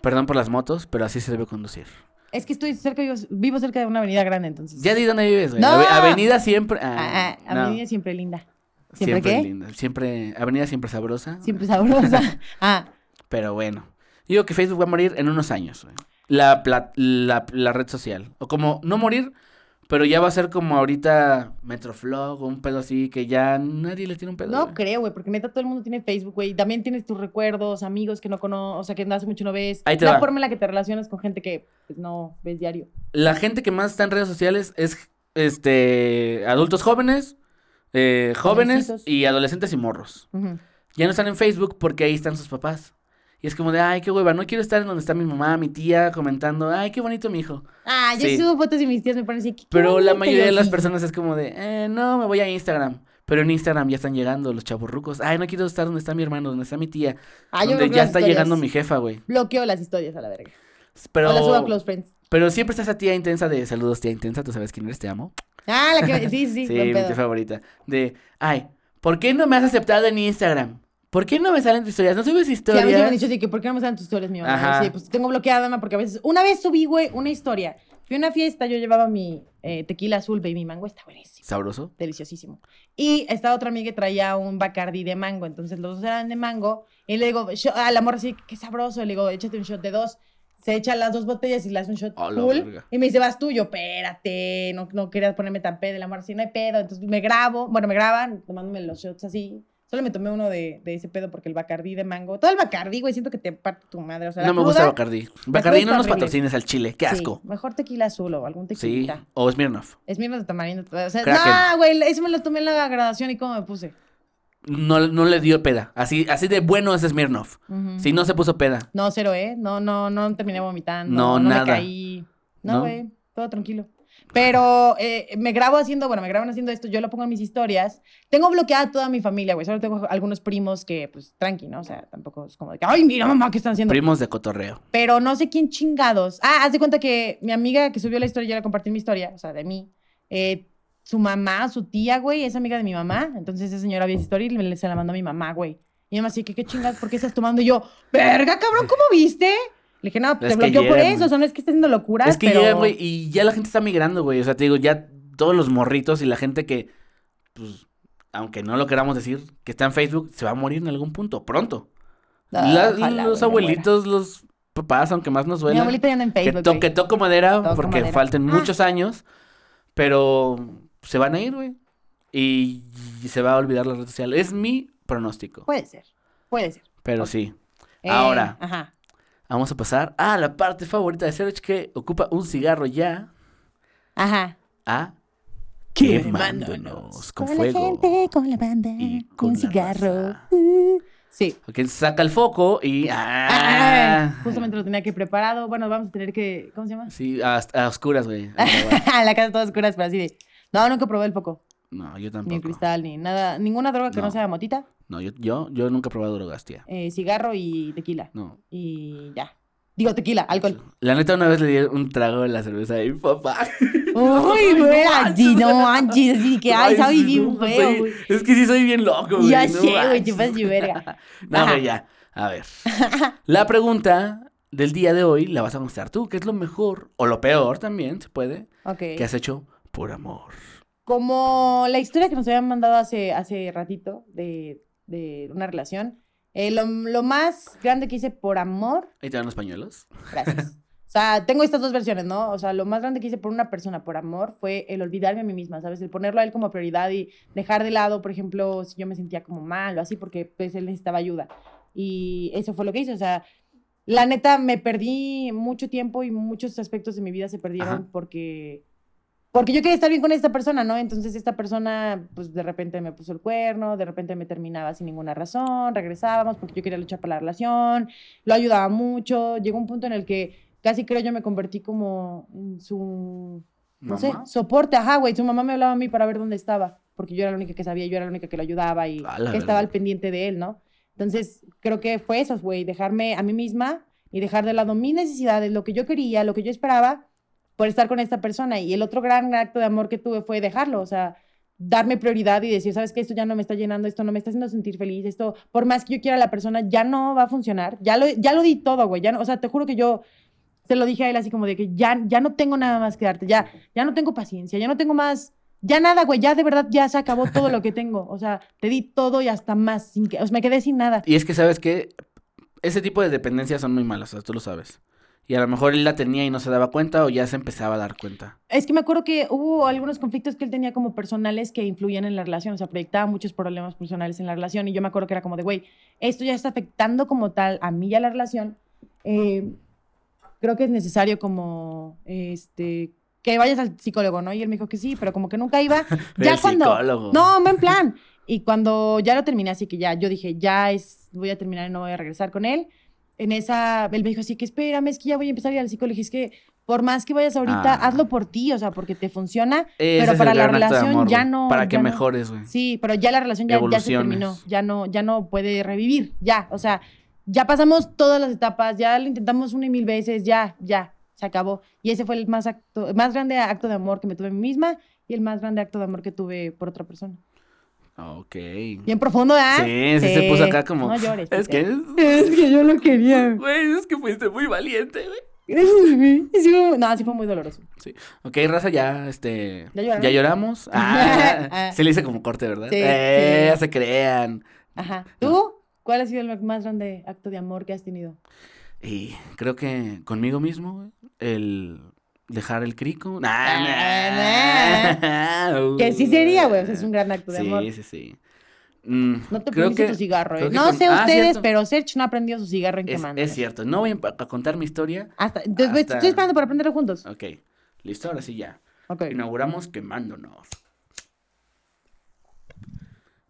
S2: Perdón por las motos, pero así se debe conducir.
S1: Es que estoy cerca, vivo, vivo cerca de una avenida grande, entonces.
S2: Ya di dónde vives, güey.
S1: No.
S2: Ave- Avenida siempre.
S1: Ah,
S2: Ah,
S1: ah,
S2: no.
S1: avenida siempre linda. ¿Siempre,
S2: Siempre
S1: qué?
S2: linda. Siempre. Avenida siempre sabrosa.
S1: Siempre sabrosa. ah,
S2: Pero bueno. Digo que Facebook va a morir en unos años, güey. La, pla- la, la red social. O como, no morir, pero ya va a ser como ahorita Metroflog o un pedo así que ya nadie le tiene un pedo.
S1: no
S2: güey.
S1: creo, güey, porque neta todo el mundo tiene Facebook, güey. y También tienes tus recuerdos, amigos que no conoces, o sea, que hace mucho no ves.
S2: Ahí te
S1: la
S2: va.
S1: forma en la que te relacionas con gente que pues, no ves diario.
S2: La gente que más está en redes sociales es este adultos jóvenes, eh, jóvenes
S1: Jovencitos.
S2: y adolescentes y morros.
S1: Ujú.
S2: ya no están en Facebook porque ahí están sus papás. Y es como de, ay, qué hueva, no quiero estar en donde está mi mamá, mi tía, comentando, ay, qué bonito mi hijo.
S1: Ah, yo
S2: Sí.
S1: subo fotos y mis tías me ponen así. "Qué
S2: Pero la
S1: bonito",
S2: mayoría
S1: y
S2: de
S1: yo,
S2: las
S1: "Sí".
S2: personas es como de, eh, no, me voy a Instagram. Pero en Instagram ya están llegando los chaburrucos. Ay, no quiero estar donde está mi hermano, donde está mi tía.
S1: Ah, yo
S2: donde
S1: bloqueo
S2: ya
S1: las
S2: está
S1: historias.
S2: llegando mi jefa, güey.
S1: Bloqueo las historias a la verga. O las subo a
S2: Pero,
S1: Close Friends.
S2: pero siempre está esa tía intensa de, saludos tía intensa, tú sabes quién eres, te amo.
S1: Ah, la que. Sí, sí,
S2: Sí,
S1: buen
S2: mi
S1: pedo.
S2: tía favorita. De, ay, ¿por qué no me has aceptado en Instagram? ¿Por qué no me salen tus historias? ¿No subes
S1: Sí, a
S2: historias?
S1: mí sí me han dicho así que ¿por qué no me salen tus historias, mi mamá?
S2: Ajá.
S1: Sí, pues te tengo bloqueada, mamá, porque a veces... Una vez subí, güey, una historia. Fui a una fiesta, yo llevaba mi eh, tequila azul, baby mango, está buenísimo.
S2: Sabroso.
S1: Deliciosísimo. Y estaba otra amiga que traía un Bacardi de mango, entonces los dos eran de mango. Y le digo, "Sho-" ah, la morra así, qué sabroso. Le digo, échate un shot de dos. Se echa las dos botellas y le hace un shot
S2: A la
S1: full.
S2: verga.
S1: Y me dice, vas tú. Yo, espérate, no, no querías ponerme tan pedo. Y la morra así, no hay pedo. Entonces me grabo, bueno, me graban tomándome los shots así. Solo me tomé uno de, de ese pedo porque el bacardí de mango. Todo el bacardí, güey, siento que te parte tu madre. O sea, la
S2: No me gusta
S1: cruda,
S2: Bacardi. Bacardi
S1: está
S2: no nos
S1: horrible.
S2: patrocines al chile. Qué
S1: sí,
S2: asco.
S1: mejor tequila azul o algún
S2: Sí.
S1: tequilita.
S2: O Smirnoff.
S1: Es mierda de tamarindo. O sea,
S2: Kraken.
S1: no, güey, eso me lo tomé en la graduación y cómo me puse.
S2: No, no le dio peda. Así, así de bueno es Smirnoff.
S1: Ujú.
S2: Si no se puso peda.
S1: No, cero, ¿eh? No, no, no terminé vomitando.
S2: No,
S1: No, me
S2: nada.
S1: caí. No,
S2: ¿No?
S1: güey. Todo tranquilo. Pero eh, me grabo haciendo, bueno, me graban haciendo esto, yo lo pongo en mis historias. Tengo bloqueada a toda mi familia, güey. Solo tengo algunos primos que, pues, tranqui, ¿no? O sea, tampoco es como de que, ay, mira, mamá, ¿qué están haciendo?
S2: Primos de cotorreo.
S1: pero no sé quién chingados. Ah, haz de cuenta que mi amiga que subió la historia, yo la compartí en mi historia, o sea, de mí. eh, su mamá, su tía, güey, es amiga de mi mamá. Entonces esa señora vio esa historia y le- se la mandó a mi mamá, güey. Y mi mamá así, ¿qué, qué chingados? ¿Por qué estás tomando? Y yo, verga, cabrón, ¿cómo viste? Le dije, no,
S2: Es
S1: te
S2: que
S1: bloqueó por
S2: llegan-
S1: eso, o sea, no es que estés haciendo locuras,
S2: Es que
S1: pero...
S2: llegan, güey, y ya la gente está migrando, güey. O sea, te digo, ya todos los morritos y la gente que, pues, aunque no lo queramos decir, que está en Facebook, se va a morir en algún punto, pronto.
S1: Ah,
S2: La-
S1: ojalá, güey,
S2: los
S1: me
S2: abuelitos, los papás, aunque más nos
S1: muera. Mi
S2: duela.
S1: abuelita ya anda en
S2: Que,
S1: Facebook,
S2: to-
S1: güey.
S2: que toco madera,
S1: Toco
S2: porque
S1: madera.
S2: falten
S1: Ah.
S2: muchos años, pero se van a ir, güey. Y, y se va a olvidar la red social. Es mi pronóstico,
S1: Puede ser, puede ser.
S2: pero sí.
S1: Eh,
S2: Ahora.
S1: Ajá.
S2: Vamos a pasar a la parte favorita de Serge que ocupa un cigarro ya Ah,
S1: Ajá.
S2: a
S1: Quemándonos
S2: quemándonos con fuego.
S1: con la banda,
S2: y con la raza.
S1: Uh, Sí.
S2: Ok, saca el foco y
S1: Ay,
S2: ah,
S1: justamente lo tenía que preparado. Bueno, vamos a tener que. ¿Cómo se llama?
S2: sí a, a oscuras, güey. a grabar.
S1: la casa toda oscura, pero así de. No, nunca probé el foco.
S2: No, yo
S1: Ni el
S2: tampoco.
S1: cristal, ni nada. Ninguna droga que no,
S2: No.
S1: sea motita,
S2: No, yo, yo, yo nunca he probado drogas, tía.
S1: eh, cigarro y tequila.
S2: No.
S1: Y ya. Digo, tequila, alcohol.
S2: La neta una vez le di un trago de la cerveza a mi papá.
S1: Uy,
S2: no
S1: güey,
S2: manches,
S1: así, no
S2: güey.
S1: manches. Así que, ay,
S2: sí,
S1: sabe
S2: no,
S1: bien
S2: pues,
S1: feo,
S2: soy-
S1: güey.
S2: Es que sí soy bien loco, güey.
S1: Ya
S2: no
S1: sé, güey,
S2: manches.
S1: te pasas de verga.
S2: No,
S1: Ajá.
S2: güey, ya. A ver. La pregunta del día de hoy la vas a contestar tú. ¿Qué es lo mejor o lo peor también, se puede, que
S1: Ok.
S2: has hecho por amor?
S1: Como la historia que nos habían mandado hace, hace ratito de, de una relación. eh, lo, lo más grande que hice por amor
S2: Ahí te van los pañuelos.
S1: Gracias. O sea, tengo estas dos versiones, ¿no? O sea, lo más grande que hice por una persona, por amor, fue el olvidarme a mí misma, ¿sabes? El ponerlo a él como prioridad y dejar de lado, por ejemplo, si yo me sentía como mal o así, porque pues él necesitaba ayuda. Y eso fue lo que hice, o sea, la neta me perdí mucho tiempo y muchos aspectos de mi vida se perdieron
S2: Ajá.
S1: porque porque yo quería estar bien con esta persona, ¿no? Entonces esta persona, pues de repente me puso el cuerno, de repente me terminaba sin ninguna razón, regresábamos porque yo quería luchar por la relación, lo ayudaba mucho, llegó un punto en el que casi creo yo me convertí como en su, no sé,
S2: Mamá.
S1: soporte, ajá, güey, su mamá me hablaba a mí para ver dónde estaba, porque yo era la única que sabía, yo era la única que lo ayudaba y
S2: A la
S1: estaba al
S2: verga.
S1: pendiente de él, ¿no? Entonces creo que fue eso, güey, dejarme a mí misma y dejar de lado mis necesidades, lo que yo quería, lo que yo esperaba por estar con esta persona. Y el otro gran acto de amor que tuve fue dejarlo, o sea, darme prioridad y decir, sabes que esto ya no me está llenando, esto no me está haciendo sentir feliz, esto, por más que yo quiera a la persona, ya no va a funcionar, ya lo, ya lo di todo, güey, ya no, o sea, te juro que yo se lo dije a él así como de que ya, ya no tengo nada más que darte, ya, ya no tengo paciencia, ya no tengo más, ya nada, güey, ya de verdad, ya se acabó todo lo que tengo, o sea, te di todo y hasta más, sin que, o sea, me quedé sin nada.
S2: Y es que, ¿sabes qué? Ese tipo de dependencias son muy malas, o sea, tú lo sabes. Y a lo mejor él la tenía y no se daba cuenta o ya se empezaba a dar cuenta.
S1: Es que me acuerdo que hubo algunos conflictos que él tenía como personales que influían en la relación, o sea, proyectaba muchos problemas personales en la relación y yo me acuerdo que era como de, güey, esto ya está afectando como tal a mí y a la relación. eh, creo que es necesario como, este, que vayas al psicólogo, ¿no? Y él me dijo que sí, pero como que nunca iba. ya
S2: El
S1: cuando...
S2: psicólogo.
S1: No, buen plan. Y cuando ya lo terminé, así que ya, yo dije, ya es, voy a terminar y no voy a regresar con él. En esa, él me dijo así que espérame, es que ya voy a empezar a ir al psicólogo. Y dije, es que por más que vayas ahorita,
S2: Ah.
S1: hazlo por ti, o sea, porque te funciona.
S2: Ese
S1: pero
S2: es
S1: para
S2: el
S1: la
S2: gran acto de
S1: relación
S2: amor,
S1: ya
S2: güey.
S1: no-
S2: Para que
S1: ya no.
S2: mejores, güey.
S1: Sí, pero ya la relación ya, ya se
S2: Evoluciones.
S1: terminó, ya no, ya no puede revivir, ya, o sea, ya pasamos todas las etapas, ya lo intentamos una y mil veces, ya, ya, se acabó. Y ese fue el más, acto, más grande acto de amor que me tuve a mí misma y el más grande acto de amor que tuve por otra persona.
S2: Ok.
S1: Bien profundo, ¿ah?
S2: Sí, sí, se puso acá como.
S1: No llores.
S2: Es
S1: Peter.
S2: que.
S1: Es que yo lo quería.
S2: Güey, es que fuiste muy valiente, güey.
S1: Gracias, güey. Sí fue- No, sí fue muy doloroso.
S2: Ok, raza, ya, este.
S1: ¿Ya lloraron?
S2: lloramos? Ah,
S1: Ah.
S2: se le hice como corte, ¿verdad?
S1: Sí,
S2: eh,
S1: sí.
S2: se crean.
S1: Ajá. ¿Tú? ¿Cuál ha sido el más grande acto de amor que has tenido?
S2: Y creo que conmigo mismo, güey, el dejar el crico.
S1: Ah, Que sí sería, güey. o sea, es un gran acto de amor.
S2: eh, Uh. Sí, sí, sí. Mm,
S1: No te
S2: creo
S1: prendiste
S2: que-
S1: tu cigarro,
S2: creo
S1: ¿eh?
S2: que
S1: No
S2: con-
S1: sé
S2: Ah,
S1: ustedes,
S2: cierto.
S1: pero Serge no aprendió su cigarro en
S2: Es,
S1: quemando.
S2: es cierto. No voy a, a contar mi historia.
S1: Hasta, entonces, güey,
S2: Hasta-
S1: Estoy esperando para aprenderlo juntos.
S2: Ok, listo, ahora sí ya.
S1: Ok.
S2: Inauguramos quemándonos.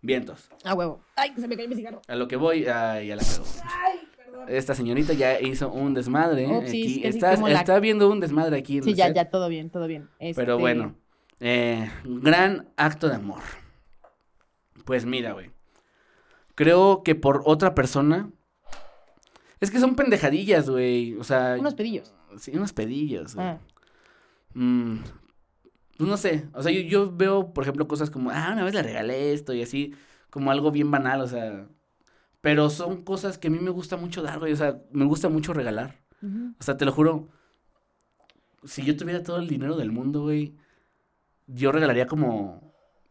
S2: Vientos.
S1: A Ah, huevo. Ay, se me cayó mi cigarro.
S2: A lo que voy, ay, ya la cago. Esta señorita ya hizo un desmadre.
S1: Ups,
S2: aquí.
S1: sí, es que sí,
S2: Está-
S1: como la-
S2: está viendo un desmadre aquí. en
S1: Sí,
S2: el
S1: ya,
S2: set.
S1: ya, todo bien, todo bien. Este,
S2: Pero bueno, eh, gran acto de amor. Pues mira, güey. Creo que por otra persona. Es que son pendejadillas, güey. O sea.
S1: Unos pedillos.
S2: Sí, unos pedillos. güey.
S1: Ah.
S2: Mm, pues no sé. O sea, yo, yo veo, por ejemplo, cosas como, ah, una vez le regalé esto y así, como algo bien banal, o sea. Pero son cosas que a mí me gusta mucho dar, güey. O sea, me gusta mucho regalar.
S1: Ujú.
S2: O sea, te lo juro. Si yo tuviera todo el dinero del mundo, güey, yo regalaría como.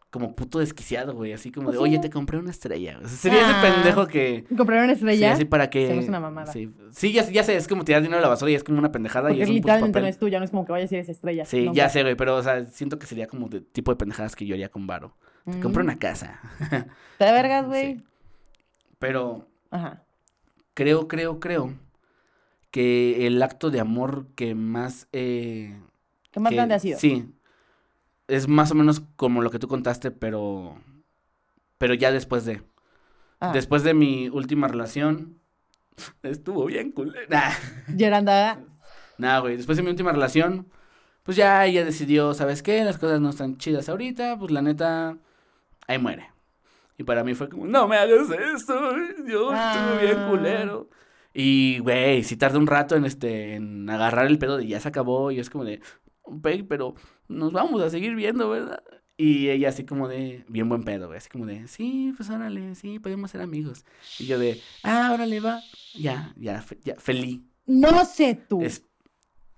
S2: Como puto desquiciado, güey. Así como
S1: Pues
S2: de,
S1: sí,
S2: oye,
S1: ¿no?
S2: te compré una estrella. O sea, sería
S1: Ah.
S2: ese pendejo que.
S1: ¿Compraron una
S2: Sí,
S1: estrella?
S2: así para que.
S1: Se me hace una mamada.
S2: Sí, Sí, ya, ya sé, es como tirar dinero a la basura y es como una pendejada y
S1: Porque
S2: es un puto
S1: literalmente
S2: papel.
S1: no es tuya, no es como que vaya a ser esa estrella.
S2: Sí,
S1: No,
S2: ya sé, güey, pero, o sea, siento que sería como de tipo de pendejadas que yo haría con varo.
S1: güey.
S2: Te compro
S1: Mm.
S2: una casa.
S1: Está de vergas, güey.
S2: Sí. Pero
S1: Ajá.
S2: creo, creo, creo que el acto de amor que más... Eh,
S1: ¿Qué más
S2: que-
S1: grande ha sido?
S2: Sí. Es más o menos como lo que tú contaste, pero... Pero ya después de...
S1: Ajá.
S2: Después de mi última relación... Estuvo bien culera.
S1: Yolanda,
S2: Nada, güey. Después de mi última relación, pues ya ella decidió, ¿sabes qué? Las cosas no están chidas ahorita, pues la neta, ahí muere. Y para mí fue como, no me hagas esto, güey, yo
S1: Ah.
S2: estuve bien culero. Y, güey, si tardé un rato en, este, en agarrar el pedo de ya se acabó, y es como de, "Güey, pero nos vamos a seguir viendo, ¿verdad? Y ella así como de, bien buen pedo, güey, así como de, sí, pues órale, sí, podemos ser amigos. Y yo de, ah, órale, va, ya, ya, fe- ya, feliz.
S1: no sé tú.
S2: Es-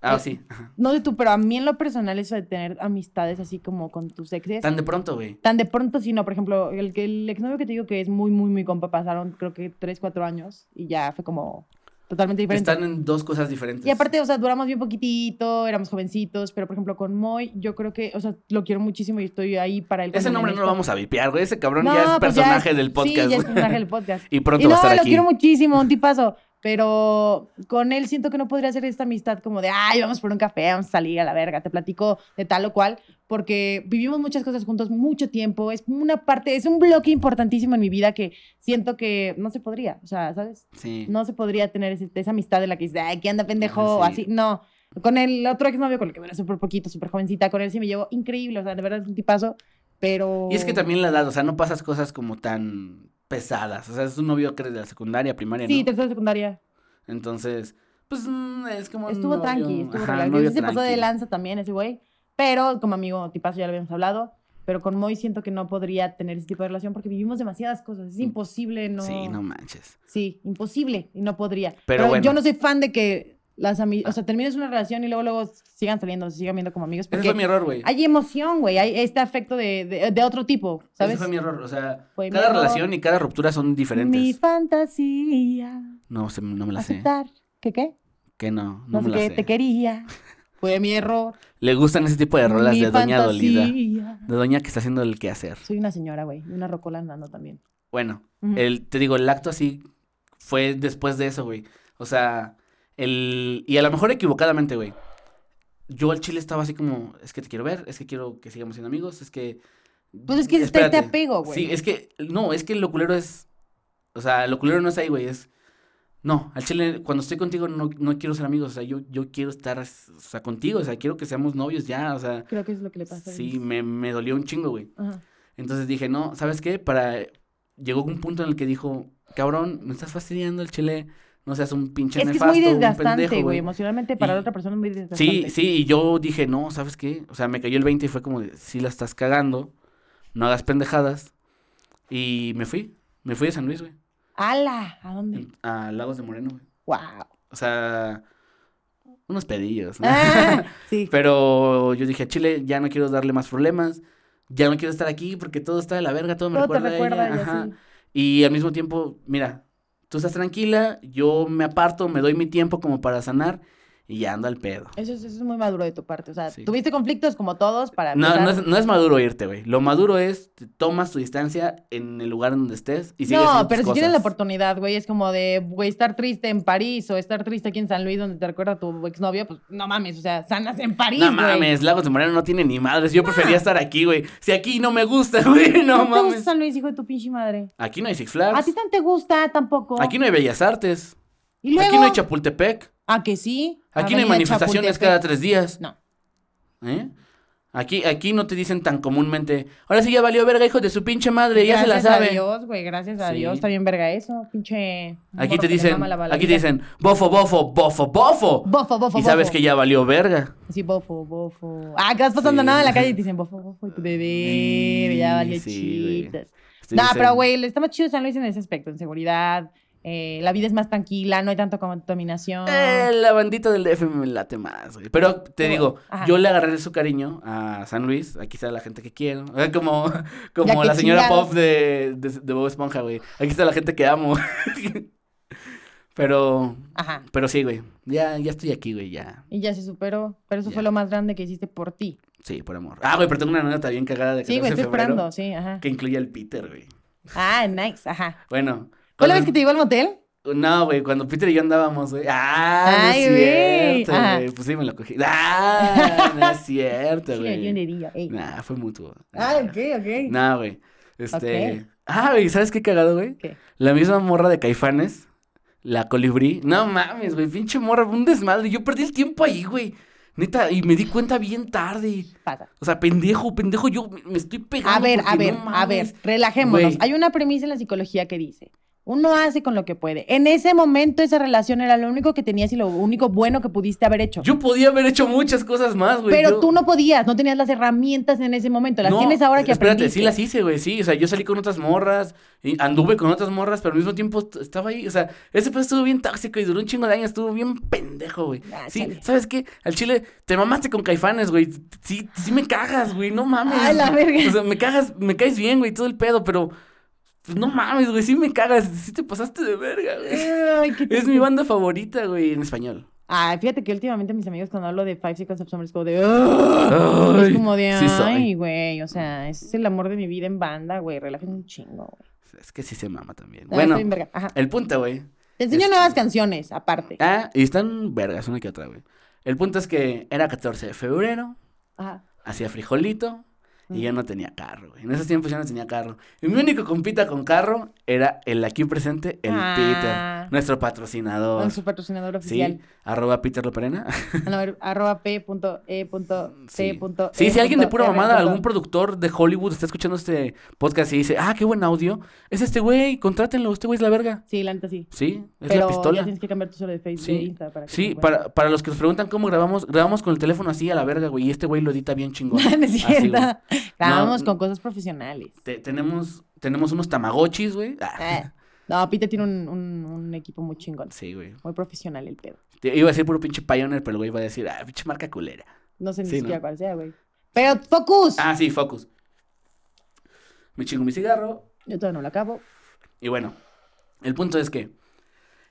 S2: Ah,
S1: Eh,
S2: sí.
S1: No sé tú, pero a mí en lo personal eso de tener amistades así como con tus exes. Tan,
S2: Tan de pronto, güey.
S1: de pronto, sí, no. Por ejemplo, el, que el exnovio que te digo que es muy, muy, muy compa, pasaron creo que 3, 4 años y ya fue como totalmente diferente.
S2: Están en dos cosas diferentes.
S1: Y aparte, o sea, duramos bien poquitito, éramos jovencitos, pero por ejemplo con Moy, yo creo que, o sea, lo quiero muchísimo y estoy ahí para él.
S2: ese
S1: cuando
S2: nombre no lo
S1: necesita.
S2: vamos a vipear, güey. Ese cabrón
S1: No,
S2: ya es
S1: pues ya
S2: personaje
S1: es-
S2: del podcast.
S1: Sí, ya es personaje del podcast.
S2: y pronto
S1: Y no,
S2: va a estar
S1: lo
S2: aquí.
S1: quiero muchísimo, un tipazo. Pero con él siento que no podría hacer esta amistad como de, ay, vamos por un café, vamos a salir a la verga, te platico de tal o cual, porque vivimos muchas cosas juntos mucho tiempo, es una parte, es un bloque importantísimo en mi vida que siento que no se podría, o sea, ¿sabes?
S2: Sí.
S1: No se podría tener ese- esa amistad de la que dices, ay, ¿qué anda pendejo? O
S2: Ajá, sí.
S1: así, no. Con el otro exnovio con el que me era súper poquito, súper jovencita, con él sí me llevo increíble, o sea, de verdad es un tipazo, pero...
S2: Y es que también la edad, o sea, no pasas cosas como tan pesadas. O sea, es un novio que eres de la secundaria, primaria,
S1: Sí,
S2: ¿no?
S1: tercero de secundaria.
S2: Entonces, pues mm, es como. un
S1: Estuvo
S2: novio-
S1: tranqui, estuvo
S2: Ajá, un
S1: relajado.
S2: novio
S1: Se pasó de
S2: tranqui.
S1: lanza también ese güey. Pero como amigo tipazo ya lo habíamos hablado. Pero con Moy siento que no podría tener ese tipo de relación porque vivimos demasiadas cosas. Es imposible, no.
S2: Mm. Sí, no manches.
S1: Sí, imposible. Y no podría. Pero,
S2: bueno. Ah.
S1: yo no soy fan de que las amigas. O sea, termines una relación y luego, luego sigan saliendo, se sigan viendo como amigos.
S2: Ese
S1: Porque
S2: fue mi error, güey.
S1: hay emoción, güey. Hay este afecto de, de- de otro tipo,
S2: Ese
S1: ¿sabes?
S2: fue mi error. O sea,
S1: Fue mi
S2: cada
S1: error.
S2: relación y cada ruptura son diferentes.
S1: Mi fantasía.
S2: No, se- no me la sé.
S1: Aceptar. ¿Qué qué?
S2: Que no, no,
S1: No, sé
S2: me la
S1: qué,
S2: sé.
S1: te quería. Fue mi error.
S2: Le gustan ese tipo de rolas
S1: Mi
S2: de Doña Dolida.
S1: fantasía.
S2: De Doña que está haciendo el quehacer.
S1: Soy una señora, güey. y Una rocola andando también.
S2: Bueno,
S1: Ujú.
S2: el, te digo, el acto así fue después de eso, güey. O sea, el... Y a lo mejor equivocadamente, güey. Yo al chile estaba así como, es que te quiero ver, es que quiero que sigamos siendo amigos, es que...
S1: Pues es que está este
S2: Espérate.
S1: apego, güey.
S2: Sí, es que, no, es que lo culero es... O sea, lo culero no es ahí, güey, es... No, al chile, cuando estoy contigo no, no quiero ser amigos, o sea, yo, yo quiero estar, o sea, contigo, o sea, quiero que seamos novios ya, o sea...
S1: Creo que es lo que le pasa. a
S2: Sí,
S1: Luis.
S2: me, me dolió un chingo, güey.
S1: Ajá.
S2: Entonces dije, no, ¿sabes qué? Para... Llegó un punto en el que dijo, cabrón, me estás fastidiando el chile, no seas un pinche
S1: Es que es
S2: nefasto,
S1: muy
S2: un
S1: desgastante,
S2: pendejo,
S1: güey.
S2: güey.
S1: Emocionalmente para
S2: Y-
S1: la otra persona es muy desgastante.
S2: Sí, sí, y yo dije, no, ¿sabes qué? O sea, me cayó el 20 y fue como, de, si la estás cagando, no hagas pendejadas. Y me fui, me fui de San Luis, güey,
S1: ¡Hala! ¿A dónde?
S2: en- a Lagos de Moreno, güey.
S1: ¡Wow!
S2: O sea, unos pedillos, ¿no?
S1: Ah, sí.
S2: Pero yo dije, a Chile, ya no quiero darle más problemas, ya no quiero estar aquí porque todo está de la verga, todo me
S1: Todo te
S2: recuerda
S1: recuerda
S2: a ella,
S1: y
S2: ajá.
S1: así.
S2: Y al mismo tiempo, mira, tú estás tranquila, yo me aparto, me doy mi tiempo como para sanar y ya ando al pedo.
S1: Eso, es- eso es muy maduro de tu parte. O sea,
S2: Sí.
S1: tuviste conflictos como todos para.
S2: No,
S1: empezar-
S2: no es, no es maduro irte, güey. Lo maduro es, te tomas tu distancia en el lugar donde estés y sigues
S1: No,
S2: haciendo tus
S1: pero si tienes la
S2: cosas.
S1: oportunidad, güey, es como de, güey, estar triste en París o estar triste aquí en San Luis donde te recuerda tu exnovio, pues no mames, o sea, sanas en París,
S2: No
S1: güey.
S2: mames, Lagos de Moreno no tiene ni madres. Yo prefería estar aquí, güey. Si aquí no me gusta, güey, no
S1: ¿No te gusta
S2: mames.
S1: San Luis, hijo de tu pinche madre?
S2: Aquí no hay Six
S1: A
S2: Flags.
S1: ti tan te gusta, tampoco.
S2: Aquí no hay Bellas Artes.
S1: Y luego,
S2: Aquí no hay Chapultepec.
S1: ¿A que sí?
S2: Aquí no hay
S1: Avenida
S2: manifestaciones
S1: Chapultepec.
S2: cada tres días.
S1: No.
S2: ¿eh? Aquí, aquí no te dicen tan comúnmente. Ahora sí ya valió verga, hijo de su pinche madre, ya se la
S1: Gracias
S2: sabe.
S1: a Dios, güey, gracias a
S2: Sí.
S1: Dios. Está bien verga eso, pinche... morro
S2: Aquí te
S1: que le
S2: dicen,
S1: mama la
S2: aquí te
S1: balada.
S2: dicen, bofo, bofo, bofo, bofo.
S1: Bofo, bofo,
S2: y sabes
S1: bofo.
S2: que ya valió verga.
S1: Sí, bofo, bofo. Ah, que vas pasando
S2: Sí.
S1: nada en la calle y te dicen bofo, bofo, y tu bebé,
S2: Sí,
S1: ya valió
S2: sí, güey.
S1: chitas.
S2: Te
S1: no,
S2: dicen,
S1: pero güey, le está más chido San Luis en ese aspecto, en seguridad. eh, la vida es más tranquila, no hay tanto contaminación.
S2: "Eh, la bandita del DF me late más, güey. Pero te
S1: Bueno,
S2: digo,
S1: ajá.
S2: yo le agarré su cariño a San Luis. Aquí está la gente que quiero. Eh, Como,
S1: Ya
S2: como
S1: que
S2: la señora
S1: chingados.
S2: Pop de, de, de Bob Esponja, güey. Aquí está la gente que amo. pero,
S1: Ajá.
S2: pero sí, güey. Ya, ya estoy aquí, güey, ya.
S1: Y ya se superó, pero eso
S2: Ya.
S1: fue lo más grande que hiciste por ti.
S2: Sí, por amor. Ah, güey, pero tengo una anécdota bien cagada de 14
S1: Sí, güey,
S2: de
S1: estoy
S2: febrero
S1: esperando, sí, ajá.
S2: que incluye al Peter, güey.
S1: Ah, nice, ajá.
S2: Bueno.
S1: ¿Fue la
S2: cuando-
S1: vez que te llevó al motel?
S2: No, güey, cuando Peter y yo andábamos, güey. Ah,
S1: Ay,
S2: no
S1: güey.
S2: es cierto,
S1: Ajá.
S2: güey. Pues sí, me lo cogí. Ah, no es
S1: Sí,
S2: cierto,
S1: yo
S2: güey.
S1: diría, ey.
S2: Nah, fue mutuo.
S1: Ah, ok, ok.
S2: Nah, güey. Este.
S1: Ok.
S2: Ah, güey, ¿sabes qué cagado, güey?
S1: ¿Qué?
S2: La misma morra de Caifanes, la colibrí. No mames, güey, pinche morra, un desmadre. Yo perdí el tiempo ahí, güey. Neta, y me di cuenta bien tarde.
S1: Pasa.
S2: O sea, pendejo, pendejo, yo me me estoy pegando.
S1: A ver,
S2: porque
S1: a ver,
S2: no
S1: a ver,
S2: mames.
S1: relajémonos.
S2: Güey.
S1: Hay una premisa en la psicología que dice, uno hace con lo que puede. En ese momento esa relación era lo único que tenías y lo único bueno que pudiste haber hecho.
S2: Yo podía haber hecho muchas cosas más, güey.
S1: Pero
S2: yo-
S1: tú no podías, no tenías las herramientas en ese momento, las tienes ahora que
S2: Espérate,
S1: aprendiste.
S2: sí las hice, güey, sí. O sea, yo salí con otras morras, y anduve con otras morras, pero al mismo tiempo t- estaba ahí. O sea, ese pedo estuvo bien tóxico y duró un chingo de años, estuvo bien pendejo, güey.
S1: Ah,
S2: sí,
S1: chale.
S2: ¿sabes qué? Al chile te mamaste con caifanes, güey. Sí, sí me cagas, güey, no mames.
S1: Ay, la verga.
S2: O sea, me cagas, me caes bien, güey, todo el pedo, pero. pues, no mames, güey, sí me cagas, sí te pasaste de verga, güey.
S1: Ay, qué
S2: Es
S1: triste.
S2: mi banda favorita, güey, en español.
S1: Ay, fíjate que últimamente mis amigos cuando hablo de Five Seconds of Summer es como de...
S2: Ay,
S1: es Pues como de...
S2: sí soy.
S1: ay, güey, o sea, ese es el amor de mi vida en banda, güey, relájense un chingo. güey.
S2: Es que sí se mama también.
S1: Ah,
S2: bueno,
S1: estoy en verga. Ajá.
S2: el punto, güey.
S1: Te enseño
S2: este-
S1: nuevas canciones, aparte.
S2: Ah, y están vergas una que otra, güey. El punto es que era 14 de febrero,
S1: Ajá.
S2: hacía frijolito y
S1: Mm.
S2: yo no tenía carro, güey. En esos tiempos yo no tenía carro. Y mi único compita con carro era el aquí presente, el
S1: Ah.
S2: Peter, nuestro patrocinador.
S1: Con su patrocinador oficial. Eh,
S2: Sí, arroba Peter Loperena.
S1: A ver, arroba p punto e punto c
S2: Mm, Sí.
S1: punto
S2: Sí,
S1: e
S2: si alguien de
S1: punto
S2: pura
S1: r
S2: mamada,
S1: punto.
S2: algún productor de Hollywood está escuchando este podcast y dice, ah, qué buen audio, es este güey, contrátenlo, este güey es la verga.
S1: Sí, la neta sí.
S2: Sí, es
S1: Pero
S2: la pistola.
S1: ya tienes que cambiar tu solo de Facebook
S2: Sí,
S1: de Insta para que te
S2: Sí,
S1: encuentren.
S2: para, para los que nos preguntan cómo grabamos, grabamos con el teléfono así a la verga, güey. Y este güey lo edita bien chingón.
S1: No es
S2: Así,
S1: cierto.
S2: Ah, güey.
S1: Grabamos
S2: No,
S1: con cosas profesionales.
S2: Te- tenemos, tenemos unos tamagotchis, güey. Ah,
S1: Eh, No, Pita tiene un, un- un equipo muy chingón.
S2: Sí, güey.
S1: Muy profesional el pedo.
S2: Te- Iba a decir puro pinche Pioneer, pero el güey iba a decir, ah, pinche marca culera.
S1: No sé ni
S2: Sí,
S1: siquiera
S2: ¿no?
S1: cuál sea, güey. Pero focus.
S2: Ah, sí, Focus. Me chingo mi cigarro.
S1: Yo todavía no lo acabo.
S2: Y bueno, el punto es que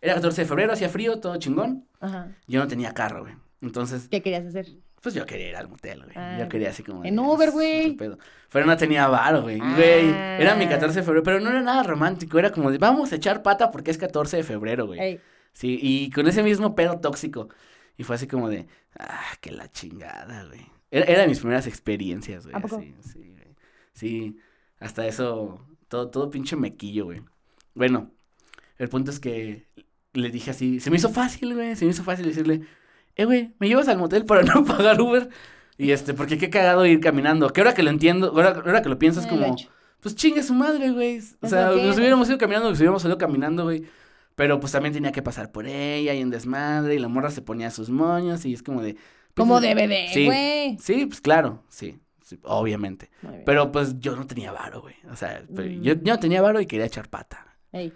S2: era 14 de febrero, hacía frío, todo chingón.
S1: Ajá.
S2: Yo no tenía carro, güey. Entonces,
S1: ¿Qué querías hacer?
S2: Pues yo quería ir al motel, güey.
S1: Ah,
S2: yo quería así como. de,
S1: en Uber,
S2: "Ah,
S1: güey".
S2: qué pedo. Pero no tenía bar, güey. Güey, Era mi
S1: Ah.
S2: 14 de febrero, pero no era nada romántico. Era como de, vamos a echar pata porque es 14 de febrero, güey.
S1: Ey,
S2: Sí, y con ese mismo pedo tóxico. Y fue así como de, ah, que la chingada, güey. Era, era de mis primeras experiencias, güey.
S1: ¿A poco?
S2: Sí, sí, güey. Sí, hasta eso, todo, todo pinche mequillo, güey. Bueno, el punto es que le dije así, se me hizo fácil, güey, se me hizo fácil decirle, eh, güey, ¿me llevas al motel para no pagar Uber? Y este, porque qué cagado ir caminando. Que ahora que lo entiendo, ahora, ahora que lo piensas
S1: eh, lo he
S2: como,
S1: hecho.
S2: pues chingue su madre, güey. O
S1: Es lo
S2: sea,
S1: que
S2: nos
S1: eres.
S2: hubiéramos ido caminando, nos hubiéramos salido caminando, güey. Pero pues también tenía que pasar por ella y en desmadre. Y la morra se ponía sus moños y es como de. pues,
S1: Como debe de,
S2: Sí.
S1: güey.
S2: Sí, pues claro, sí. sí, obviamente.
S1: Muy bien.
S2: Pero pues yo no tenía varo, güey. O sea, pero
S1: Mm.
S2: yo, yo no tenía varo y quería echar pata.
S1: Ey,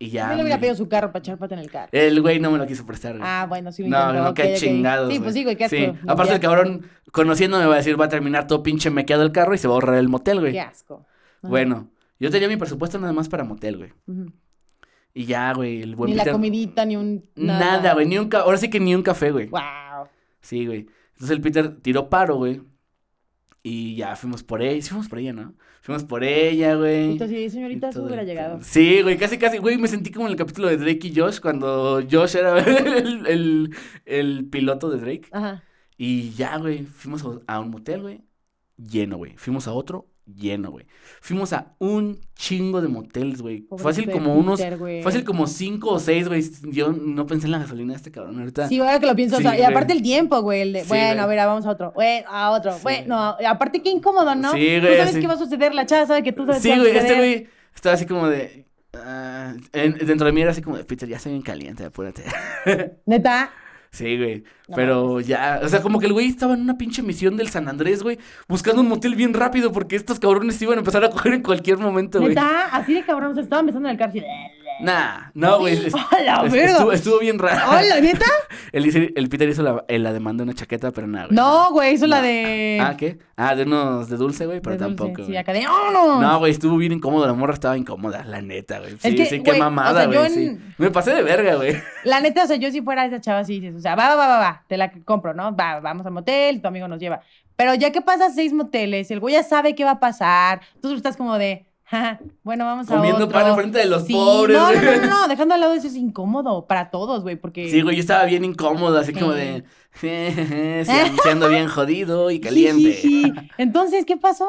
S2: Y
S1: Yo
S2: ya.
S1: le hubiera
S2: me-
S1: pedido su carro para echar pata en el carro.
S2: El güey no me lo quiso prestar, güey.
S1: Ah, bueno, sí lo
S2: Eh, No,
S1: intentó.
S2: no,
S1: ok,
S2: qué
S1: ok.
S2: chingados.
S1: Sí, pues sí, güey, qué asco.
S2: Sí.
S1: No,
S2: Aparte,
S1: qué
S2: el cabrón, conociéndome, va a decir, va a terminar todo pinche mequeado el carro y se va a ahorrar el motel,
S1: asco,
S2: güey.
S1: Qué asco. Ajá.
S2: Bueno, yo tenía mi presupuesto nada más para motel, güey.
S1: Ujú.
S2: Y ya, güey, el buen
S1: Ni la
S2: Peter-
S1: comidita, ni un.
S2: Nada, güey, ni un ca- Ahora sí que ni un café, güey.
S1: Wow.
S2: Sí, güey. Entonces el Peter tiró paro, güey. Y ya fuimos por ella. Sí, fuimos por ella, ¿no? Fuimos por ella, güey.
S1: Entonces, sí,
S2: Y
S1: señorita, eso
S2: todo
S1: hubiera
S2: el
S1: llegado.
S2: pedo. Sí, güey, casi, casi, güey, me sentí como en el capítulo de Drake y Josh, cuando Josh era el, el- el piloto de Drake.
S1: Ajá.
S2: Y ya, güey, fuimos a- a un motel, güey, lleno, güey. Fuimos a otro, lleno, güey. Fuimos a un chingo de moteles, güey.
S1: Pobre
S2: Fácil
S1: Peter
S2: como unos.
S1: Peter, güey.
S2: Fácil como cinco o seis, güey. Yo no pensé en la gasolina de este cabrón ahorita.
S1: Sí, ahora que lo pienso, o
S2: Sí,
S1: sea, y
S2: güey.
S1: aparte el tiempo, güey, el de,
S2: Sí,
S1: bueno,
S2: güey.
S1: a ver, vamos a otro, güey, a otro,
S2: Sí.
S1: bueno, aparte qué incómodo, ¿no?
S2: Sí,
S1: Tú
S2: güey,
S1: sabes
S2: sí.
S1: qué va a suceder, la chava sabe que tú sabes
S2: Sí,
S1: qué va a
S2: güey, este
S1: suceder.
S2: güey estaba así como de. ah, en- dentro de mí era así como de Peter, ya estoy bien caliente, apúrate.
S1: Neta,
S2: Sí, güey.
S1: No
S2: pero ya, o sea, como que el güey estaba en una pinche misión del San Andrés, güey, buscando un motel bien rápido porque estos cabrones se iban a empezar a coger en cualquier momento, güey.
S1: neta, así de cabrón, se estaba empezando en el carro así de-
S2: Nah, no, güey. es-
S1: ¡Hola,
S2: es-
S1: verga!
S2: estuvo, estuvo bien raro.
S1: Hola, ¿neta?
S2: El, dice- el Peter hizo la, eh, la demanda de una chaqueta, pero nada, güey.
S1: No, güey, hizo la
S2: No.
S1: de...
S2: Ah, ¿qué? Ah, de unos de dulce, güey, pero
S1: de dulce,
S2: tampoco.
S1: Sí,
S2: güey.
S1: acá de, ¡vámonos!
S2: No, güey, estuvo bien incómodo. La morra estaba incómoda, la neta, güey. Sí,
S1: que,
S2: sí, qué
S1: güey,
S2: mamada,
S1: o
S2: güey.
S1: sea, yo
S2: sí.
S1: en-
S2: Me pasé de verga, güey.
S1: La neta, o sea, yo si fuera esa chava, sí dices, o sea, va, va, va, va, va, te la compro, ¿no? Va, vamos al motel, tu amigo nos lleva. Pero ya que pasas seis moteles, el güey ya sabe qué va a pasar, tú estás como de, "Ja, bueno, vamos a
S2: Comiendo
S1: otro.
S2: pan enfrente de los
S1: Sí,
S2: pobres,
S1: no, no,
S2: güey.
S1: no, no, no, dejando al lado eso es incómodo para todos, güey, porque...
S2: Sí, güey, yo estaba bien incómodo, así como de. sí, ando bien jodido y caliente.
S1: Jijiji. Entonces, ¿qué pasó?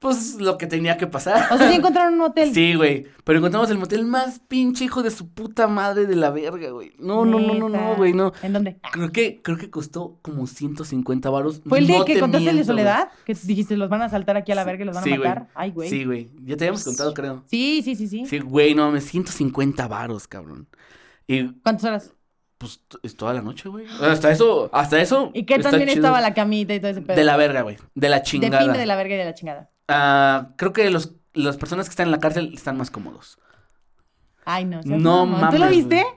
S2: Pues lo que tenía que pasar.
S1: O sea, sí encontraron un motel.
S2: Sí, güey. Pero encontramos el motel más pinche hijo de su puta madre de la verga, güey. No, no, no, no, no,
S1: Neta.
S2: güey, no.
S1: ¿En dónde? Ah,
S2: Creo que, creo que costó como 150 varos.
S1: ¿Fue el
S2: no
S1: día que
S2: te
S1: contaste el de
S2: miento, güey.
S1: Soledad? Que dijiste, los van a saltar aquí a la
S2: Sí,
S1: verga y los van
S2: sí,
S1: a
S2: güey.
S1: matar. Ay, güey. Pues
S2: Sí, güey. Ya te habíamos contado, creo.
S1: Sí, sí, sí, sí.
S2: Sí, güey, no mames, 150 varos, cabrón. Y
S1: ¿Cuántas horas?
S2: pues t- es toda la noche, güey. O sea, Hasta eso, hasta eso.
S1: ¿Y qué
S2: está
S1: tan bien
S2: chido.
S1: estaba la camita y todo ese pedo?
S2: De la verga, güey. De la chingada.
S1: Depende de la verga y de la chingada.
S2: Ah, creo que los, las personas que están en la cárcel están más cómodos.
S1: Ay, no. seas
S2: No
S1: mamón. ¿Tú lo
S2: mames,
S1: viste?
S2: güey.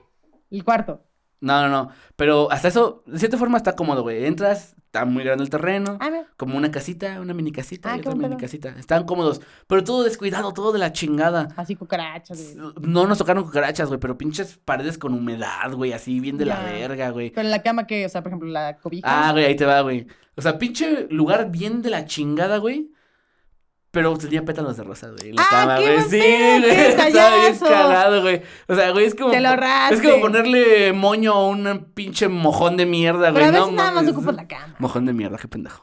S1: El cuarto.
S2: No, no, no. Pero hasta eso, de cierta forma está cómodo, güey. Entras, está muy grande el terreno.
S1: Ah, no.
S2: Como una casita, una mini casita
S1: Ah,
S2: y
S1: qué
S2: otra
S1: buen
S2: mini
S1: pedo.
S2: casita. Están cómodos. Pero todo descuidado, todo de la chingada.
S1: Así cucarachas. güey.
S2: No nos tocaron cucarachas, güey, pero pinches paredes con humedad, güey, así bien de la
S1: Ya.
S2: verga, güey.
S1: Pero en la cama que, o sea, por ejemplo, la cobija.
S2: Ah, güey, ahí te va, güey. O sea, pinche lugar bien de la chingada, güey. Pero tenía pétalos de rosa, güey. La
S1: Ah,
S2: cama,
S1: qué
S2: güey.
S1: buen
S2: Sí,
S1: pedo,
S2: güey.
S1: qué
S2: Estaba bien
S1: detallazo.
S2: cagado, güey. O sea, güey, es como.
S1: Te lo
S2: es
S1: ahorraste.
S2: como ponerle moño a un pinche mojón de
S1: Pero
S2: mierda, güey.
S1: a veces
S2: no,
S1: nada más
S2: mames.
S1: ocupas la cama.
S2: Mojón de mierda, qué pendejo.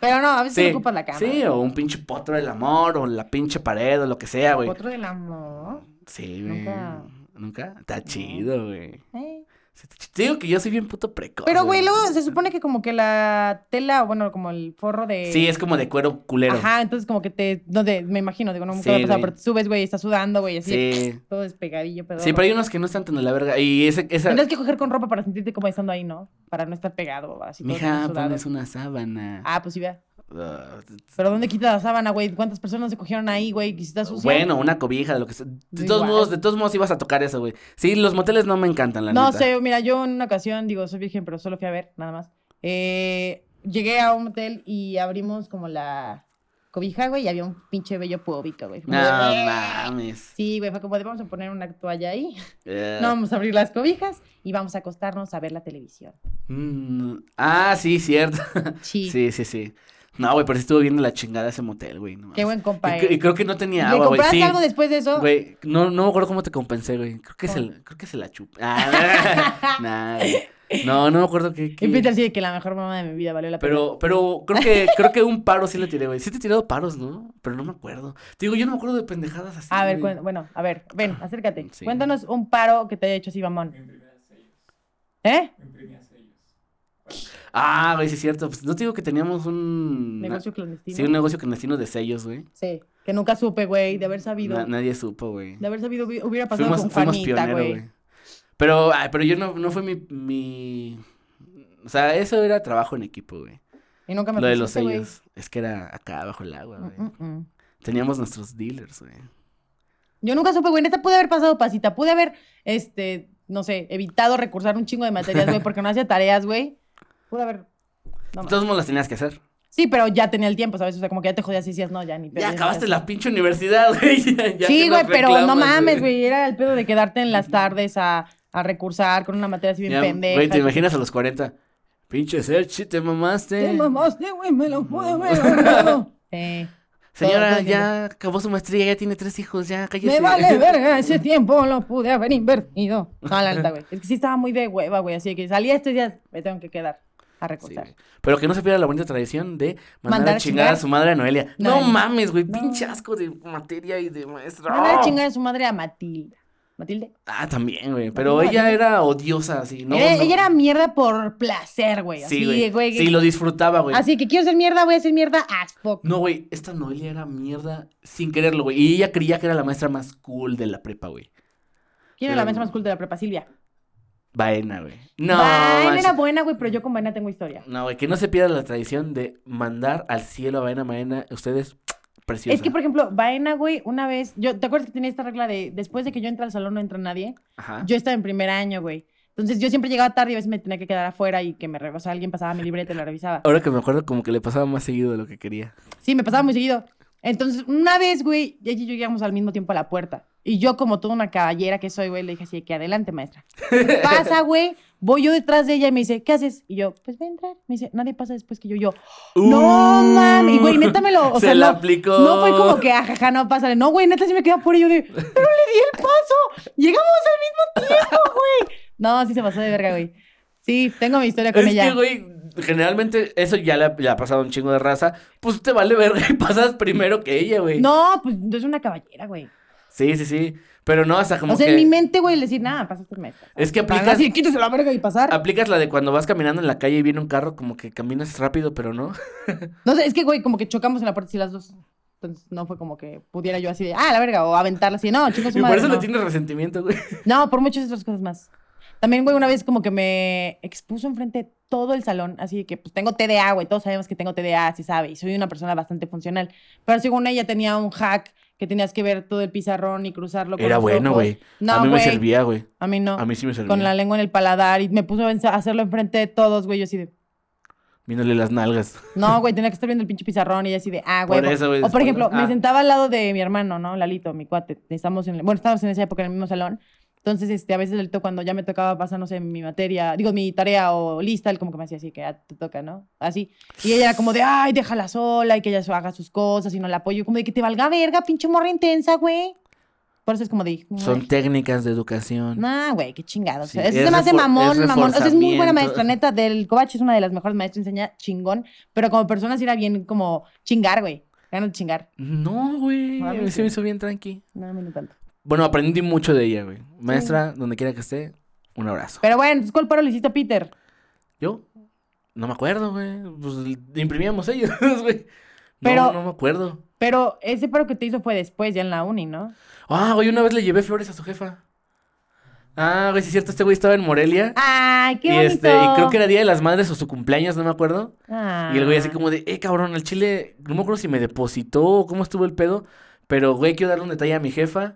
S1: Pero no, a veces solo ocupas la cama.
S2: Sí, o un pinche potro del amor, o la pinche pared, o lo que sea, güey.
S1: Otro del amor.
S2: Sí, güey.
S1: Nunca.
S2: ¿Nunca? Está chido, güey.
S1: Eh.
S2: Sí, Te te digo que yo soy bien puto precoz.
S1: Pero, güey, luego se supone que como que la tela, o bueno, como el forro de.
S2: Sí, es como de cuero culero.
S1: eh, Ajá, entonces como que te. No te- me imagino, digo, no nunca
S2: Sí,
S1: me ha pasado,
S2: güey.
S1: pero te subes, güey, estás sudando, güey, así.
S2: Sí.
S1: Todo despegadillo, pero.
S2: Sí, pero hay unos que no están tan de la verga. Y ese, esa.
S1: Tendrás que coger con ropa para sentirte como estando ahí, ¿no? Para no estar pegado, así todo
S2: Mija,
S1: sudado.
S2: pones una sábana.
S1: Ah, pues sí, vea.
S2: Ah, t- t-
S1: Pero ¿dónde quita la sábana, güey? ¿Cuántas personas se cogieron ahí, güey? Si está sucia.
S2: Bueno, una cobija, de lo que sea. De
S1: Da
S2: todos
S1: igual.
S2: modos, de todos modos ibas a tocar eso, güey. Sí, los moteles no me encantan, la
S1: No
S2: neta.
S1: sé, mira, yo en una ocasión, digo, soy virgen, pero solo fui a ver, nada más. Eh, llegué a un hotel y abrimos como la cobija, güey, y había un pinche bello público, güey. Fue
S2: No
S1: como de, "Eh".
S2: mames.
S1: Sí, güey, fue como de, vamos a poner una toalla ahí,
S2: Eh,
S1: no vamos a abrir las cobijas y vamos a acostarnos a ver la televisión.
S2: mm, ah, sí, cierto.
S1: Sí,
S2: Sí, sí, sí. No, güey, pero sí estuvo viendo la chingada ese motel, güey. no
S1: qué
S2: mames.
S1: buen compa,
S2: Y,
S1: eh.
S2: cre- y creo que no tenía
S1: ¿Le
S2: agua, güey.
S1: compraste
S2: Sí.
S1: algo después de eso?
S2: Güey, no, no me acuerdo cómo te compensé, güey. Creo que, se,
S1: ¿Cómo?
S2: la- creo que se la chupé. Ah, nah, güey. no, no me acuerdo qué. qué-
S1: Y Peter sí de que la mejor mamá de mi vida valió la pena.
S2: Pero, pero creo que, creo que un paro sí le tiré, güey. Sí te he tirado paros, ¿no? Pero no me acuerdo. Te digo, yo no me acuerdo de pendejadas así.
S1: A ver,
S2: güey.
S1: cuen- bueno, a ver, ven, acércate.
S2: Sí.
S1: Cuéntanos un paro que te haya hecho así, mamón. ¿Eh?
S2: Ah, güey, sí es cierto. Pues no te digo que teníamos un.
S1: Negocio
S2: Mm, na-
S1: clandestino.
S2: Sí, un negocio clandestino de sellos, güey.
S1: Sí, que nunca supe, güey, de haber sabido.
S2: Na- nadie supo, güey.
S1: De haber sabido hubi- hubiera pasado
S2: Fuimos,
S1: con
S2: fuimos
S1: Juanita,
S2: pionero,
S1: güey.
S2: güey. Pero, ay, pero yo no, no fue mi, mi. O sea, eso era trabajo en equipo, güey.
S1: Y nunca me
S2: Lo de los
S1: pusiste, güey.
S2: sellos. Es que era acá bajo el agua, güey.
S1: Mm, mm, mm.
S2: Teníamos nuestros dealers, güey.
S1: Yo nunca supe, güey, neta pude haber pasado pasita, pude haber, este, no sé, evitado recursar un chingo de materias, güey, porque no hacía tareas, güey. Pude haber... No,
S2: De
S1: ma-
S2: todos modos las tenías que hacer.
S1: sí, pero ya tenía el tiempo, ¿sabes? O sea, como que ya te jodías y decías, no, ya ni...
S2: Ya
S1: pedo,
S2: acabaste
S1: hacía.
S2: la pinche universidad, güey. ya- ya
S1: sí,
S2: que nos
S1: güey, pero no
S2: reclamas,
S1: mames, güey. Era el pedo de quedarte en las tardes a, a recursar con una materia así bien
S2: Ya,
S1: pendeja.
S2: Güey, te imaginas a los 40. Pinche Serchi, te mamaste.
S1: Te mamaste, güey, me lo pude, me lo pude. Sí.
S2: Señora,
S1: Todo el
S2: ya acabó su maestría, ya tiene tres hijos, ya cállese.
S1: Me vale verga, ese tiempo lo pude haber invertido. No, la neta, güey. Es que sí estaba muy de hueva, güey. Así que salía estos días, me tengo que quedar. a
S2: Sí,
S1: recortar.
S2: güey. Pero que no se pierda la bonita tradición de mandar, a chingar a su madre a Noelia. No,
S1: Noelia.
S2: mames, güey,
S1: No.
S2: pinche asco de materia y de maestra.
S1: Mandar a
S2: ¡Ah!
S1: chingar a su madre a Matilda. Matilde.
S2: Ah, también, güey. Pero
S1: Matilda,
S2: ella
S1: Matilda.
S2: era odiosa, así, ¿no?
S1: Era-
S2: no.
S1: Eh, Ella era mierda por placer, güey.
S2: Sí,
S1: Así,
S2: güey.
S1: de, güey.
S2: Sí, lo disfrutaba, güey.
S1: Así que quiero ser mierda, voy a ser mierda as fuck.
S2: No, güey, esta Noelia era mierda sin quererlo, güey. Y ella creía que era la maestra más cool de la prepa, güey.
S1: ¿Quién era la
S2: Pero-
S1: maestra más cool de la prepa, Silvia?
S2: Vaena, güey. No,
S1: Vaina
S2: manches.
S1: era buena, güey, pero yo con Vaina tengo historia.
S2: No, güey, que no se pierda la tradición de mandar al cielo a Vaina Maena. Ustedes, preciosa.
S1: Es que, por ejemplo, Vaina, güey, una vez, yo, ¿te acuerdas que tenía esta regla de después de que yo entré al salón no entra nadie?
S2: Ajá.
S1: Yo estaba en primer año, güey. Entonces yo siempre llegaba tarde y a veces me tenía que quedar afuera y que me re- o sea, alguien pasaba mi libreta y la revisaba.
S2: Ahora que me acuerdo, como que le pasaba más seguido de lo que quería.
S1: Sí, me pasaba muy seguido. Entonces, una vez, güey, ella y yo llegamos al mismo tiempo a la puerta. Y yo, como toda una caballera que soy, güey, le dije así, de que adelante, maestra. Pasa, güey. Voy yo detrás de ella y me dice, ¿qué haces? Y yo, pues voy a entrar. Me dice, nadie pasa después que yo. Yo, no,
S2: Uh,
S1: mames. Y, güey, neta me lo. O
S2: se
S1: sea,
S2: la
S1: no,
S2: aplicó.
S1: no fue como que, ajaja, no, pásale. No, güey, neta sí me quedé por yo de, pero le di el paso. Llegamos al mismo tiempo, güey. No, sí se pasó de verga, güey. Sí, tengo mi historia con
S2: Es
S1: ella.
S2: que, güey, generalmente eso ya le ha, le ha pasado a un chingo de raza. Pues te vale verga y pasas primero que ella, güey.
S1: no, pues es una caballera, güey.
S2: Sí, sí, sí. Pero no, hasta como
S1: O sea,
S2: que...
S1: en mi mente, güey, decir, nada, pasaste maestra.
S2: Es que
S1: Para
S2: aplicas...
S1: no decir, quítese la verga y pasar.
S2: Aplicas la de cuando vas caminando en la calle y viene un carro, como que caminas rápido, pero no.
S1: No sé, es que, güey, como que chocamos en la puerta así las dos. Entonces, no fue como que pudiera yo así de, ah, la verga, o aventarla así. No, chicos,
S2: Y por eso
S1: no.
S2: le tienes resentimiento, güey.
S1: No, por muchas otras cosas más. También, güey, una vez como que me expuso enfrente de todo el salón, así de que pues tengo TDA, güey, todos sabemos que tengo TDA, se sabe, y soy una persona bastante funcional. Pero según ella tenía un hack que tenías que ver todo el pizarrón y cruzarlo con
S2: Era
S1: los
S2: bueno,
S1: ojos.
S2: güey. a
S1: No,
S2: mí me
S1: güey.
S2: servía, güey.
S1: A mí no.
S2: A mí sí me servía.
S1: con la lengua en el paladar y me puso a ensa- a hacerlo enfrente de todos, güey, yo así de
S2: Viéndole las nalgas.
S1: No, güey, tenía que estar viendo el pinche pizarrón y ella así de, ah, güey.
S2: Por eso, güey,
S1: o por
S2: después-
S1: ejemplo,
S2: ah.
S1: me sentaba al lado de mi hermano, ¿no? Lalito, mi cuate. Estamos en, bueno, estábamos en esa época en el mismo salón. Entonces, este, a veces Lalito cuando ya me tocaba pasar, no sé, mi materia, digo, mi tarea o lista, él como que me hacía así, que ah, te toca, ¿no? Así. Y ella era como de, ay, déjala sola y que ella so- haga sus cosas y no la apoyo. Como de que te valga verga, pinche morra intensa, güey. Por eso es como de...
S2: Son técnicas de educación.
S1: Nah, güey, qué chingado. O sea,
S2: Sí,
S1: eso
S2: es
S1: se me hace
S2: refor-
S1: mamón,
S2: es
S1: mamón. O sea, es muy buena
S2: reforzamiento.
S1: maestra, neta. Del Covach es una de las mejores maestras, enseña chingón. Pero como persona sí era bien como chingar, güey. Ganas de chingar.
S2: No, güey. A
S1: Mames,
S2: mí se me
S1: güey.
S2: hizo bien tranqui.
S1: No, a mí no tanto.
S2: Bueno, aprendí mucho de ella, güey. Maestra, donde quiera que esté, un abrazo.
S1: Pero bueno, entonces, ¿cuál paro le hiciste a Peter?
S2: Yo no me acuerdo, güey. Pues imprimíamos ellos, güey. No,
S1: Pero-
S2: no me acuerdo.
S1: Pero ese paro que te hizo fue después, ya en la uni, ¿no?
S2: Ah, güey, una vez le llevé flores a su jefa. Ah, güey, sí es cierto, este güey estaba en Morelia.
S1: ¡Ay, Ah, qué
S2: y
S1: bonito!
S2: este, y creo que era Día de las Madres o su cumpleaños, no me acuerdo.
S1: Ah.
S2: Y el güey así como de, eh, cabrón, el chile, no me acuerdo si me depositó o cómo estuvo el pedo, pero güey, quiero darle un detalle a mi jefa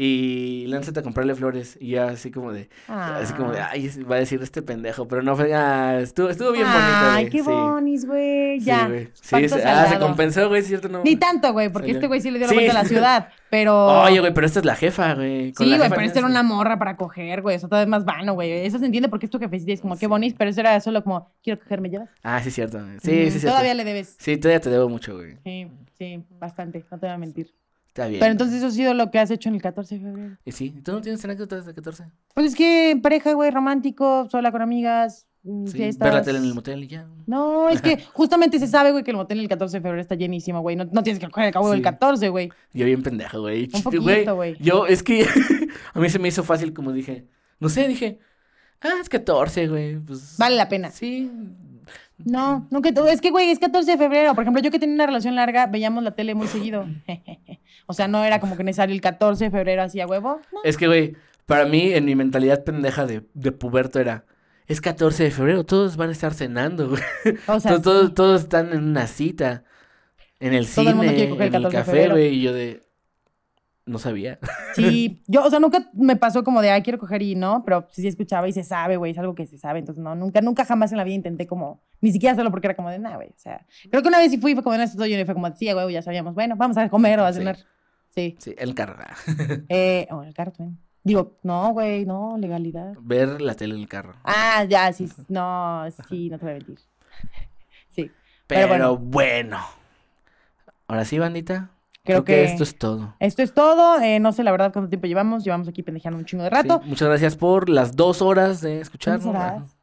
S2: y lánzate a comprarle flores. Y ya así como de,
S1: Ah.
S2: así como de, ay, va a decir este pendejo, pero no fue, ah, estuvo, estuvo bien bonito,
S1: ¡Ay,
S2: güey.
S1: qué
S2: sí.
S1: bonis, güey!
S2: Sí,
S1: Ya.
S2: güey. Sí,
S1: pacto
S2: se, ah,
S1: saldado.
S2: se compensó, güey, es cierto, no.
S1: Ni tanto, güey, porque
S2: Salió.
S1: este güey sí le dio la
S2: Sí.
S1: vuelta a la ciudad. Pero.
S2: Oye, güey, pero esta es la jefa, güey. Con
S1: Sí,
S2: la
S1: güey,
S2: jefa
S1: pero
S2: no
S1: esta era
S2: es-
S1: una morra para coger, güey. Eso todavía es más vano, güey. Eso se entiende porque es tu jefecita y es como,
S2: Sí.
S1: qué bonis, pero eso era solo como, quiero coger, ¿me llevas?
S2: Ah, sí, es cierto. güey. Sí,
S1: Mm,
S2: sí, sí.
S1: Todavía le debes.
S2: Sí, todavía te debo mucho, güey.
S1: Sí, sí, bastante, no te voy a mentir.
S2: Está bien.
S1: Pero entonces eso ha sido lo que has hecho en el 14 de febrero.
S2: Y sí, ¿tú no tienes anécdotas de 14?
S1: Pues es que en pareja, güey, romántico, sola con amigas, mm,
S2: Sí,
S1: fiestas.
S2: ver la tele en el motel y ya.
S1: No, es que justamente se sabe, güey, que el motel el 14 de febrero está llenísimo, güey. No, no tienes que coger el cabo
S2: Sí.
S1: del 14, güey.
S2: Yo bien pendejo, güey. Ch-
S1: poquito, güey.
S2: Yo, es que a mí se me hizo fácil, como dije. No sé, dije. Ah, es 14, güey. Pues,
S1: Vale la pena.
S2: Sí.
S1: No, nunca. tú- Es que, güey, es 14 de febrero. Por ejemplo, yo que tenía una relación larga, veíamos la tele muy seguido. o sea, no era como que necesario el 14 de febrero así a huevo. No.
S2: Es que, güey, para mí, en mi mentalidad pendeja de, de puberto era. Es 14 de febrero, todos van a estar cenando, güey.
S1: O sea,
S2: todos, todos, todos están en una cita. En el
S1: Todo
S2: cine,
S1: el mundo quiere coger el
S2: en el
S1: 14 de
S2: café,
S1: febrero.
S2: güey. Y yo de. No sabía.
S1: sí. Yo, o sea, nunca me pasó como de, ay, quiero coger y no, pero sí, sí escuchaba y se sabe, güey, es algo que se sabe. Entonces, no, nunca, nunca jamás en la vida intenté como, ni siquiera hacerlo porque era como de, nada, güey. O sea, creo que una vez sí fui, fue como de, no, y fue como, sí, güey, ya sabíamos. Bueno, vamos a comer o a
S2: Sí.
S1: cenar. Sí.
S2: Sí, el carro. ah,
S1: Eh, o en el carro también. Digo, no, güey, no, legalidad.
S2: Ver la tele en el carro.
S1: Ah, ya, sí. s- No, sí, no te voy a mentir. Sí.
S2: Pero,
S1: Pero
S2: bueno. Ahora sí, bandita.
S1: Creo,
S2: que... esto es todo.
S1: esto es todo. Eh, no sé la verdad cuánto tiempo llevamos. Llevamos aquí pendejando un chingo de rato.
S2: Sí, muchas gracias por las dos horas de
S1: ¿Cuántas
S2: escucharnos.
S1: horas?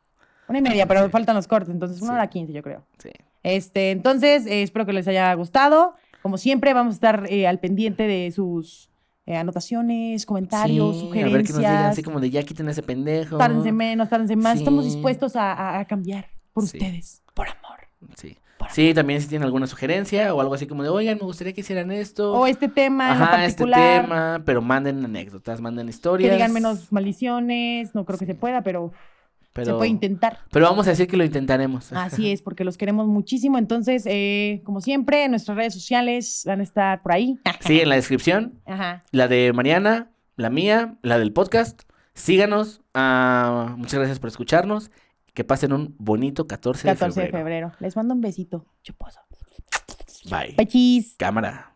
S1: Una y media, pero
S2: Sí.
S1: faltan los cortes, entonces una
S2: Sí.
S1: hora quince, yo creo.
S2: Sí.
S1: Este, entonces, eh, espero que les haya gustado. Como siempre, vamos a estar eh, al pendiente de sus eh, anotaciones, comentarios,
S2: Sí, a ver qué nos digan,
S1: sugerencias.
S2: así como de ya quiten a ese pendejo.
S1: Tárdense menos, tárdense más. Estamos
S2: Sí.
S1: dispuestos a, a- a cambiar por
S2: Sí.
S1: ustedes, por amor.
S2: Sí.
S1: Por
S2: Sí, también si tienen alguna sugerencia o algo así como de, oigan, me gustaría que hicieran esto.
S1: O este tema en
S2: Ajá, este
S1: particular.
S2: tema, pero manden anécdotas, manden historias.
S1: Que digan menos maldiciones, no creo que
S2: Sí.
S1: se pueda, pero,
S2: pero,
S1: se puede intentar. Ah.
S2: pero vamos a decir que lo intentaremos.
S1: Así es, porque los queremos muchísimo. Entonces, eh, como siempre, en nuestras redes sociales van a estar por ahí.
S2: Sí, en la descripción,
S1: Ajá.
S2: la de Mariana, la mía, la del podcast. Síganos. ah, muchas gracias por escucharnos. Que pasen un bonito 14,
S1: 14 de
S2: de febrero.
S1: febrero. Les mando un besito. Chuposo.
S2: Bye.
S1: Pachis.
S2: Cámara.